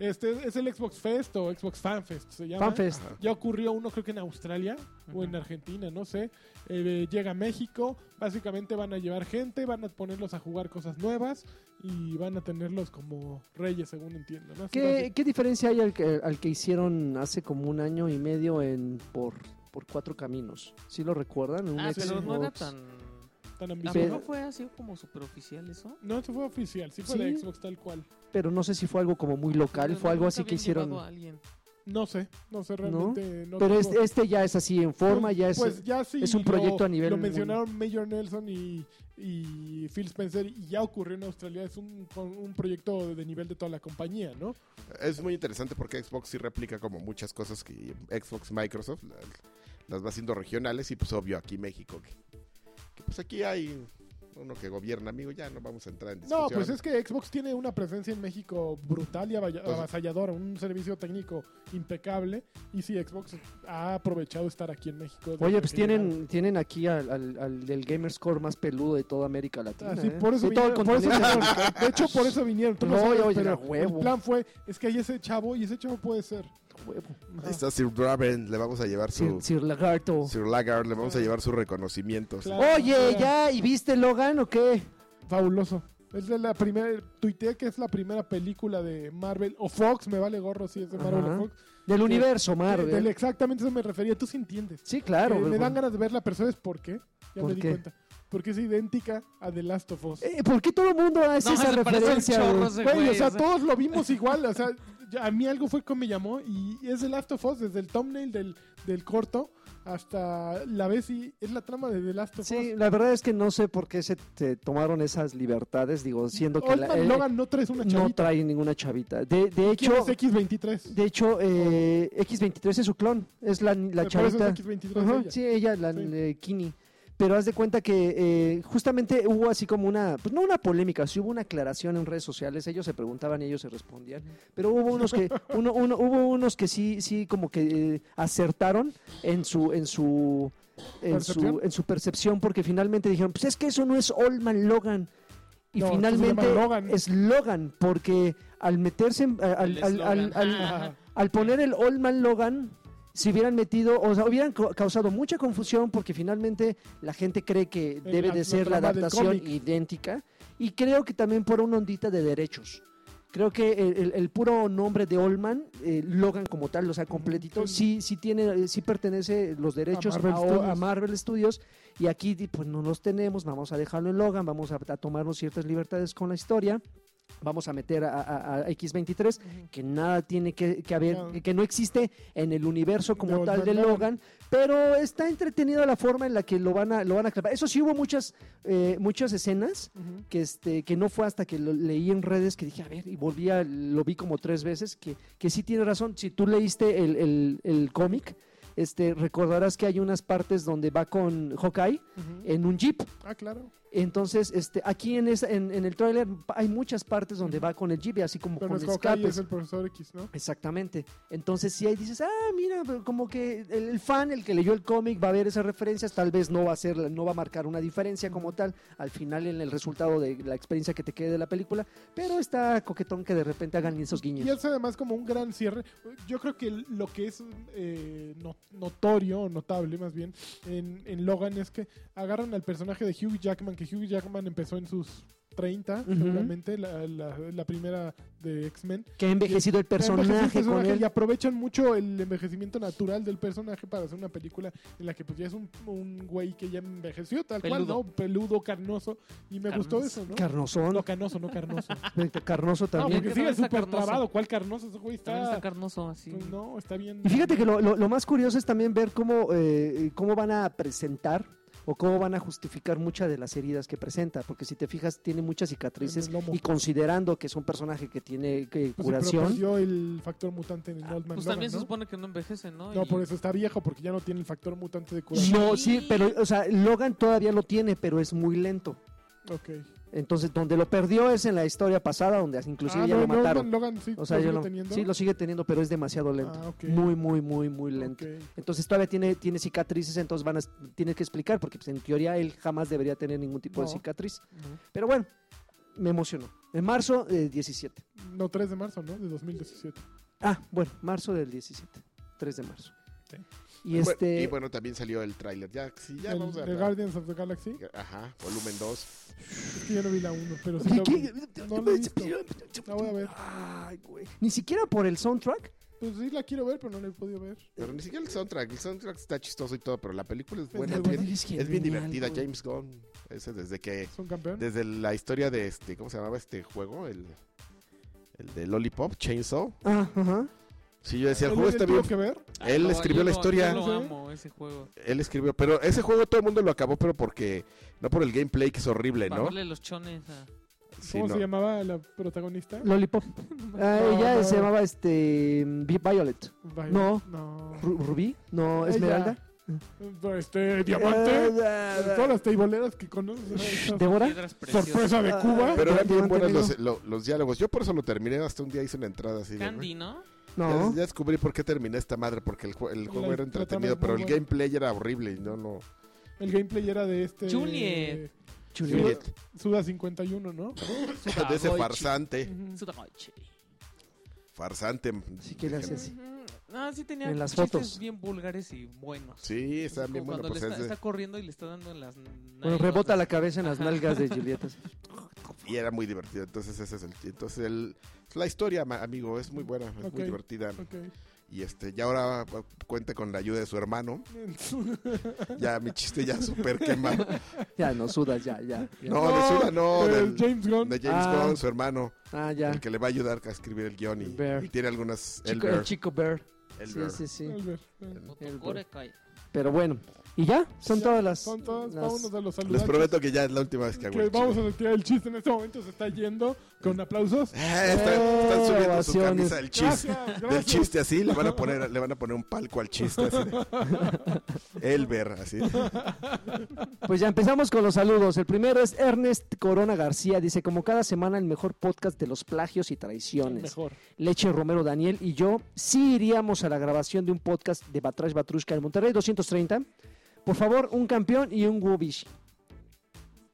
Este es el Xbox Fest o Xbox Fan Fest, se llama. Fanfest. Ajá. Ya ocurrió uno, creo que en Australia o en Ujú. Argentina, no sé. Eh, llega a México, básicamente van a llevar gente, van a ponerlos a jugar cosas nuevas y van a tenerlos como reyes, según entiendo. ¿no? ¿Qué, qué diferencia hay al que, al que hicieron hace como un año y medio en por, por cuatro caminos? ¿Sí lo recuerdan? Un Ah, pero no era Xbox. tan... Tan Ah, ambicioso. pero Pero- ¿No fue así como superoficial eso? No, eso fue oficial, sí fue de Sí. Xbox tal cual. Pero no sé si fue algo como muy local, Pero fue no, algo nunca así que habían hicieron. llevado a alguien. Ah, No sé, no sé realmente. no Pero tengo- este, este ya es así en forma, ya es... Pues ya sí es un lo- proyecto a nivel Lo mun- mencionaron Major Nelson y, y Phil Spencer y ya ocurrió en Australia. Es un, con un proyecto de nivel de toda la compañía, ¿no? Es muy interesante porque Xbox sí replica como muchas cosas que Xbox Microsoft la- las va haciendo regionales y pues obvio aquí México que, que, pues aquí hay uno que gobierna, amigo, ya no vamos a entrar en discusión. No, pues es que Xbox tiene una presencia en México brutal y avalla- Pues Entonces- avasalladora, un servicio técnico impecable. Y sí, Xbox ha aprovechado estar aquí en México. desde Oye, pues que tienen, tienen aquí al, al, al del Gamerscore más peludo de toda América Latina. Ah, sí, ¿eh? por eso de todo el vinieron, por eso continente. vinieron. De hecho, por eso vinieron. Tú no No, sabes, yo voy a pero llegar a huevo. El plan fue, es que hay ese chavo y ese chavo puede ser. Huevo. Ahí está Sir Draven, le vamos a llevar Sir, su... Sir Lagarto. Sir Lagarde, le vamos a llevar su reconocimiento. Ah. Claro. Oye, Mira. ya, ¿y viste Logan o qué? Fabuloso. Es de la primera, tuiteé que es la primera película de Marvel o Fox, me vale gorro si es de Marvel Ajá. o Fox. Del universo, Eh, del- Marvel. exactamente eso me refería, tú sí entiendes. Sí, claro. Eh, me güey. dan ganas de verla, pero ¿sabes por qué? Ya ¿Por me di qué? cuenta. Porque es idéntica a The Last of Us. Eh, ¿Por qué todo el mundo hace No, esa se parece un referencia? chorro güey? ese Güey, güey, o sea, o sea. todos lo vimos igual, o sea, ya- a mí algo fue que me llamó y es The Last of Us, desde el thumbnail del, del corto hasta la vez y es la trama de The Last of Sí, Us. la verdad es que no sé por qué se te tomaron esas libertades, digo, siendo que la- Oldman eh, Logan no traes una no chavita. trae ninguna chavita. De, de ¿Quién hecho, es X23? de hecho eh, X23 es su clon, es la, la Por eso chavita. es X23 Ajá, ella. Sí, ella, la Sí. eh, Kini. Pero haz de cuenta que eh, justamente hubo así como una, pues no una polémica, sí hubo una aclaración en redes sociales, ellos se preguntaban y ellos se respondían, pero hubo unos que, uno, uno- hubo unos que sí, sí como que eh, acertaron en su, en su, en ¿Percepción? su, en su percepción, porque finalmente dijeron, pues es que eso no es Oldman Logan. Y No, finalmente se llama Logan. es Logan, porque al meterse, en- al- El al- al- eslogan. al- Ajá. al poner el Old Man Logan, si hubieran metido, o sea, hubieran co- causado mucha confusión porque finalmente la gente cree que debe la- la de ser la trama del adaptación cómic. idéntica y creo que también por una ondita de derechos. Creo que el, el- el puro nombre de Oldman, eh, Logan como tal, o sea, completito, sí, sí tiene, eh, sí pertenece los derechos a a Marvel Marvel, Studios. Studios y aquí di- pues no los tenemos, vamos a dejarlo en Logan, vamos a- a tomarnos ciertas libertades con la historia vamos a meter a, a- a X23, Ujú. que nada tiene que, que haber, No. que no existe en el universo como De tal de Logan. Logan, pero está entretenida la forma en la que lo van a, lo van a clavar. Eso sí hubo muchas, eh, muchas escenas Ujú. que este que no fue hasta que lo leí en redes que dije, a ver, y volví a, lo vi como tres veces, que, que sí tiene razón, si tú leíste el, el- el cómic, este, recordarás que hay unas partes donde va con Hawkeye Ujú. en un jeep. Ah, claro. Entonces, este, aquí en, esa- en, en el tráiler hay muchas partes donde va con el jeep, y así como Pero no con es Hawkeye, es escapes. el profesor X, ¿no? Exactamente. Entonces, si ahí dices, ah, mira, pero como que el, el fan, el que leyó el cómic, va a ver esas referencias, tal vez no va a ser, no va a marcar una diferencia como tal al final en el resultado de la experiencia que te quede de la película, pero está coquetón que de repente hagan esos Y guiños. es además como un gran cierre. Yo creo que lo que es eh, no- notorio, o notable más bien, en, en Logan es que agarran al personaje de Hugh Jackman, que Hugh Jackman empezó en sus 30, Ujú. seguramente, la, la- la primera de X-Men. Que ha envejecido el personaje, Envejece el con personaje él. Y aprovechan mucho el envejecimiento natural del personaje para hacer una película en la que pues ya es un, un güey que ya envejeció, tal Peludo. cual, ¿no? Peludo, carnoso. Y me gustó Carnoso. eso, ¿no? Carnosón, no, canoso, no carnoso. carnoso No, también. También. porque También sigue está súper carnoso. trabado. ¿Cuál carnoso? Ese güey También está... está carnoso, así. Pues no, está bien. Y Fíjate que lo, lo- lo más curioso es también ver cómo, eh, cómo van a presentar o cómo van a justificar muchas de las heridas que presenta, porque si te fijas tiene muchas cicatrices En el lomo. y considerando que es un personaje que tiene que Pues se curación, propició el factor mutante en el Old Man Pues Logan, también se ¿no? supone que no envejecen, ¿no? No, Y- por eso está viejo, porque ya no tiene el factor mutante de curación. no, sí, pero o sea, Logan todavía lo tiene, pero es muy lento. Ok. Entonces, donde lo perdió es en la historia pasada, donde inclusive Ah, ya no, lo no, mataron. Logan sí, o sea, lo ya sigue lo- teniendo. sí, lo sigue teniendo, pero es demasiado lento. Ah, ok. Muy, muy, muy, muy lento. Ok. Entonces todavía tiene, tiene cicatrices, entonces van a, tiene que explicar, porque pues, en teoría él jamás debería tener ningún tipo de No. cicatriz. Pero bueno, me emocionó. En marzo del 17. No, 3 de marzo, ¿no? De 2017. Ah, bueno, marzo del 17. 3 de marzo. Sí. Y Pues, este... y bueno, también salió el tráiler. Ya, sí, ya el, vamos a de hablar. Guardians of the Galaxy. Ajá, volumen 2. Es que yo pues, no vi la 1, pero sí Oye, lo vi. ¿qué? No lo he visto. La voy a ver. Ay, güey. Ni siquiera por el soundtrack. Pues sí la quiero ver, pero no la he podido ver. Pero ni siquiera el soundtrack. El soundtrack está chistoso y todo, pero la película es buena. muy Es buena. bien, Es es bien genial, divertida. güey. James Gunn. Ese desde que... ¿Son campeón? Desde la historia de este... ¿Cómo se llamaba este juego? El, el de Lollipop, Chainsaw. Ah, ajá. Sí, yo decía, el ¿Él juego le está tuvo bien... que ver? Ah, Él yo- escribió yo la lo- historia. Yo lo ¿Sí? amo, ese juego. Él escribió, pero ese juego todo el mundo lo acabó, pero porque... No por el gameplay, que es horrible, Para ¿no? darle los chones a... Sí, ¿Cómo no. se llamaba la protagonista? Lollipop. Ah, ella no. se llamaba este... Violet. Violet. No. No. Ru- Rubí. No, Ella. Esmeralda. Este, Eh, diamante. Ah, ah, Todas las teiboleras que conoces. ¿no? ¿Débora? Piedras preciosas. Sorpresa de Ah, Cuba. Pero eran bien Diamante buenos los, Negro. lo- los diálogos. Yo por eso lo terminé. Hasta un día hice una entrada así de... Candy, ¿no? No. Ya, ya descubrí por qué terminé esta madre, porque el, jue- el La juego era trataba entretenido, muy pero el buena. gameplay era horrible y no, no. El gameplay era de este. Juliet. Juliet. Juliet. Suda 51, ¿no? De ese Sudagoichi. farsante, Ujú. Sudagoichi. farsante. Sí, que le hace así. Ujú. No, sí tenía En las chistes fotos. bien vulgares y buenos. Sí, está Como bien bueno. Cuando Pues le es está, de- está corriendo y le está dando en las... Bueno, nalgas, rebota así. la cabeza en las Ajá. nalgas de Julieta. así. Y era muy divertido. Entonces, ese es el. Entonces, el, la historia, ma- amigo, es muy buena, es Ok. muy divertida. Ok. Y este, ya ahora bueno, cuenta con la ayuda de su hermano. Ya mi chiste ya súper quema. Ya, no sudas, ya, ya. ya. No, de Suda, no. de del- James Gunn. de James Ah. Gunn, su hermano, Ah, ya. el que le va a ayudar a escribir el guión. Y, Bear. y tiene algunas. Chico, el Elber, chico Bear. Elber. Sí, sí, sí. Albert. eh. Motocorekai. Pero bueno. ¿Y ya? Son Ya, todas las... Son todas. las- Vámonos a los saludos. Les prometo que ya es la última vez que hago que el vamos chiste. a retirar el chiste. En este momento se está yendo con aplausos. Ah, están, Eh, están subiendo su ovaciones. camisa del chiste. Gracias, gracias. Del chiste así, le van a poner, le van a poner un palco al chiste así de- Elber, así. Pues ya empezamos con los saludos. El primero es Ernest Corona García. Dice, como cada semana, el mejor podcast de los plagios y traiciones. Mejor. Leche Romero Daniel y yo sí iríamos a la grabación de un podcast de Batrash Batrushka en Monterrey 230. Por favor, un campeón y un Wobish.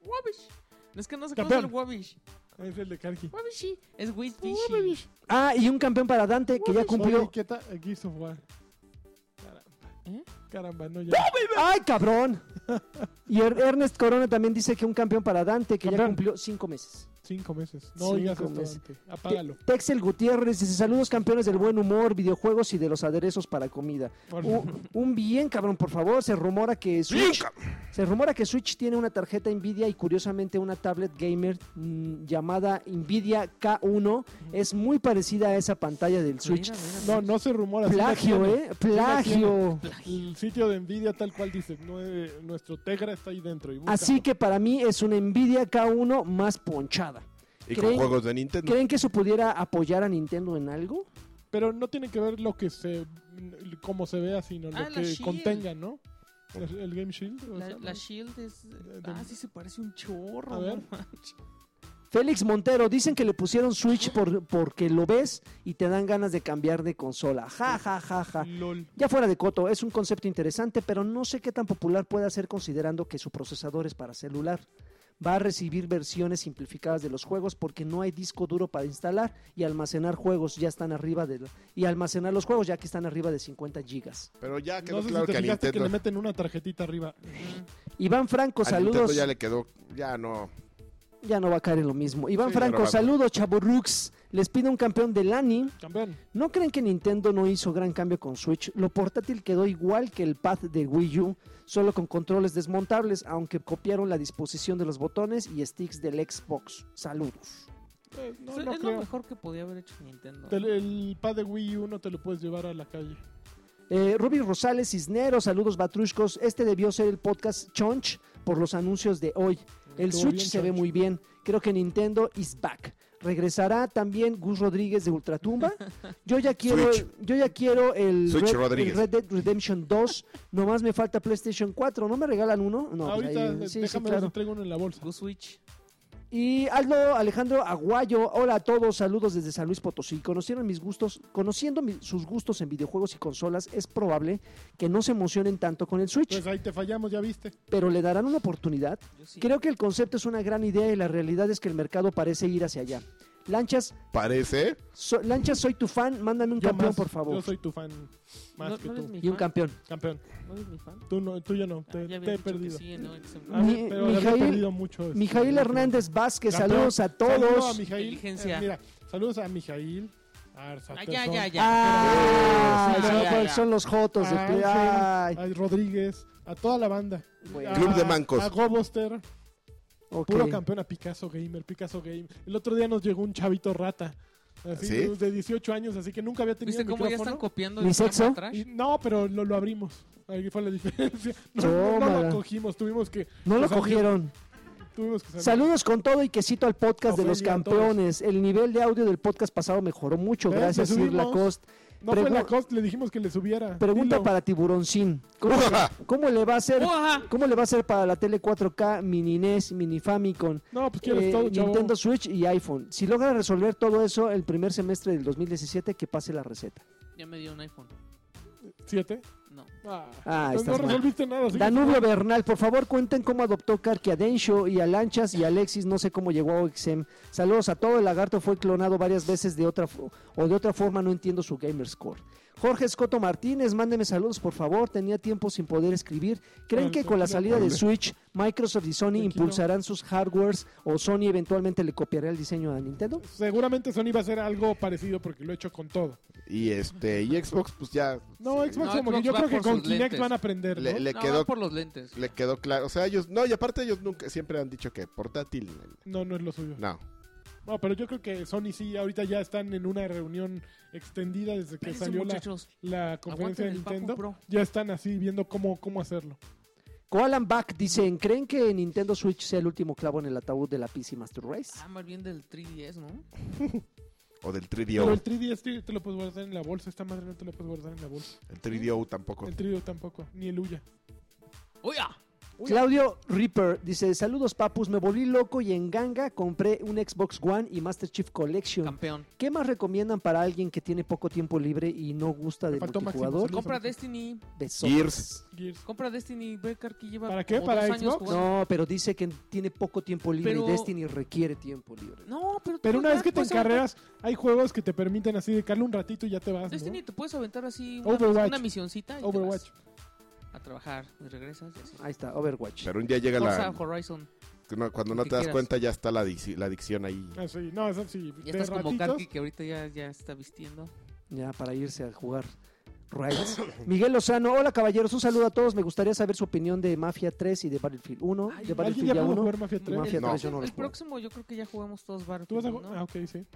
Wabish. No es que no se conoce Campeón. el Wabish. Es el de Kargi. Wabishi. Es Wisbishi. Ah, y un campeón para Dante que ya Oye, cumplió. ¿qué tal? Eh, Gears of War. Caramba. ¿Eh? Caramba, no ya. ¡Ay, cabrón! Y Er- Ernest Corona también dice que un campeón para Dante que ya Campeón. cumplió cinco meses. Cinco meses. No, ya Cinco se meses. está Apágalo. Te- Texel Gutiérrez dice: Saludos, campeones del buen humor, videojuegos y de los aderezos para comida. Órale. Un, un bien, cabrón, por favor. Se rumora que Switch. Se rumora que Switch tiene una tarjeta Nvidia y curiosamente una tablet gamer mm, llamada Nvidia K1. Mm. Es muy parecida a esa pantalla del Switch. Mira, mira, No, mira. no se rumora. sí la Plagio, tiene. ¿eh? Plagio. El sitio de Nvidia tal cual dice, nue- nuestro Tegra está ahí dentro. Y búscalo. Así que para mí es una Nvidia K1 más ponchada. Y ¿Creen- con juegos de Nintendo. ¿Creen que eso pudiera apoyar a Nintendo en algo? Pero no tiene que ver lo que se cómo se vea, sino Ah, la lo que Shield. contenga, ¿no? El, el Game Shield. o sea, La, ¿no? la Shield es. De- de- Ah, sí se parece un chorro. A ver. no manches. Félix Montero, dicen que le pusieron Switch por, porque lo ves y te dan ganas de cambiar de consola. Ja, ja, ja, ja. LOL. Ya fuera de coto, es un concepto interesante, pero no sé qué tan popular pueda ser considerando que su procesador es para celular. Va a recibir versiones simplificadas de los juegos porque no hay disco duro para instalar y almacenar juegos ya están arriba de la- y almacenar los juegos ya que están arriba de 50 gigas. Pero ya quedó No sé si claro te que a fijaste que Nintendo, le meten una tarjetita arriba. Iván Franco, a Nintendo saludos. ya le quedó. Ya no. Ya no va a caer en lo mismo. Iván Sí, Franco, grabando. saludos, chaburrux. Les pido un campeón de Lani. Campeón. ¿No creen que Nintendo no hizo gran cambio con Switch? Lo portátil quedó igual que el pad de Wii U, solo con controles desmontables, aunque copiaron la disposición de los botones y sticks del Xbox. Saludos. Eh, no, O sea, no es lo creo. mejor que podía haber hecho Nintendo. Te- el pad de Wii U no te lo puedes llevar a la calle. Eh, Ruby Rosales Cisneros, saludos batrushcos. Este debió ser el podcast Chonch por los anuncios de hoy. El Estuvo Switch bien, se ve Chonch. muy bien. Creo que Nintendo is back. Regresará también Gus Rodríguez de Ultratumba. Yo ya quiero, Switch. yo ya quiero el, Switch Red, Rodríguez. el Red Dead Redemption 2. Nomás me falta PlayStation 4. ¿No me regalan uno? No, pues Ahorita, ahí- eh, sí, sí, déjame ver claro. si traigo uno en la bolsa. Go Switch. Y Aldo Alejandro Aguayo, hola a todos, saludos desde San Luis Potosí. Conocieron mis gustos, conociendo mi- sus gustos en videojuegos y consolas, es probable que no se emocionen tanto con el Switch, Pues ahí te fallamos, ya viste. pero le darán una oportunidad. Yo sí. Creo que el concepto es una gran idea y la realidad es que el mercado parece ir hacia allá. Lanchas, Parece. so- Lanchas, soy tu fan, mándame un Yo campeón, más, por favor. Yo soy tu fan más no, que no tú. eres mi Y un fan. campeón. Campeón. ¿No eres mi fan? Tú, no, tú yo no. Ah, Te, ya habías te he dicho que perdido. Ah, sí, ¿no? Que se- A ver, Mi- pero le había Mijail- perdido mucho. este, Mijail la Hernández Vázquez, Campeón. saludos a Saludos todos. a Mijail. Inteligencia. Eh, mira, saludos a Mijail. A Arza Ah, ya, Tesón, ya, ya. Ah, Sí, sí, no, ya, Ah, pues ya. son los jotos de A Ángel, ay, a Rodríguez, a toda la banda. bueno, A- Club de mancos. A Goboster, ok. puro campeón, a Picasso Gamer, Picasso Game. El otro día nos llegó un chavito rata. Así, ¿Sí? de 18 años, así que nunca había tenido ¿Viste cómo ya micrófono. están copiando ¿Mi el programa sexo? trash? Y- no, pero lo, lo abrimos. Ahí fue la diferencia. No, no, no Tómala. lo cogimos, tuvimos que. No lo que salir- cogieron. Tuvimos que salir. Saludos con todo y quesito al podcast de Ofelia, los campeones. El nivel de audio del podcast pasado mejoró mucho. ¿Ves? Gracias, Le Sir subimos. Lacoste. No Pregu- fue la cost, le dijimos que le subiera. Pregunta Dilo. para Tiburoncín. ¿Cómo, Ujaja. cómo le va a hacer? ¡Uaja! ¿Cómo le va a hacer para la tele 4K, mini NES, mini Famicom, No, pues quieres eh, todo, chavo. Nintendo Switch y iPhone? Si logra resolver todo eso el primer semestre del 2017, que pase la receta. Ya me dio un iPhone. ¿Siete? No. Ah, Ah, pues estás no mal. resolviste nada. así que- Danubio Bernal, por favor cuenten cómo adoptó Karki a Densho y a Lanchas y a Alexis, no sé cómo llegó a OXM. Saludos a todo, el lagarto fue clonado varias veces de otra fo- o de otra forma, no entiendo su gamerscore. Jorge Escoto Martínez, mándeme saludos por favor, tenía tiempo sin poder escribir. ¿Creen que con la salida de Switch, Microsoft y Sony impulsarán sus hardwares o Sony eventualmente le copiará el diseño a Nintendo? Seguramente Sony va a hacer algo parecido porque lo he hecho con todo. Y este, y Xbox, pues ya. No, sí, Xbox, No, como Xbox que yo va creo que por con sus Kinect lentes. van a aprender. ¿no? Le, le no, quedó, va por los lentes. le quedó claro. O sea, ellos. No, y aparte ellos nunca, siempre han dicho que portátil. no, no es lo suyo. No. No, pero yo creo que Sony sí, ahorita ya están en una reunión extendida desde que Espérense, salió la, muchachos. la conferencia de Aguanten el Papu Nintendo. Pro. Ya están así viendo cómo, cómo hacerlo. Koalan Back dicen, ¿creen que Nintendo Switch sea el último clavo en el ataúd de la PC Master Race? Ah, más bien del 3DS, ¿no? O del Pero 3DO. el 3DS te- te lo puedes guardar en la bolsa. Esta madre no te lo puedes guardar en la bolsa. El 3DO tampoco. ¿eh? El 3DO tampoco, ni el Uya. ¡Oya! Claudio Reaper dice, saludos papus, me volví loco y en ganga compré un Xbox One y Master Chief Collection. Campeón. ¿Qué más recomiendan para alguien que tiene poco tiempo libre y no gusta Me de faltó Máximo, multijugador? saludos. Compra Destiny. Besotes. Gears. Gears. Compra Destiny. Ve, Karki lleva ¿Para qué? como ¿Para dos años Xbox? jugando. No, pero dice que tiene poco tiempo libre Pero- y Destiny requiere tiempo libre. No, pero... Pero tú una ya vez que te puedes aventar- encarreras, hay juegos que te permiten así dedicarle un ratito y ya te vas. ¿no? Destiny te puedes aventar así una, Overwatch. una misioncita y te Overwatch. vas a trabajar y regresas. y así. Ahí está, Overwatch. Pero un día llega Forza la. Horizon. que no- cuando no que te das quieras. cuenta ya está la, adic- la adicción ahí. Ah, sí, no, eso sí. Ya de estás como ratitos. Karki, que ahorita ya, ya está vistiendo. Ya, para irse a jugar. Raids. Miguel Lozano, hola caballeros, un saludo a todos. Me gustaría saber su opinión de Mafia 3 y de Battlefield 1. Ay, de ¿Alguien Battlefield ya ya pudo 1. jugar Mafia 3? Mafia el, No. 3 yo no el lo jugué. próximo yo creo que ya jugamos todos Battlefield, ¿Tú vas a ¿no? jugar? Ah, ok, sí.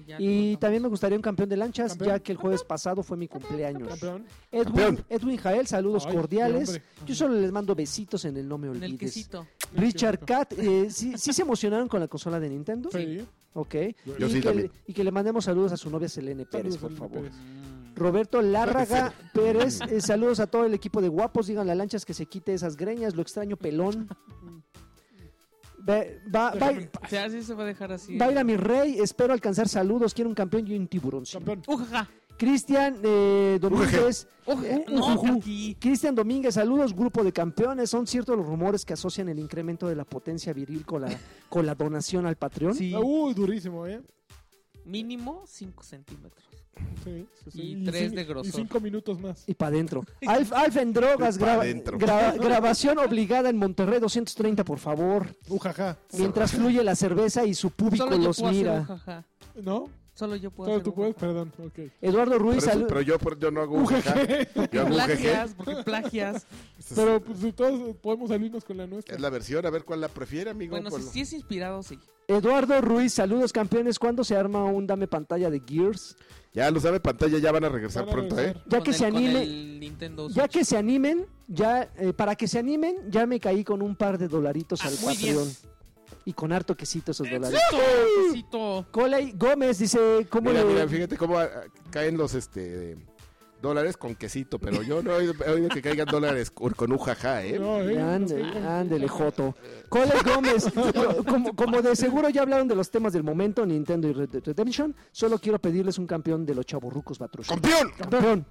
Y ya Y comentamos. también me gustaría un campeón de lanchas, Campeón. ya que el jueves pasado fue mi cumpleaños. Campeón. Edwin, Campeón. Edwin Jael, saludos Ay, cordiales. hombre. Yo solo les mando besitos en el no me en el olvides. quesito. Richard Cat, eh, ¿sí, sí se emocionaron con la consola de Nintendo? Sí. Ok. Yo sí y, que le, también. y que le mandemos saludos a su novia Selene Pérez, Saludos, por Elena favor. Pérez. Roberto Lárraga Pérez, eh, saludos a todo el equipo de guapos. Digan a lanchas que se quite esas greñas, lo extraño pelón. Ve- Va, va, Déjame en O sea, así se va a dejar así. va a ir a mi rey, espero alcanzar saludos. Quiero un campeón y un tiburón. Campeón. Ujaja. Cristian eh, Domínguez, Ujaja. Eh, Uh, No, ujujú. Karki. Cristian Domínguez, saludos, grupo de campeones. Son ciertos los rumores que asocian el incremento de la potencia viril con la, con la donación al Patreon. Sí, Ah, Uy, durísimo, ¿eh? mínimo 5 centímetros. Sí, sí, sí. Y tres cin- de grosor. Y cinco minutos más. Y para adentro. Alf, Alf en drogas, Pa' graba- dentro. gra- grabación obligada en Monterrey 230, por favor. Ujaja. Mientras fluye la cerveza y su público Solo yo los puedo mira. hacer ujaja. ¿No? Solo yo puedo Solo hacer tú puedes, ujaja. perdón. Ok. Eduardo Pero, Ruiz, eso- salu- pero yo, por- yo no hago un jeje. Ujaja. Yo hago un jeje. Plagias, porque plagias. Pero pues de todos podemos salirnos con la nuestra. Es la versión, a ver cuál la prefiere, amigo. Bueno, si, cuál- si es inspirado, sí. Eduardo Ruiz, saludos campeones. ¿Cuándo se arma un dame pantalla de Gears? Ya lo sabe pantalla, ya van a regresar Van a pronto, regresar. ¿eh? Ya Con que el- se con anime, el Nintendo ya Switch. que se animen, ya eh, para que se animen, ya me caí con un par de dolaritos Ah, al muy bien. Patreon. Y con harto quesito esos dolaritos. ¡Éxito! ¡Éxito! Coley Gómez dice, ¿cómo Mira, le- mira, fíjate cómo ah, caen los este dólares con quesito, pero yo no he oído, he oído que caigan dólares con, con un jajá, ¿eh? No, ¿eh? Ándele, ándele, Joto. Cole Gómez, yo- como, como de seguro ya hablaron de los temas del momento, Nintendo y Red Dead Redemption, solo quiero pedirles un campeón de los chaburrucos Batrush. ¡Campeón! Campeón.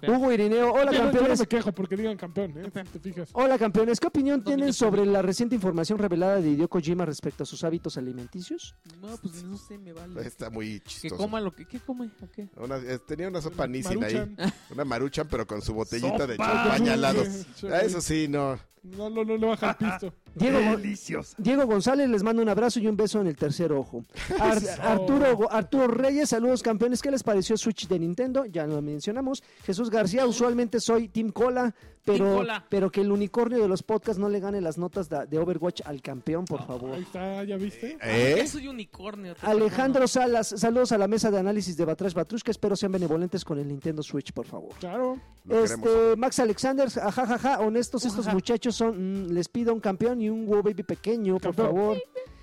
Hugo Irineo, Yo no, hola yo no campeones. me quejo porque digan campeón, ¿eh? Si te fijas. Hola campeones, ¿qué opinión tienen Dominio sobre la reciente información revelada de Hideo Kojima respecto a sus hábitos alimenticios? No, pues no sé, me vale. Está muy Que chistoso. coma lo que... ¿Qué come? ¿O qué? Una- eh, tenía una sopa Nissin ahí. Maruchan. Una maruchan, pero con su botellita de ¡Sopa! champaña al lado. Sí, sí. Ah, Eso sí, no. No, no, no le baja el pisto. Diego, Eh, Go- Diego González les manda un abrazo y un beso en el tercer ojo. Ar- Oh. Arturo, Go- Arturo Reyes, saludos campeones. ¿Qué les pareció Switch de Nintendo? Ya lo mencionamos. Jesús García, usualmente soy Team Cola, pero, Team Cola. pero que el unicornio de los podcasts no le gane las notas da- de Overwatch al campeón, por favor. Ahí está, ¿ya viste? Ah, Yo ¿Eh? soy unicornio. te Alejandro Salas, saludos a la mesa de análisis de Batrash Batrush, que espero sean benevolentes con el Nintendo Switch, por favor. Claro. Lo queremos. Este, Max Alexander, ajajaja, honestos, estos Ujaja. muchachos son, mm, les pido un campeón y un wow baby pequeño, por Campeón. favor.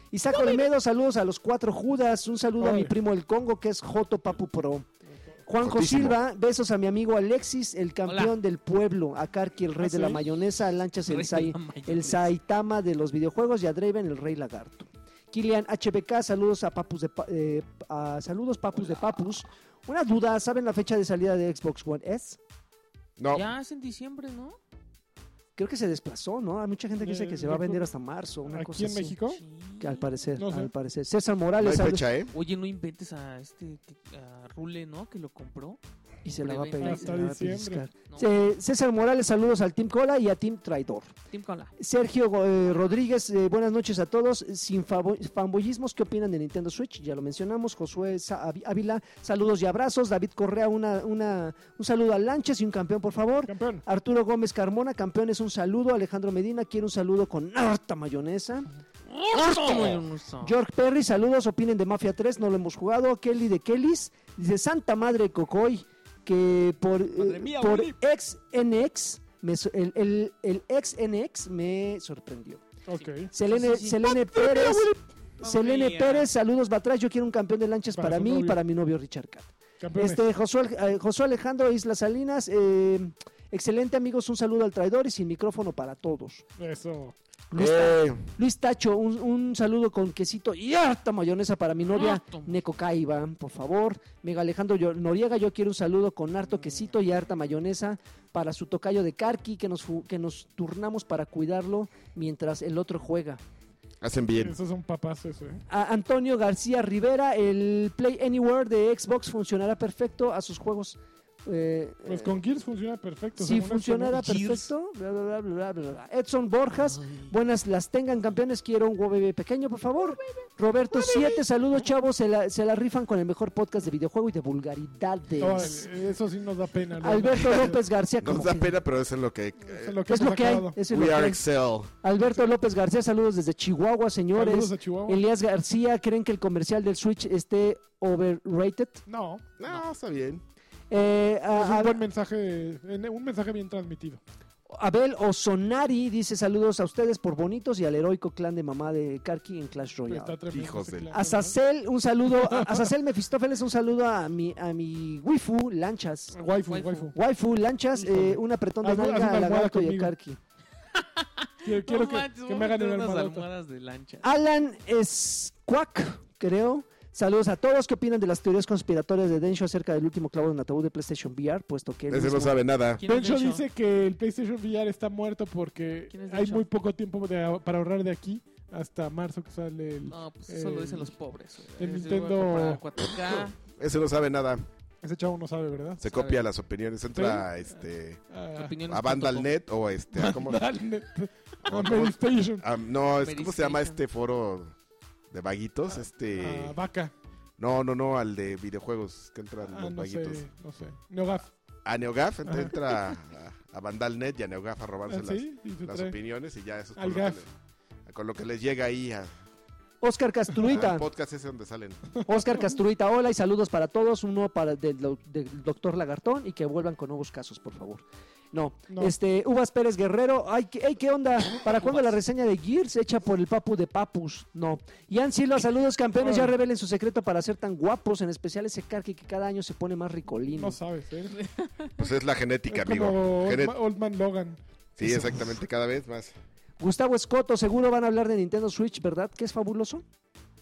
Isaac Olmedo, saludos a los cuatro Judas, un saludo a mi Órale. primo el Congo, que es Joto Papu Pro. Juanjo Jotísimo. Silva, besos a mi amigo Alexis, el campeón Hola. del pueblo, a Karki, el rey ¿Ah, de la sí? mayonesa, a Lanchas, Rey el, de Sai- la mayonesa. el Saitama de los videojuegos y a Draven, el rey lagarto. Kilian HBK, saludos a Papus de Pa- eh, a- saludos Papus de Papus. Una duda, ¿saben la fecha de salida de Xbox One S? No, Ya es en diciembre, ¿no? Creo que se desplazó, ¿no? Hay mucha gente que dice que Eh, se va a yo creo- vender hasta marzo, una ¿Aquí cosa en así. México? Que al parecer, No sé. al parecer. César no Morales hay saludos, fecha, ¿eh? Oye, no inventes a este que- a Rule, ¿no? Que lo compró. y se la va a pegar. Hasta se la va a diciembre. pellizcar. No. Eh, César Morales, saludos al Team Cola y a Team Traidor. Team Cola. Sergio eh, Rodríguez, eh, buenas noches a todos. Sin favo- fanboyismos, ¿qué opinan de Nintendo Switch? Ya lo mencionamos. Josué Sa- Avi- Ávila, saludos y abrazos. David Correa, una, una, un saludo a Lanchas y un campeón, por favor. Campeón. Arturo Gómez Carmona, campeones, un saludo. Alejandro Medina, quiero un saludo con harta mayonesa. George Perry, saludos, opinen de Mafia 3, no lo hemos jugado. Kelly de Kellys, dice Santa Madre Cocoy, que por, eh, Madre mía, por Willy. XNX, me so- el, el, el XNX me sorprendió. Ok. Selene, Sí, sí. Selene Pérez, Willy. Selene Madre mía. Pérez, saludos Batrás, yo quiero un campeón de lanchas para, Para su mí y novio. para mi novio Richard Cat. Campeones. Este, Josué, eh, Josué Alejandro Islas Salinas, eh, excelente amigos, un saludo al traidor y sin micrófono para todos. Eso. Luis Eh, Luis Tacho, un, un saludo con quesito y harta mayonesa para mi novia Harto. Neko Kaiba, por favor. Mega Alejandro Yo- Noriega, yo quiero un saludo con harto quesito y harta mayonesa para su tocayo de Karki, que nos, fu- que nos turnamos para cuidarlo mientras el otro juega. hacen bien. Esos son papás, eso, ¿eh? A Antonio García Rivera, el Play Anywhere de Xbox funcionará perfecto a sus juegos eh, Pues con Gears funciona perfecto. si según esto, funcionara ¿no? Gears. perfecto, bla, bla, bla, bla, bla, bla. Edson Borjas, buenas las tengan campeones, quiero un huevo pequeño, por favor. Roberto 7, saludos chavos, se la, se la rifan con el mejor podcast de videojuego y de No, vulgaridades. eso sí nos da pena. ¿no? Alberto López García, como Nos da que- pena, pero eso es lo que... Eso eh, lo es hemos lo que hay, acabado. es lo we que are hay. Excel. Alberto López García, saludos desde Chihuahua, Saludos señores. a Chihuahua. Elías García, ¿creen que el comercial del Switch esté overrated? No, No, está bien. Eh, a- es un a- buen mensaje, en- un mensaje bien transmitido. Abel Osonari dice saludos a ustedes por bonitos y al heroico clan de mamá de Karki en Clash Pero Royale. Pues está tremendo Hijos ese del- clan, Azazel, un saludo. a- Azazel Mefistófeles, un saludo a mi, a mi waifu, Lanchas. ¿no? Waifu, Waifu. waifu. Waifu, Lanchas, Híjole. eh, un apretón de Haz- haz una nalga a almohada Lagarto y a conmigo. Karki. Quiero, quiero que, que me hagan una unas almohada. almohadas de lancha. Ah, Alan Squack, creo. Saludos a todos. ¿Qué opinan de las teorías conspiratorias de Densho acerca del último clavo de un ataúd de PlayStation VR? Puesto que él Ese no mismo- sabe nada. ¿Quién es Bencho Bencho? dice que el PlayStation VR está muerto porque ¿Quién es hay Bencho? muy poco tiempo de ahor- para ahorrar de aquí hasta marzo que sale el... No, pues eso lo Eh, dicen los pobres. güey. el Ese güey va a comprar Nintendo- 4K. Ah, Ese no sabe nada. Ese chavo no sabe, ¿verdad? Se Sabe. copia las opiniones. Entra a, este, Ah, opiniones a punto com. Vandalnet o este, a, ¿cómo? dale, neta. o- Ah, PlayStation. Ah, no, es, ¿cómo se llama Meristation. este foro de vaguitos? Este, Ah, vaca. no, no, no, al de videojuegos que entran Ah, los no vaguitos. sé, no sé. Neogaf. A Neogaf, Ajá. entra, entra a, a Vandalnet y a Neogaf a robarse Ah, las, ¿Sí? Y se las trae. opiniones y ya eso es Al con lo, que Gaf. le- con lo que les llega ahí a, Oscar al Castruita. podcast ese donde salen. Oscar Castruita, hola y saludos para todos. Uno para del, doc- del doctor Lagartón y que vuelvan con nuevos casos, por favor. No, No. este, Uvas Pérez Guerrero, ay, ¿qué, ey, ¿qué onda? ¿Para cuándo la reseña de Gears hecha por el papu de papus? No. Ian Silva, saludos campeones, ya revelen su secreto para ser tan guapos, en especial ese carqui que cada año se pone más ricolino. No sabes, ¿eh? Pues es la genética, Es amigo. como Old, Genet- Ma- Old Man Logan. sí, exactamente, cada vez más. Gustavo Escoto, seguro van a hablar de Nintendo Switch, ¿verdad? Que es fabuloso.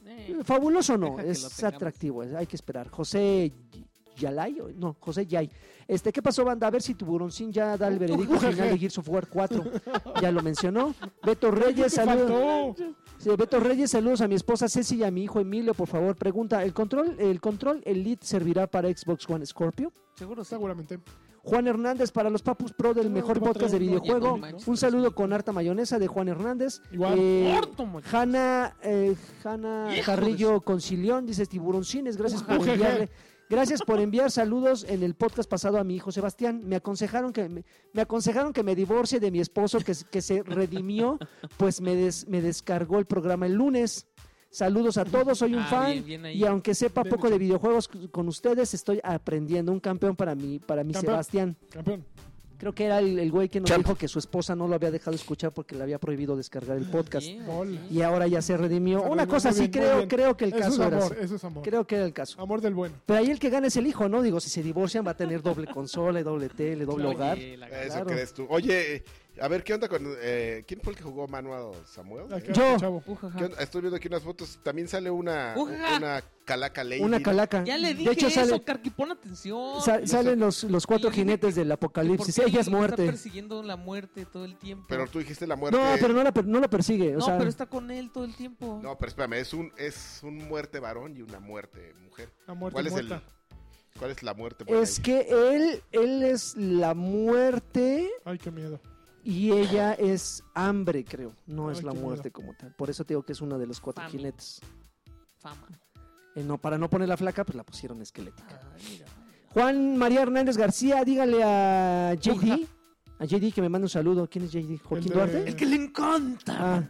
Eh, Eh, Fabuloso no, Deja que lo es tengamos. atractivo, es- hay que esperar. José Y- Yalay, o- no, José Yay. Este, ¿qué pasó, banda? A ver si Tiburoncín ya Uh, da el veredicto final de Gears of War 4. Ya lo mencionó. Beto ¿Qué te Reyes, saludos. faltó? Sí, Beto Reyes, saludos a mi esposa Ceci y a mi hijo Emilio, por favor. Pregunta, ¿el control, el control Elite servirá para Xbox One Scorpio? Seguro sí. Pues, Seguramente. Juan Hernández para los Papus Pro del No, mejor va a podcast de traer uno. videojuego. Oye, no manches. Un saludo con harta mayonesa de Juan Hernández. Igual. Eh, Corto, man. Hanna, eh, Hanna Hijo de Carrillo Concilión dice Tiburoncines, gracias por Ujajaja. enviarle. Gracias por enviar saludos en el podcast pasado a mi hijo Sebastián. Me aconsejaron que me, me aconsejaron que me divorcie de mi esposo que, se- que se redimió, pues me, des- me descargó el programa el lunes. Saludos a todos, soy un Ah, fan bien, bien ahí. y aunque sepa Bien poco hecho. de videojuegos c- con ustedes, estoy aprendiendo un campeón para mi para mi Campeón. Sebastián. Campeón. Creo que era el, el güey que nos Champ. dijo que su esposa no lo había dejado escuchar porque le había prohibido descargar el podcast Bien, Mol. bien. y ahora ya se redimió. Se Una redimió, cosa muy sí bien, muy creo, bien. creo que el Eso es caso era amor, así. eso es amor. Creo que era el caso. Amor del bueno. Pero ahí el que gana es el hijo, ¿no? Digo, si se divorcian va a tener doble consola, y doble tele, doble Oye, hogar. la Eso ganaron. crees tú. Oye, eh, a ver, ¿qué onda con... eh, ¿Quién fue el que jugó Manuel Samuel? Aquí, ¿Eh? Yo. chavo. Ujaja. ¿Qué onda? Estoy viendo aquí unas fotos. También sale una, Ujaja. una calaca lady. Una calaca. Ya le dije de hecho, eso, sale- Karki, pon atención. sa- Yo salen sé. los, los cuatro Yo dije jinetes del apocalipsis. Ella es Está muerte. persiguiendo la muerte todo el tiempo. Pero tú dijiste la muerte. No, pero no la, per- no la persigue. O no, sea, pero está con él todo el tiempo. No, pero espérame, es un, es un muerte varón y una muerte mujer. La muerte ¿Cuál es muerta. el cuál es la muerte buena es ahí? que él, él es la muerte Ay, qué miedo. y ella es hambre, creo. No es Ay, la qué muerte como tal. Por eso te digo que es una de los cuatro Famine. jinetes. Fama. Eh, no, para no ponerla flaca, pues la pusieron esquelética. Ay, mira. Juan María Hernández García, dígale a Uja. JD, a JD que me mande un saludo. ¿Quién es JD? ¿Joaquín de- Duarte? El que le encanta. Ah,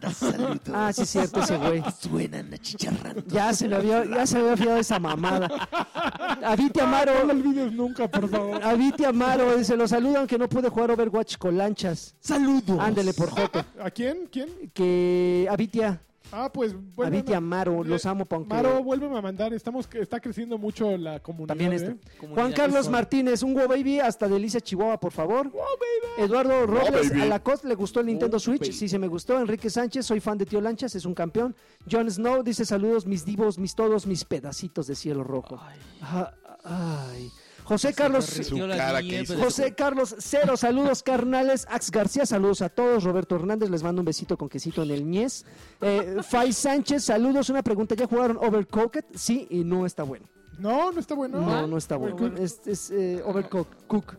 ah, sí, es cierto, ese güey. Suenan a chicharrando. Ya se le había, ya se le había olvidado esa mamada. Avite Amaro, Ah, No lo olvides nunca, por favor. Avite Amaro, se lo saluda aunque no pude jugar Overwatch con lanchas. Saludos. Ándele por Joto. ¿A quién? ¿Quién? Que Avitia, Ah, pues bueno. Avite Amaro, los amo, pa' aunque- Maro, vuélveme a mandar. Estamos, está creciendo mucho la comunidad. eh. También ¿eh? este. Comunidad Juan Carlos visual. Martínez, un wow baby hasta Delicia Chihuahua, por favor. Eduardo Robles, baby. a la cost le gustó el Nintendo Oh, Switch, baby. sí se me gustó. Enrique Sánchez, soy fan de Tío Lanchas, es un campeón. Jon Snow dice saludos, mis divos, mis todos, mis pedacitos de cielo rojo. Ay, Ah, ay. José Carlos, se Su derritió la cara que nieve hizo. de- José Carlos Cero, saludos carnales. Ax García, saludos a todos. Roberto Hernández, les mando un besito con quesito en el ñez. Eh, Fay Sánchez, saludos. Una pregunta, ¿ya jugaron Overcooked? Sí, y no está bueno. No, no está bueno. ¿Ah? No, no está bueno. Overcooked. Es, es eh, Overcooked. Cook.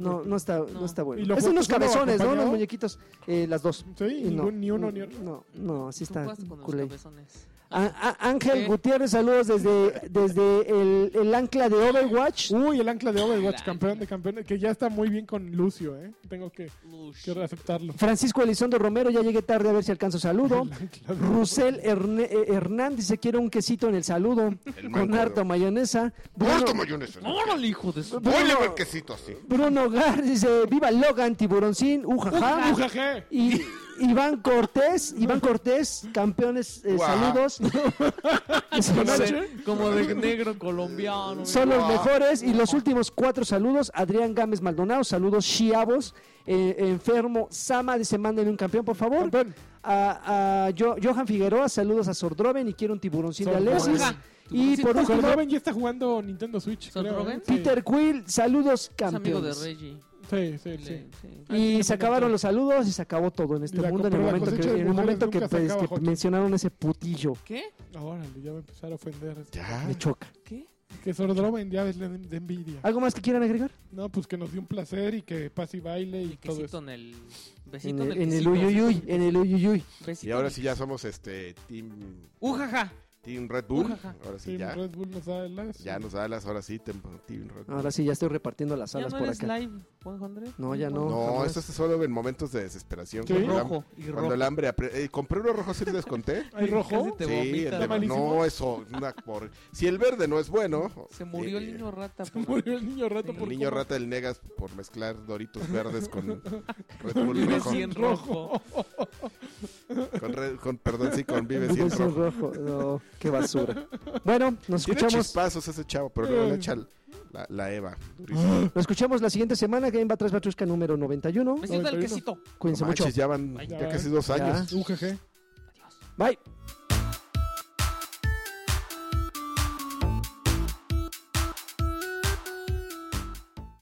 No, no está, no. No. está bueno. ¿Y lo Es de unos juegas solo o cabezones, ¿no? Los acompañado? muñequitos. Eh, las dos. Sí, Y ningún- no, ni uno ni otro. No, no, así Tú está. jugaste con los culé. cabezones. Á- á- Ángel Eh. Gutiérrez, saludos desde, desde el, el ancla de Overwatch. Uy, el ancla de Overwatch, Ay. campeón de campeones, que ya está muy bien con Lucio, ¿eh? Tengo que, Ush. que aceptarlo. Francisco Elizondo Romero, ya llegué tarde a ver si alcanzo saludo. El ancla de- Rusel Herne- eh, Hernández se quiere un quesito en el saludo El con manco harta de- mayonesa. Bruno, ¡Harto mayonesa! ¡Órale, hijo de su... Ponle Bruno- buen quesito así. Bruno Gar dice, viva Logan, tiburoncín, ujaja. Ah, Ujaje. Y Iván Cortés, Iván Cortés, campeones, eh, Guau. saludos. Como Son- de, como de negro colombiano. Son los Guau. mejores. Y los últimos cuatro saludos. Adrián Gámez Maldonado, saludos chiavos. Eh, enfermo Sama dice, mándenle un campeón, por favor. Campeón. A, a Jo- Johan Figueroa, saludos a Sordroven y quiero un tiburoncín de Sordroven. Alexis. Ojalá. Y por Sor último, Robin ya está jugando Nintendo Switch. Sor creo, ¿eh? Robin. Sí. Peter Quill, saludos Es amigo de campeones. Ah, Reggie. Sí, sí, Le- sí. sí. Ahí tiene Y se un acabaron montón. los saludos y se acabó todo en este Y la mundo en el compra- la momento que, cosecha de en el mujeres momento que, nunca se pues, acaba, que Joto. mencionaron ese putillo. ¿Qué? Órale, ya va a empezar a ofender. Ya. Me Ah. choca. ¿Qué? Que Sordromen ya es de, de envidia. ¿Algo más que quieran agregar? No, pues que nos dio un placer y que pase y baile y El todo quesito eso. en el... En Besito el, en el quesito. uyuyuy, en el uyuyuy. Besito Y en ahora el- ¡Uh, sí ya somos este Team, ¡Ujaja! team Red Bull. Ujaja. Ahora sí Team ya. Red Bull nos da el as. Ya nos da las, ahora sí, tem- Team Red Bull. Ahora sí, ya estoy repartiendo las Ya alas no por eres acá. live, Juan Andrés. No, ya no. No, jamás. eso es solo en momentos de desesperación. Sí. Cuando, el hambre- Rojo y cuando rojo. el hambre... apre- eh, compré uno rojo, ¿sí les conté? Casi ¿Hay rojo? te sí, el vomitas. de- malísimo. no, eso. una por- Si el verde no es bueno... Se murió eh, el niño rata. Se por- murió el niño rato El por El niño comer rata del Negas por mezclar Doritos verdes con Red Bull Vive rojo. cien rojo. Con, Red- con- perdón, sí, con Vive Vive Cien sin rojo. rojo. No, qué basura. Bueno, nos Tiene escuchamos. chispazos ese chavo, pero luego le echa la, la Eva. durísimo. Nos escuchamos la siguiente semana, Game Batrás Batrusca número 91. Besito en el 91. quesito. Cuídense No manches, mucho. ya van Ay, ya ya. casi dos Ya. años. UGG. Adiós. Bye.